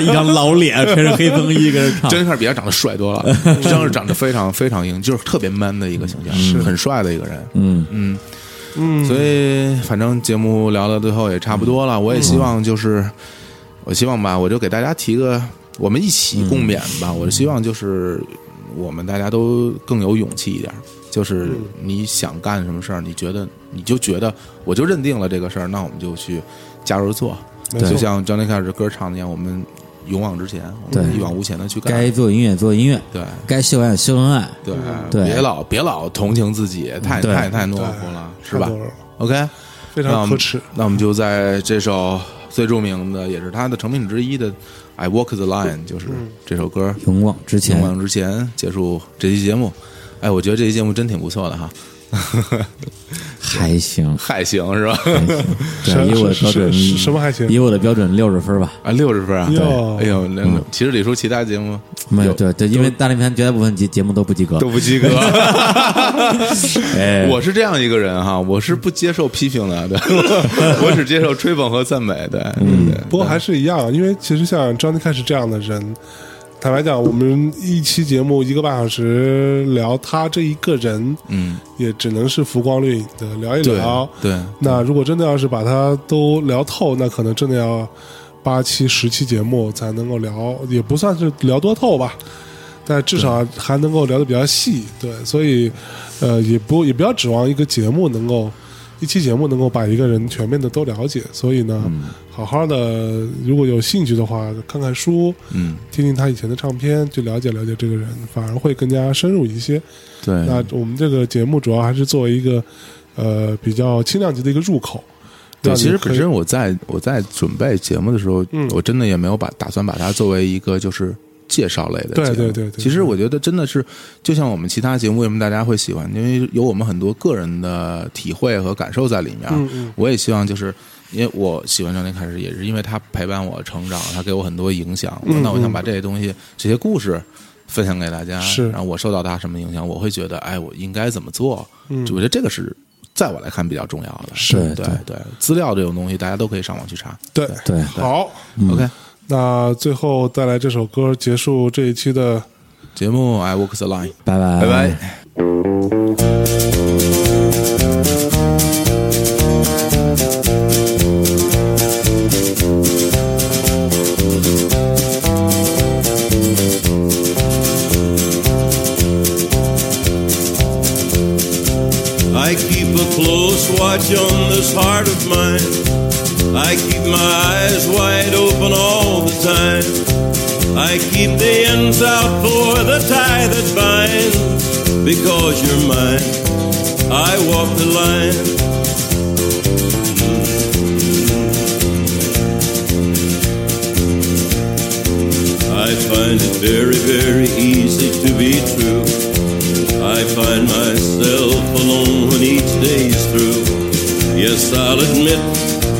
[SPEAKER 3] 一张老脸，穿着黑风衣跟着唱。
[SPEAKER 1] 真是比他长得帅多了，真是长得非常非常英，就是特别 man 的一个形象，很帅的一个人。
[SPEAKER 3] 嗯
[SPEAKER 1] 嗯嗯，所以反正节目聊到最后也差不多了，我也希望就是，我希望吧，我就给大家提个，我们一起共勉吧。我希望就是我们大家都更有勇气一点儿。就是你想干什么事儿，你觉得你就觉得我就认定了这个事儿，那我们就去加入做。
[SPEAKER 2] 没
[SPEAKER 1] 就
[SPEAKER 2] 错，
[SPEAKER 1] 像张天开始歌唱那样，我们勇往直前，我们
[SPEAKER 3] 对
[SPEAKER 1] 一往无前的去干。
[SPEAKER 3] 该做音乐做音乐，
[SPEAKER 1] 对
[SPEAKER 3] 该秀恩爱秀恩爱。
[SPEAKER 1] 对
[SPEAKER 3] 对
[SPEAKER 1] 别老别老同情自己，太
[SPEAKER 3] 对
[SPEAKER 1] 太太懦
[SPEAKER 2] 对
[SPEAKER 1] 夫了，是吧
[SPEAKER 2] 太多了
[SPEAKER 1] ？OK，
[SPEAKER 2] 非
[SPEAKER 1] 那我
[SPEAKER 2] 常
[SPEAKER 1] 们
[SPEAKER 2] 可耻。
[SPEAKER 1] 那我们就在这首最著名的，也是他的成名之一的《I Walk the Line》，就是
[SPEAKER 2] 嗯
[SPEAKER 1] 这首歌
[SPEAKER 3] 勇往直
[SPEAKER 1] 《勇
[SPEAKER 3] 前，
[SPEAKER 1] 往直前》结束这期节目。哎，我觉得这期节目真挺不错的哈，
[SPEAKER 3] 还行，
[SPEAKER 1] 还行是 吧？
[SPEAKER 3] 还行。对，
[SPEAKER 2] 什
[SPEAKER 3] 以我的
[SPEAKER 2] 什
[SPEAKER 3] 标准，
[SPEAKER 2] 什什么还行
[SPEAKER 3] 以我的标准六十分吧。
[SPEAKER 1] 啊，六十分啊！
[SPEAKER 2] 哟
[SPEAKER 1] 哎呦，那个其实李叔其他节 目
[SPEAKER 3] 没有，
[SPEAKER 1] 有
[SPEAKER 3] 对对，因为大内密谈绝大部分节节目都不及格
[SPEAKER 1] 都。不及 格。
[SPEAKER 3] 哎，
[SPEAKER 1] 我是这样一个人哈，我是不接受批评的，对， 我只接受吹捧和赞美，对，嗯，对
[SPEAKER 2] 不过还是一样，因为其实像 Johnny Cash 这样的人，坦白讲，我们一期节目一个半小时聊他这一个人，
[SPEAKER 1] 嗯，
[SPEAKER 2] 也只能是浮光掠影的聊一
[SPEAKER 1] 对
[SPEAKER 2] 聊。
[SPEAKER 1] 对，
[SPEAKER 2] 那如果真的要是把它都聊透，那可能真的要八期、十期节目才能够聊，也不算是聊多透吧，但至少还能够聊得比较细。对，所以呃，也不也不要指望一个节目能够。一期节目能够把一个人全面的都了解，所以呢，好好的，如果有兴趣的话，看看书，
[SPEAKER 1] 嗯，
[SPEAKER 2] 听听他以前的唱片，去了解了解这个人，反而会更加深入一些。
[SPEAKER 1] 对，
[SPEAKER 2] 那我们这个节目主要还是作为一个呃比较轻量级的一个入口。
[SPEAKER 1] 对，
[SPEAKER 2] 让你
[SPEAKER 1] 其实
[SPEAKER 2] 可
[SPEAKER 1] 本
[SPEAKER 2] 以
[SPEAKER 1] 身我在我在准备节目的时候，
[SPEAKER 2] 嗯
[SPEAKER 1] 我真的也没有把打算把它作为一个就是介绍类的节
[SPEAKER 2] 对
[SPEAKER 1] 目。
[SPEAKER 2] 对对对
[SPEAKER 1] 其实我觉得真的是，就像我们其他节目，为什么大家会喜欢？因为有我们很多个人的体会和感受在里面。啊
[SPEAKER 2] 嗯嗯
[SPEAKER 1] 我也希望就是。因为我喜欢张天开始，也是因为他陪伴我成长，他给我很多影响。
[SPEAKER 2] 嗯
[SPEAKER 1] 那我想把
[SPEAKER 2] 嗯
[SPEAKER 1] 这些东西、这些故事分享给大家。
[SPEAKER 2] 是
[SPEAKER 1] 然后我受到他什么影响，我会觉得，哎，我应该怎么做？
[SPEAKER 2] 嗯
[SPEAKER 1] 就我觉得这个是在我来看比较重要的。
[SPEAKER 2] 是
[SPEAKER 1] 对
[SPEAKER 3] 对
[SPEAKER 1] 对，资料这种东西大家都可以上网去查。
[SPEAKER 2] 对
[SPEAKER 3] 对
[SPEAKER 2] 好，
[SPEAKER 1] OK，
[SPEAKER 2] 那最后带来这首歌结束这一期的。
[SPEAKER 1] 节目 I Walk the Line，
[SPEAKER 3] 拜拜
[SPEAKER 1] 拜拜。
[SPEAKER 6] I keep a close watch on this heart of mine. I keep my eyes wide open all the time. I keep the ends out for the tie that binds. Because you're mine, I walk the line. I find it very, very easy to be true. I find myself alone when each day is through. Yes, I'll admit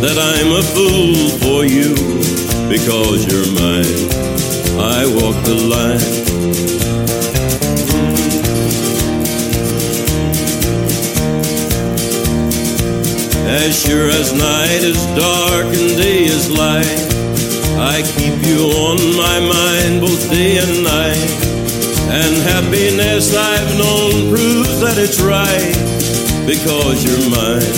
[SPEAKER 6] that I'm a fool for you because you're mine. I walk the line. As sure as night is dark and day is light, I keep you on my mind both day and night. And happiness I've known proves that it's right because you're mine.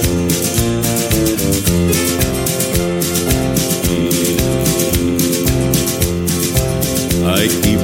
[SPEAKER 6] Mm. I keep a